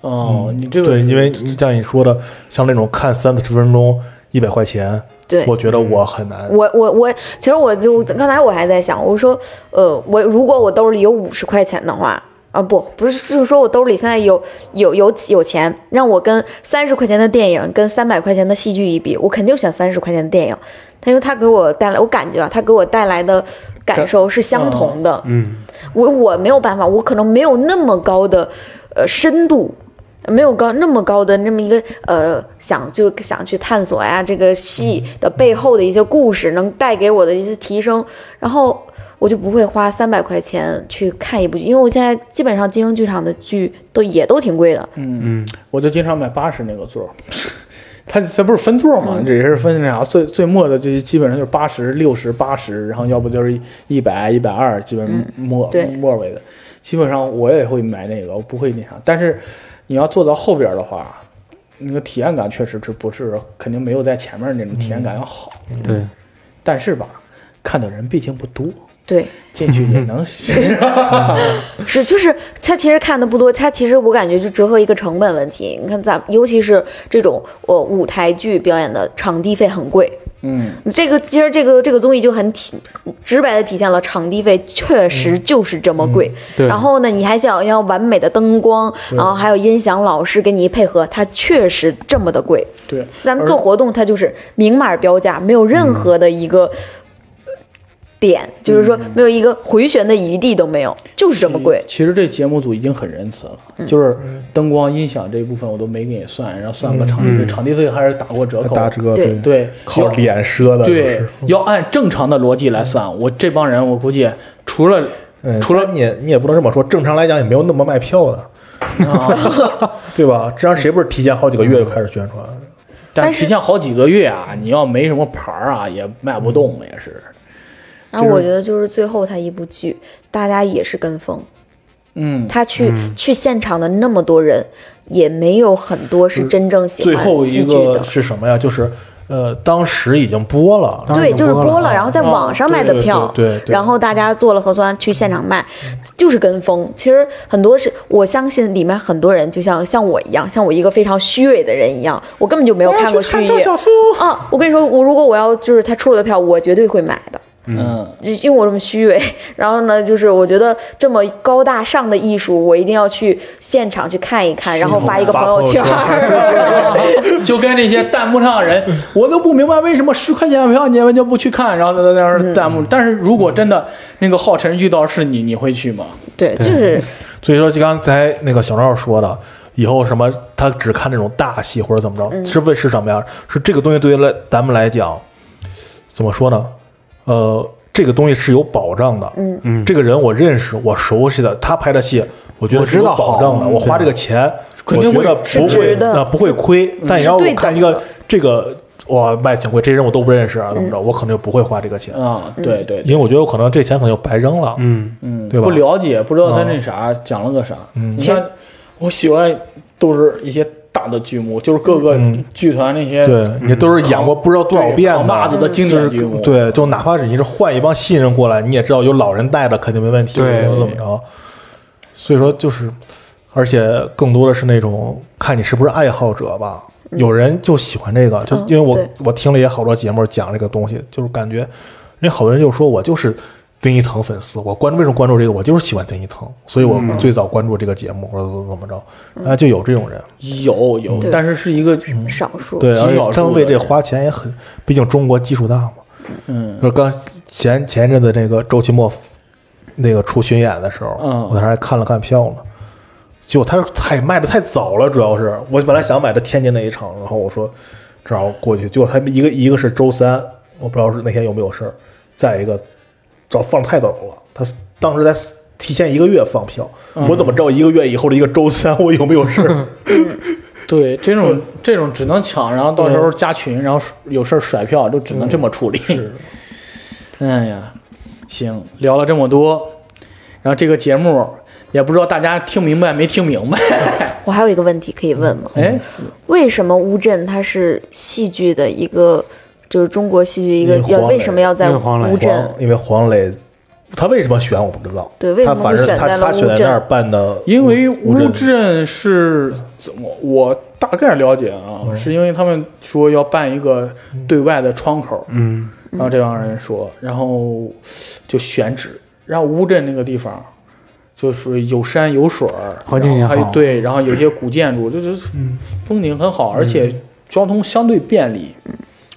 Speaker 1: 哦，你这个
Speaker 3: 对，因为你像你说的，像那种看三十分钟一百块钱，
Speaker 4: 对，嗯
Speaker 3: 我觉得我很难。
Speaker 4: 我我我，其实我就刚才我还在想，我说，呃，我如果我兜里有五十块钱的话，啊，不，不是，就是说我兜里现在有有有有钱，让我跟三十块钱的电影跟三百块钱的戏剧一比，我肯定选三十块钱的电影，它因为它给我带来，我感觉啊，它给我带来的感受是相同的。
Speaker 2: 嗯，
Speaker 4: 我我没有办法，我可能没有那么高的呃深度，没有高那么高的那么一个呃想就想去探索呀，这个戏的背后的一些故事能带给我的一些提升，然后我就不会花三百块钱去看一部剧，因为我现在基本上金鹰剧场的剧都也都挺贵的，
Speaker 2: 嗯
Speaker 1: 我就经常买八十那个座儿， *laughs* 它它不是分座儿嘛，这也是分那啥，最最末的就基本上就是八十六十八十，然后要不就是一百一百二，基本末、
Speaker 4: 对
Speaker 1: 末尾的，基本上我也会买那个，我不会那啥，但是你要坐到后边儿的话。那个体验感确实是不是肯定没有在前面那种体验感要好，
Speaker 2: 对，
Speaker 1: 但是吧，看的人毕竟不多，
Speaker 4: 对。
Speaker 1: 进去也能学。
Speaker 4: 是，就是它其实看的不多，它其实我感觉就折合一个成本问题。你看咱，尤其是这种呃舞台剧表演的场地费很贵，
Speaker 1: 嗯，
Speaker 4: 这个其实这个这个综艺就很体直白的体现了场地费确实就是这么贵。
Speaker 2: 对
Speaker 4: 然后呢，你还想要完美的灯光，然后还有音响老师给你一配合，它确实这么的贵。
Speaker 1: 对，
Speaker 4: 咱们
Speaker 1: 而
Speaker 4: 做活动，它就是明码标价，没有任何的一个点，就是说没有一个回旋的余地都没有，就是这么贵。
Speaker 1: 嗯
Speaker 4: 嗯
Speaker 1: 其实这节目组已经很仁慈了，就是灯光、音响这一部分我都没给你算，然后算个场地费，场地费还是打过折扣。
Speaker 3: 嗯打折
Speaker 4: 对
Speaker 1: 对，
Speaker 3: 靠
Speaker 1: 要
Speaker 3: 脸赊的，就
Speaker 1: 对
Speaker 3: 是，
Speaker 1: 要按正常的逻辑来算。我这帮人，我估计除了
Speaker 3: 嗯
Speaker 1: 除了
Speaker 3: 但你也你也不能这么说，正常来讲也没有那么卖票的，*laughs*
Speaker 4: 啊
Speaker 3: 对吧？这样谁不是提前好几个月就开始宣传？
Speaker 1: 但
Speaker 4: 但是
Speaker 1: 提前好几个月啊，你要没什么牌儿啊，也卖不动，也是。
Speaker 4: 然后我觉得就是最后他一部剧，大家也是跟风。
Speaker 1: 嗯，
Speaker 4: 他去、去现场的那么多人，也没有很多是真正喜
Speaker 3: 最
Speaker 4: 欢
Speaker 3: 后
Speaker 4: 戏
Speaker 3: 一
Speaker 4: 剧
Speaker 3: 个
Speaker 4: 的。
Speaker 3: 是什么呀？就是呃，当时已经播了，
Speaker 2: 当然
Speaker 4: 对，就是
Speaker 2: 播
Speaker 4: 播
Speaker 2: 了
Speaker 4: 了，然后在
Speaker 1: 哦
Speaker 4: 网上卖的
Speaker 3: 对对
Speaker 4: 票，
Speaker 3: 对对对嗯
Speaker 4: 然后大家做了核酸去现场卖， *laughs* 就是跟风。其实很多是我相信里面很多人，就像像我一样，像我一个非常虚伪的人一样，我根本就没有看过
Speaker 1: 去
Speaker 4: 虚
Speaker 1: 看
Speaker 4: 野
Speaker 1: 赵小苏。
Speaker 4: 啊！我跟你说，我如果我要就是他出了票，我绝对会买的。
Speaker 1: 嗯，
Speaker 4: 就因为我这么虚伪，然后呢，就是我觉得这么高大上的艺术，我一定要去现场去看一看，然后发一个朋友圈
Speaker 3: 发朋
Speaker 4: 儿。 *laughs*
Speaker 1: 就跟那些弹幕上的人，我都不明白为什么十块钱的票你们就不去看，然后在那儿弹
Speaker 4: 嗯
Speaker 1: 幕。但是如果真的那个浩辰遇到是你，你会去吗？
Speaker 4: 对，就是
Speaker 3: 所以说，就刚才那个小赵说的，以后什么他只
Speaker 4: 嗯
Speaker 3: 看这种大戏或者怎么着，是为是什么呀？是这个东西对于来咱们来讲，怎么说呢？呃，这个东西是有保障的。嗯嗯，这个人我认识，我熟悉的，他拍的戏，我觉得
Speaker 2: 我
Speaker 3: 是
Speaker 2: 知
Speaker 3: 有
Speaker 2: 道
Speaker 3: 保障的。
Speaker 2: 好
Speaker 3: 我花这个钱，
Speaker 1: 肯定
Speaker 3: 我觉
Speaker 1: 会
Speaker 3: 得不
Speaker 4: 是值
Speaker 3: 会
Speaker 4: 得
Speaker 3: 呃不会亏。但你
Speaker 4: 是
Speaker 3: 要
Speaker 4: 对
Speaker 3: 我
Speaker 4: 等
Speaker 3: 看一个
Speaker 4: 的
Speaker 3: 这个哇卖挺贵，这人我都不认识啊，怎么着？
Speaker 4: 嗯
Speaker 3: 我可能就不会花这个钱，
Speaker 1: 啊，对对，
Speaker 3: 因为我觉得我可能这钱可能就白扔了。
Speaker 2: 嗯，
Speaker 1: 嗯，
Speaker 3: 对吧嗯
Speaker 1: 不了解，不知道他那啥讲了个啥。你
Speaker 4: 其实
Speaker 1: 看，我喜欢都是一些大的剧目，就是各个
Speaker 3: 嗯
Speaker 1: 剧团那些
Speaker 3: 对你都是演过不知道多少遍
Speaker 1: 扛把子
Speaker 3: 的。
Speaker 1: 的经
Speaker 3: 就是
Speaker 1: 典剧目。
Speaker 3: 对，就哪怕是你是换一帮新人过来，你也知道有老人带的肯定没问题，
Speaker 2: 对
Speaker 3: 怎么怎么着。所以说就是，而且更多的是那种看你是不是爱好者吧。有人就喜欢这个，就
Speaker 4: 嗯
Speaker 3: 因为我、
Speaker 4: 对
Speaker 3: 我听了也好多节目讲这个东西，就是感觉人家好多人就说我就是丁一腾粉丝，我关注为什么关注这个，我就是喜欢丁一腾，所以我
Speaker 1: 嗯
Speaker 3: 最早关注这个节目，或者怎么怎么着，然后就有这种人。
Speaker 1: 有有，
Speaker 4: 对
Speaker 1: 但是是一个
Speaker 3: 嗯
Speaker 4: 少数。
Speaker 3: 对，
Speaker 1: 极
Speaker 3: 而
Speaker 1: 少
Speaker 3: 且他
Speaker 1: 数
Speaker 3: 们为
Speaker 1: 的
Speaker 3: 这
Speaker 1: 人
Speaker 3: 花钱也很，毕竟中国基数大嘛。
Speaker 1: 嗯，
Speaker 3: 就是刚前前一阵子那个周奇墨那个出巡演的时候，
Speaker 1: 嗯
Speaker 3: 我那还看了看票呢。就他太卖的太早了，主要是我本来想买的天津那一场，然后我说正好过去，结果他一个一个是周三，我不知道是那天有没有事儿，再一个早放太早了，他当时在提前一个月放票，
Speaker 1: 嗯
Speaker 3: 我怎么知道一个月以后的一个周三我有没有事
Speaker 1: *laughs*
Speaker 3: 儿？
Speaker 1: 对这种这种只能抢，然后到时候加群，然后有事儿甩票，就只能这么处理。 *laughs* 哎呀，行，聊了这么多，然后这个节目也不知道大家听明白没听明白。
Speaker 4: 我还有一个问题可以问吗？
Speaker 3: 嗯
Speaker 1: 哎，
Speaker 4: 为什么乌镇它是戏剧的一个，就是中国戏剧一个
Speaker 3: 因为
Speaker 4: 要
Speaker 3: 黄
Speaker 4: 为
Speaker 3: 磊
Speaker 4: 什么要在
Speaker 2: 因为黄磊
Speaker 4: 乌镇
Speaker 3: 黄？，因为黄磊他为什么选我不知道，
Speaker 4: 对为什
Speaker 3: 他
Speaker 4: 么
Speaker 3: 反
Speaker 4: 会
Speaker 3: 正
Speaker 4: 选
Speaker 3: 他
Speaker 4: 在了
Speaker 3: 他选
Speaker 4: 乌
Speaker 3: 在
Speaker 4: 镇
Speaker 3: 那儿办的，
Speaker 1: 因为
Speaker 3: 乌
Speaker 1: 乌镇是怎么？我大概了解啊，
Speaker 2: 嗯
Speaker 1: 是因为他们说要办一个对外的窗口，
Speaker 2: 嗯，
Speaker 1: 然后这帮人说，然后就选址，然后乌镇那个地方就是有山有水儿，
Speaker 2: 环境也
Speaker 1: 然后还有
Speaker 2: 好嗯
Speaker 1: 对，然后有一些古建筑，就是风景很好，而且交通相对便利，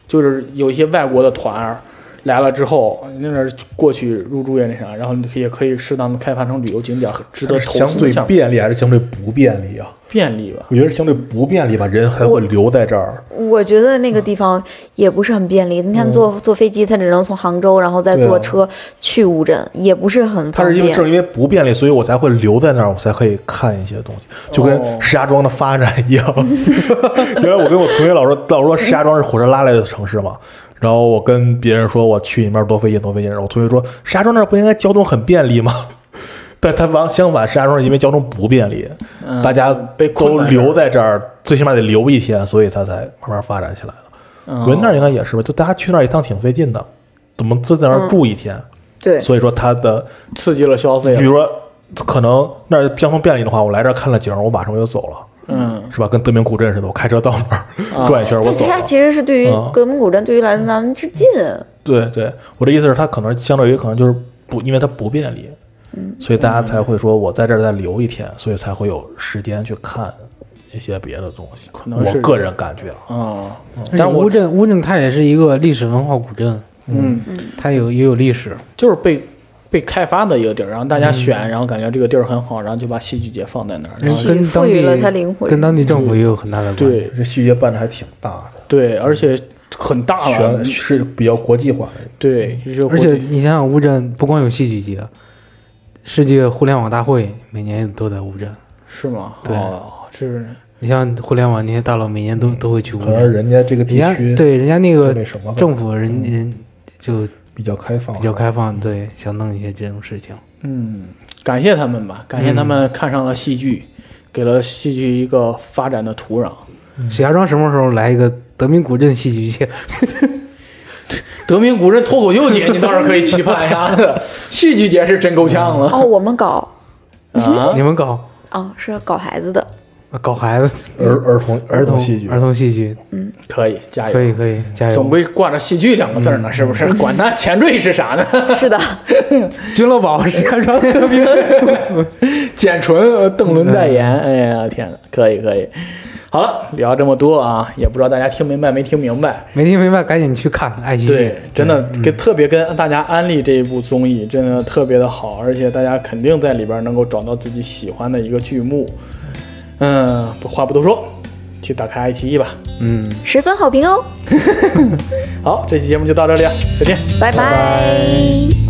Speaker 1: 就是有一些外国的团儿。来了之后，那儿过去入住也那啥，然后你可以也可以适当的开发成旅游景点，很值得
Speaker 3: 是
Speaker 1: 投
Speaker 3: 相
Speaker 1: 资的
Speaker 3: 对
Speaker 1: 项目。
Speaker 3: 便利还是相对不便利啊？
Speaker 1: 便利吧。
Speaker 3: 我觉得是相对不便利吧，人还会留在这儿。
Speaker 4: 我觉得那个地方也不是很便利。你看坐坐飞机，它只能从杭州，然后再
Speaker 3: 嗯对啊
Speaker 4: 坐车去乌镇，也不是很
Speaker 3: 他
Speaker 4: 方
Speaker 3: 是因为
Speaker 4: 便
Speaker 3: 正。因为不便利，所以我才会留在那儿，我才可以看一些东西，就
Speaker 1: 哦
Speaker 3: 跟石家庄的发展一样。 *laughs* 原来我跟我同学老说老说石家庄是火车拉来的城市嘛，然后我跟别人说我去你那儿多费劲多费劲，然后我同学说石家庄那儿不应该交通很便利吗？ *laughs* 但他往相反，石家庄是因为交通不便利，
Speaker 1: 嗯
Speaker 3: 大家
Speaker 1: 被困在
Speaker 3: 都
Speaker 1: 这儿
Speaker 3: 留在这儿，最起码得留一天，所以他才慢慢发展起来的。
Speaker 1: 嗯
Speaker 3: 我觉得那儿应该也是吧，就大家去那儿一趟挺费劲的，怎么就在那儿
Speaker 1: 嗯
Speaker 3: 住一天？
Speaker 4: 对，
Speaker 3: 所以说他的，
Speaker 1: 刺激了消
Speaker 2: 哎
Speaker 1: 费
Speaker 3: 比
Speaker 1: 了，
Speaker 3: 如说可能那儿交通便利的话，我来这儿看了景儿，我马上我就走了，
Speaker 1: 嗯，
Speaker 3: 是吧？跟德明古镇似的，我开车到那
Speaker 1: 啊
Speaker 3: 儿 *laughs* 转一圈，我
Speaker 4: 但是
Speaker 3: 走
Speaker 4: 它
Speaker 3: 了。
Speaker 4: 其实是对于
Speaker 3: 嗯
Speaker 4: 格蒙古镇，对于来咱们
Speaker 3: *laughs*
Speaker 4: 是近，
Speaker 3: 对对，我的意思是，他可能相对于可能就是不，因为它不便利，
Speaker 2: 嗯
Speaker 3: 所以大家才会说我在这儿再留一天，所以才会有时间去看一些别的东西。
Speaker 1: 可能是
Speaker 3: 我个人感觉啊，
Speaker 1: 啊，
Speaker 2: 但
Speaker 1: 但
Speaker 2: 是
Speaker 1: 我
Speaker 2: 乌镇乌镇它也是一个历史文化古镇，
Speaker 1: 嗯，
Speaker 2: 它有也有历史，
Speaker 1: 就是被被开发的一个地儿，然后大家选，然后感觉这个地儿很好，然后就把戏剧节放在那儿。然后
Speaker 4: 是
Speaker 2: 跟
Speaker 4: 赋
Speaker 2: 当
Speaker 4: 予
Speaker 2: 地
Speaker 4: 了它灵魂
Speaker 2: 跟当地政府也有很大的关
Speaker 1: 嗯
Speaker 2: 系。
Speaker 1: 对
Speaker 3: 这细节办的还挺大的，
Speaker 1: 对，而且很
Speaker 2: 啊
Speaker 1: 大了
Speaker 3: 全，是比较国际化的。
Speaker 2: 嗯
Speaker 1: 对，就是
Speaker 2: 而且你想想，乌镇不光有戏剧节，世界互联网大会每年都在乌镇。
Speaker 1: 是吗？
Speaker 2: 对
Speaker 1: 哦，是
Speaker 2: 你像互联网那些大佬，每年都、
Speaker 1: 嗯
Speaker 2: 都会去乌
Speaker 3: 可能
Speaker 2: 镇。
Speaker 3: 人家这个
Speaker 2: 人
Speaker 3: 地
Speaker 2: 家
Speaker 3: 区
Speaker 2: 对人家那个
Speaker 3: 那什么吧
Speaker 2: 政府人
Speaker 1: 嗯
Speaker 2: 人就
Speaker 3: 比较开放，
Speaker 2: 比较开放，对，想弄一些这种事情。
Speaker 1: 嗯，感谢他们吧，感谢他们看上了戏剧，给了戏剧一个发展的土壤。
Speaker 2: 石家庄什么时候来一个德明古镇戏剧节？
Speaker 1: 德明古镇脱口秀节，你倒是可以期盼一下子，戏剧节是真够呛了
Speaker 4: 哦，我们搞
Speaker 1: 啊
Speaker 2: 你！们搞
Speaker 4: 啊是搞孩子的，
Speaker 2: 搞孩子
Speaker 3: 儿儿童
Speaker 2: 儿童
Speaker 3: 戏剧，
Speaker 2: 儿童戏剧
Speaker 1: 可以，加油，
Speaker 2: 可以可以加
Speaker 1: 总
Speaker 2: 油！
Speaker 1: 归挂着戏剧两个字儿呢，是不是？管他前缀是啥呢？ *laughs*
Speaker 4: 是的，
Speaker 2: 君乐宝 *laughs* 石家庄德明，
Speaker 1: 简纯呃邓伦代言，哎呀天哪，可以可以。好了，聊这么多啊，也不知道大家听明白没听明白。
Speaker 2: 没听明白赶紧去看爱奇艺。
Speaker 1: 对，真的跟特别跟大家安利这一部综艺，真的特别的好，而且大家肯定在里边能够找到自己喜欢的一个剧目。嗯，不话不多说，去打开爱奇艺吧。
Speaker 2: 嗯。
Speaker 4: 十分好评哦，
Speaker 1: 啊好，这期节目就到这里了，再见。
Speaker 4: 拜拜